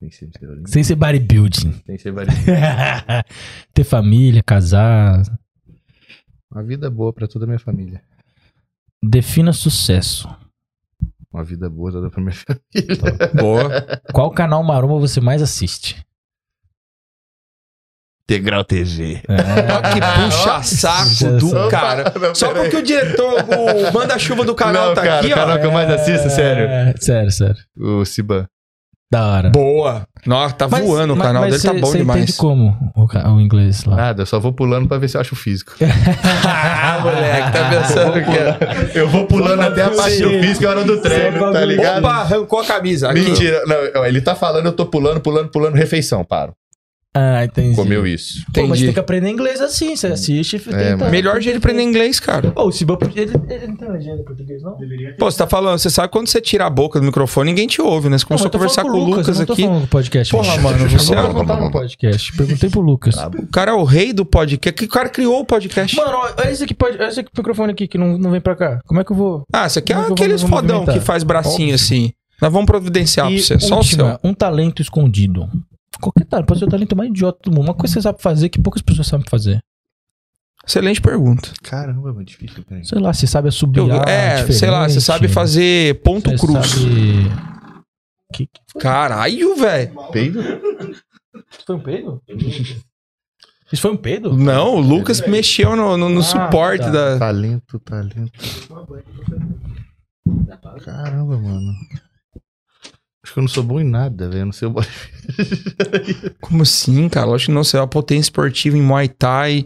S3: Tem que ser violino,
S1: Sem ser bodybuilding.
S3: tem que ser variado.
S1: Ter família, casar.
S3: Uma vida boa pra toda a minha família.
S1: Defina sucesso.
S3: Uma vida boa toda pra minha família.
S2: Boa.
S1: Qual canal maromba você mais assiste?
S3: Integral TV.
S2: Olha que puxa-saco
S1: Jesus.
S2: do
S1: Só
S2: cara.
S3: Não,
S2: Ah, Só
S3: peraí.
S2: porque o diretor, o manda-chuva do canal
S3: Não,
S2: tá
S3: cara,
S2: aqui,
S3: o canal
S2: ó.
S3: que eu mais assisto, sério.
S1: É, sério, sério.
S3: O Siban.
S1: Da hora.
S2: Boa. Nossa, tá voando o
S1: mas-
S2: canal
S1: mas
S2: dele, tá
S1: cê-
S2: bom
S1: cê
S2: demais.
S1: entende como o, ca- o inglês lá?
S3: Nada, eu só vou pulando pra ver se eu acho o físico.
S2: Ah, moleque, tá pensando que...
S3: é. Eu vou pulando até a parte do
S1: Sim.
S3: físico e a hora do treino, tá
S2: é
S3: ligado?
S2: um Opa, arrancou a camisa. Aqui.
S3: Mentira. Não, ele tá falando, eu tô pulando, pulando, pulando, refeição, paro.
S1: Ah, entendi.
S3: Comeu isso.
S1: Pô, mas
S2: Entendi. Hum. É,
S1: tem que aprender inglês assim, você assiste e tenta...
S3: mano.
S2: Melhor jeito de aprender inglês, cara.
S1: Pô, o Ciba, ele, ele não tem legenda em português, não?
S4: Deveria ter.
S2: Pô, você tá falando, você sabe quando você tira a boca do microfone, ninguém te ouve, né? Você
S1: Não,
S2: começou
S1: eu
S2: a
S1: tô
S2: conversar com
S1: falando
S2: o Lucas,
S1: eu Não tô
S2: aqui.
S1: falando do podcast.
S2: Porra, mano, você
S1: Eu vou contar no podcast. Perguntei pro Lucas.
S2: O cara é o rei do podcast. Que cara criou o podcast?
S1: Mano, olha esse, aqui, pode, olha esse aqui microfone aqui que não, não vem pra cá. Como é que eu vou...
S2: ah, você quer
S1: Como é que eu
S2: aqueles
S1: vou me
S2: fodão
S1: movimentar?
S2: que faz
S1: Óbvio.
S2: bracinho assim. Nós vamos providenciar
S1: E
S2: pra você, só o seu.
S1: última, um talento escondido. Qualquer talento, pode ser o talento mais idiota do mundo. Uma coisa que você sabe fazer que poucas pessoas sabem fazer.
S2: Excelente pergunta.
S3: Caramba, é muito difícil. cara.
S1: Sei lá, você sabe
S2: Eu-
S1: assobiar
S2: é, sei lá,
S1: diferente.
S2: você
S1: né?
S2: sabe fazer ponto
S1: Você
S2: cruz.
S1: sabe- Que, que foi?
S2: Caralho, velho.
S3: Peido?
S1: Isso foi um peido? Isso foi um peido?
S2: Não, o Lucas mexeu no, no- no
S1: Ah,
S2: suporte
S1: tá.
S2: da.
S3: Talento, talento. Caramba, mano. Acho que eu não sou bom em nada, velho. Eu Não sei o
S2: Como assim, cara? Lógico que não, você é uma potência esportiva em Muay Thai.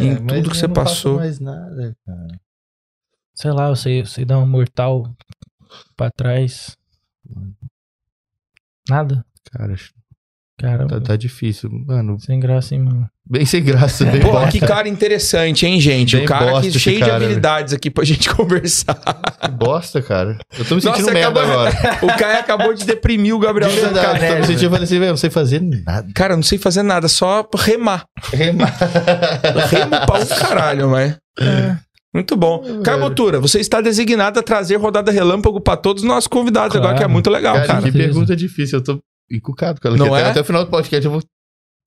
S2: Em
S3: É, mas
S2: tudo que
S3: eu
S2: você
S3: não faço
S2: passou.
S3: mais nada, cara.
S1: Sei lá, eu sei, eu sei dar um mortal pra trás. Nada?
S3: Cara, acho que tá,
S1: Caramba.
S3: tá difícil. Mano,
S1: Sem graça, hein, mano.
S3: bem sem graça. né? Bem
S2: É. Pô,
S3: bosta,
S2: que cara interessante, hein, gente?
S3: Bem
S2: o cara
S3: bosta
S2: aqui
S3: esse
S2: cheio
S3: cara, né?
S2: de habilidades aqui pra gente conversar.
S3: que bosta, cara. Eu tô me sentindo um
S2: Nossa,
S3: merda
S2: acabou-
S3: agora.
S2: O Caio acabou de deprimir o Gabriel.
S3: De verdade, eu tô me sentindo, eu falei assim, velho, eu não sei fazer nada.
S2: Cara, eu não sei fazer nada, só remar. Remo pra um caralho, mas.
S1: É.
S2: Muito
S3: Hum,
S2: bom. Caio Botura, você está designado a trazer rodada relâmpago pra todos os nossos convidados
S1: Claro.
S2: agora, que é muito legal,
S3: Cara,
S2: cara.
S3: que
S1: cara.
S3: pergunta difícil. Eu tô encucado com ela.
S2: Não
S3: aqui. Até-
S2: é?
S3: Até o final do podcast eu vou...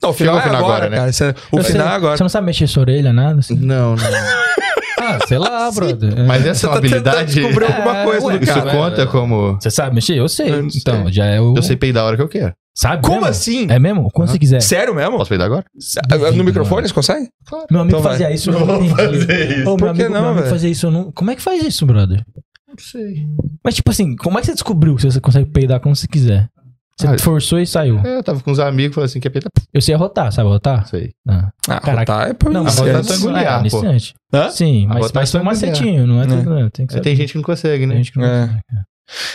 S2: Não, o final,
S3: Chegou o final
S2: é agora,
S3: agora, né?
S2: cara. Você- O
S1: Eu
S2: final
S1: sei-
S2: é agora.
S1: Você não sabe mexer sua orelha, nada? assim?
S3: Não, não.
S1: Ah, sei lá, brother.
S3: Mas essa é uma
S2: Tá tentando
S3: habilidade...
S2: descobrir alguma
S1: É,
S2: coisa
S1: ué.
S2: do
S3: Isso
S2: cara.
S3: conta como...
S1: Você sabe mexer? Eu sei.
S2: Eu não sei.
S1: então, já é o.
S3: Eu sei peidar a hora que eu quero.
S1: Sabe?
S2: Como
S1: mesmo?
S2: assim?
S1: É mesmo? Quando
S3: Aham.
S1: você quiser.
S2: Sério mesmo?
S3: Posso peidar agora?
S1: Duvido,
S2: no microfone,
S1: mano.
S2: você consegue?
S1: Meu amigo
S2: Então vai.
S1: fazia isso, eu não entendi. Ô,
S2: Por
S1: meu
S2: que
S1: amigo,
S2: não,
S1: meu amigo
S2: velho?
S1: fazia isso, eu não. Como é que faz isso, brother?
S3: Não sei.
S2: Hum.
S1: Mas, tipo assim, como é que você descobriu que você consegue peidar quando você quiser? Você
S3: Ah,
S1: forçou e saiu.
S3: É, eu tava com uns amigos, falei assim, quer peidar? Pff,
S1: Eu sei arrotar, sabe arrotar?
S3: Não sei.
S1: Ah.
S2: Ah,
S1: Caraca.
S2: rotar é pra
S1: Não,
S3: mas
S2: iniciante.
S3: rotar tá angulhar,
S1: é
S3: pô.
S1: iniciante.
S2: Hã?
S1: Sim, mas,
S3: Arrotar
S1: mas
S3: é
S1: foi um
S3: angulhar.
S1: macetinho, não é,
S2: É.
S1: tudo, não. Tem que
S3: Aí
S1: saber.
S3: tem gente que não consegue,
S1: Tem
S3: né?
S1: gente que não
S2: É.
S1: consegue.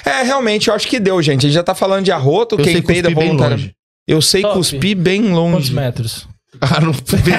S2: É, realmente, eu acho que deu, gente. A gente já tá falando de arroto,
S3: Eu sei
S2: quem peida
S3: cuspir bem
S2: voluntário.
S3: longe.
S2: Eu sei
S1: Top.
S2: cuspir bem
S1: Quantos
S2: longe.
S1: metros?
S3: Ah, não peguei.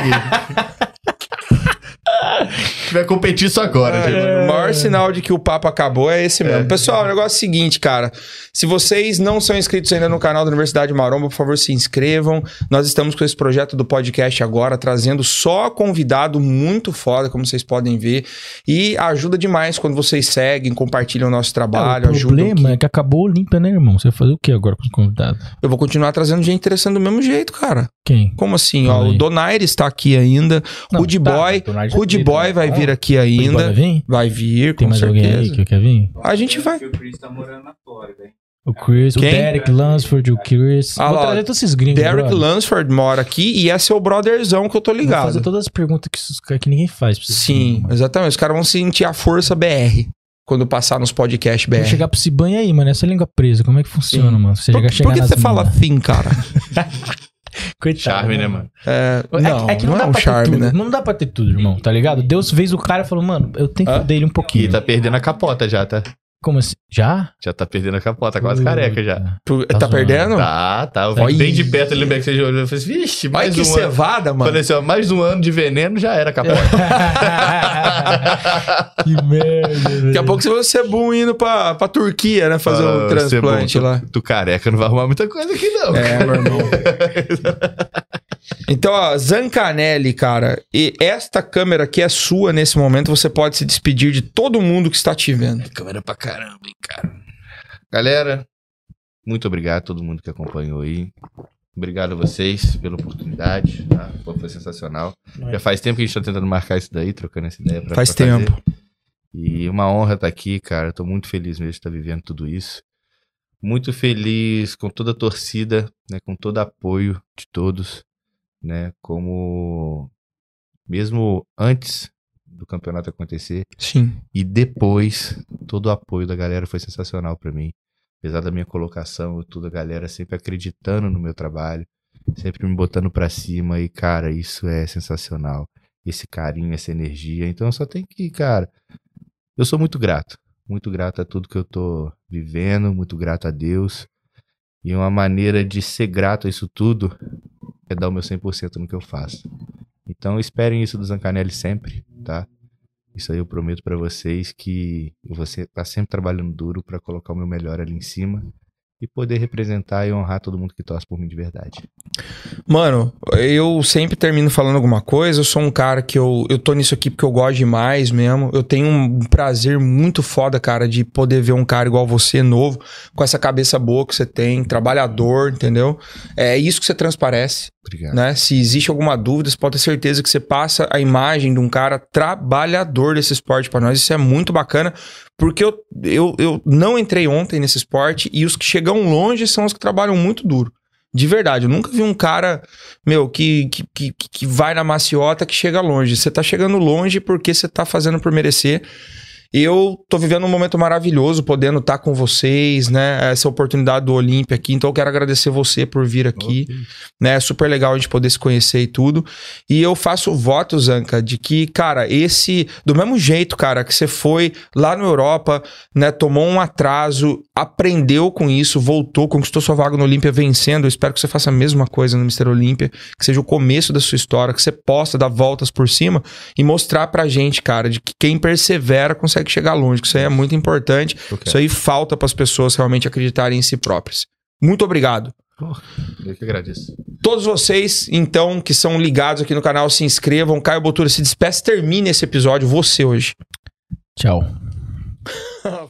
S3: Vai competir isso agora,
S2: Ai,
S3: gente.
S2: mano, O maior sinal de que o papo acabou é esse mesmo. Pessoal, o negócio é o seguinte, cara. Se vocês não são inscritos ainda no canal da Universidade Maromba, por favor, se inscrevam. Nós estamos com esse projeto do podcast agora, trazendo só convidado muito foda, como vocês podem ver. E ajuda demais quando vocês seguem, compartilham o nosso trabalho,
S1: o
S2: ajudam
S1: problema é que acabou o limpa, né, irmão? Você vai fazer o que agora com os convidados?
S2: Eu vou continuar trazendo gente interessante do mesmo jeito, cara.
S1: Quem?
S2: Como assim? Ó,
S1: Fala aí.
S2: o Donaires tá aqui ainda.
S1: Não,
S2: Rude
S1: tá,
S2: Boy.
S1: mas o Leonardo já
S2: Rude
S1: veio,
S2: Boy
S1: tá?
S2: vai vir aqui
S1: O Rude Boy
S2: ainda.
S1: vai vir?
S2: Vai vir, com
S1: Tem mais alguém aí
S2: certeza.
S1: que quer vir?
S2: A gente vai.
S4: O Chris tá morando na Flórida, hein?
S1: O Chris,
S2: Quem?
S1: o Derek Lansford, o Chris.
S2: Ah
S1: Vou
S2: lá,
S1: trazer todos esses gringos.
S2: Derek
S1: brother.
S2: Lansford mora aqui e é seu brotherzão que eu tô
S1: Vou fazer
S2: ligado.
S1: todas as perguntas que, esses caras- que ninguém faz. pra vocês.
S2: Sim, exatamente. Os caras vão sentir a força BR quando passar nos podcasts
S1: Vou
S2: BR.
S1: chegar pro Ciban e aí, mano, essa língua presa, como é que funciona, mano? Você
S2: Por,
S1: chega,
S2: por
S1: chega
S2: que
S1: nas
S2: você fala
S1: minas.
S2: assim, cara?
S1: Coitado,
S3: Charme, né, mano?
S2: É,
S1: É,
S2: não,
S1: é que não,
S2: não
S1: dá
S2: é um
S1: pra ter
S2: charme,
S1: tudo,
S2: né?
S1: Não dá pra ter tudo, irmão, tá ligado? Deus fez o cara e falou, mano, eu tenho que
S2: Hã?
S1: foder ele um
S3: Que
S1: pouquinho.
S3: tá perdendo a capota já, tá?
S1: Como assim? Já?
S3: Já tá perdendo a capota,
S2: Hum.
S3: quase careca já.
S2: Tu-
S1: Tá
S2: Tá,
S1: zoando.
S2: perdendo?
S3: Tá, tá. Eu
S1: Olha
S3: vi bem de
S1: isso.
S3: perto ali no backstage olhando. Eu falei assim, vixe,
S2: Olha
S3: mais
S2: que
S3: um ano.
S2: cevada, mano. É.
S3: Falei assim, ó, mais um ano de veneno já era capota.
S1: que merda, velho.
S2: Daqui a pouco você vai ser bom indo pra, pra Turquia, né? Fazer
S3: Fala,
S2: um
S3: "Ô,
S2: transplante
S3: Cebon,
S2: lá.
S3: Tu, tu careca não vai arrumar muita coisa aqui, não.
S2: É, meu irmão. Então, ó, Zancanelli, cara, e esta câmera aqui é sua nesse momento. Você pode se despedir de todo mundo que está te vendo.
S3: É Câmera pra caramba, hein, cara. Galera, muito obrigado a todo mundo que acompanhou aí. Obrigado a vocês pela oportunidade, tá? Pô, Foi sensacional.
S1: Não é.
S3: Já faz tempo que a gente tá tentando marcar isso daí, trocando essa ideia. Pra,
S2: Faz
S3: pra fazer.
S2: tempo.
S3: E uma honra estar aqui, cara. Tô muito feliz mesmo de estar vivendo tudo isso. Muito feliz com toda a torcida, né? Com todo o apoio de todos. né? Como mesmo antes do campeonato acontecer
S2: Sim.
S3: e depois, todo o apoio da galera foi sensacional pra mim. Apesar da minha colocação e tudo, a galera sempre acreditando no meu trabalho, sempre me botando pra cima e cara, isso é sensacional. Esse carinho, essa energia. Então só tem que, cara, eu sou muito grato, muito grato a tudo que eu tô vivendo, muito grato a Deus. E uma maneira de ser grato a isso tudo é dar o meu 100% no que eu faço. Então esperem isso do Zancanelli sempre, tá? Isso aí eu prometo pra vocês que você tá sempre trabalhando duro pra colocar o meu melhor ali em cima e poder representar e honrar todo mundo que torce por mim de verdade.
S2: Mano, eu sempre termino falando alguma coisa. Eu sou um cara que eu, eu tô nisso aqui porque eu gosto demais mesmo. Eu tenho um prazer muito foda, cara, de poder ver um cara igual você, novo, com essa cabeça boa que você tem, trabalhador, entendeu? É isso que você transparece.
S3: Obrigado.
S2: né? Se existe alguma dúvida, você pode ter certeza que você passa a imagem de um cara trabalhador desse esporte pra nós. Isso é muito bacana, porque eu, eu, eu não entrei ontem nesse esporte e os que chegam longe são os que trabalham muito duro. De verdade, eu nunca vi um cara, meu, que, que, que, que vai na maciota que chega longe. Você tá chegando longe porque você tá fazendo por merecer. Eu tô vivendo um momento maravilhoso, podendo estar com vocês, né? Essa oportunidade do Olímpia aqui. Então eu quero agradecer você por vir aqui né? É super legal a gente poder se conhecer e tudo. E eu faço voto, Zanca, de que, cara, esse. Do mesmo jeito, cara, que você foi lá na Europa, né? Tomou um atraso, aprendeu com isso, voltou, conquistou sua vaga no Olímpia vencendo. Eu espero que você faça a mesma coisa no Mister Olímpia, que seja o começo da sua história, que você possa dar voltas por cima e mostrar pra gente, cara, de que quem persevera consegue chegar longe, que isso aí é muito importante.
S3: Eu quero.
S2: Isso aí falta pras pessoas realmente acreditarem em si próprias. Muito obrigado.
S3: Eu que agradeço.
S2: Todos vocês, então, que são ligados aqui no canal, se inscrevam. Caio Botura se despeça, termina esse episódio, você hoje.
S1: Tchau.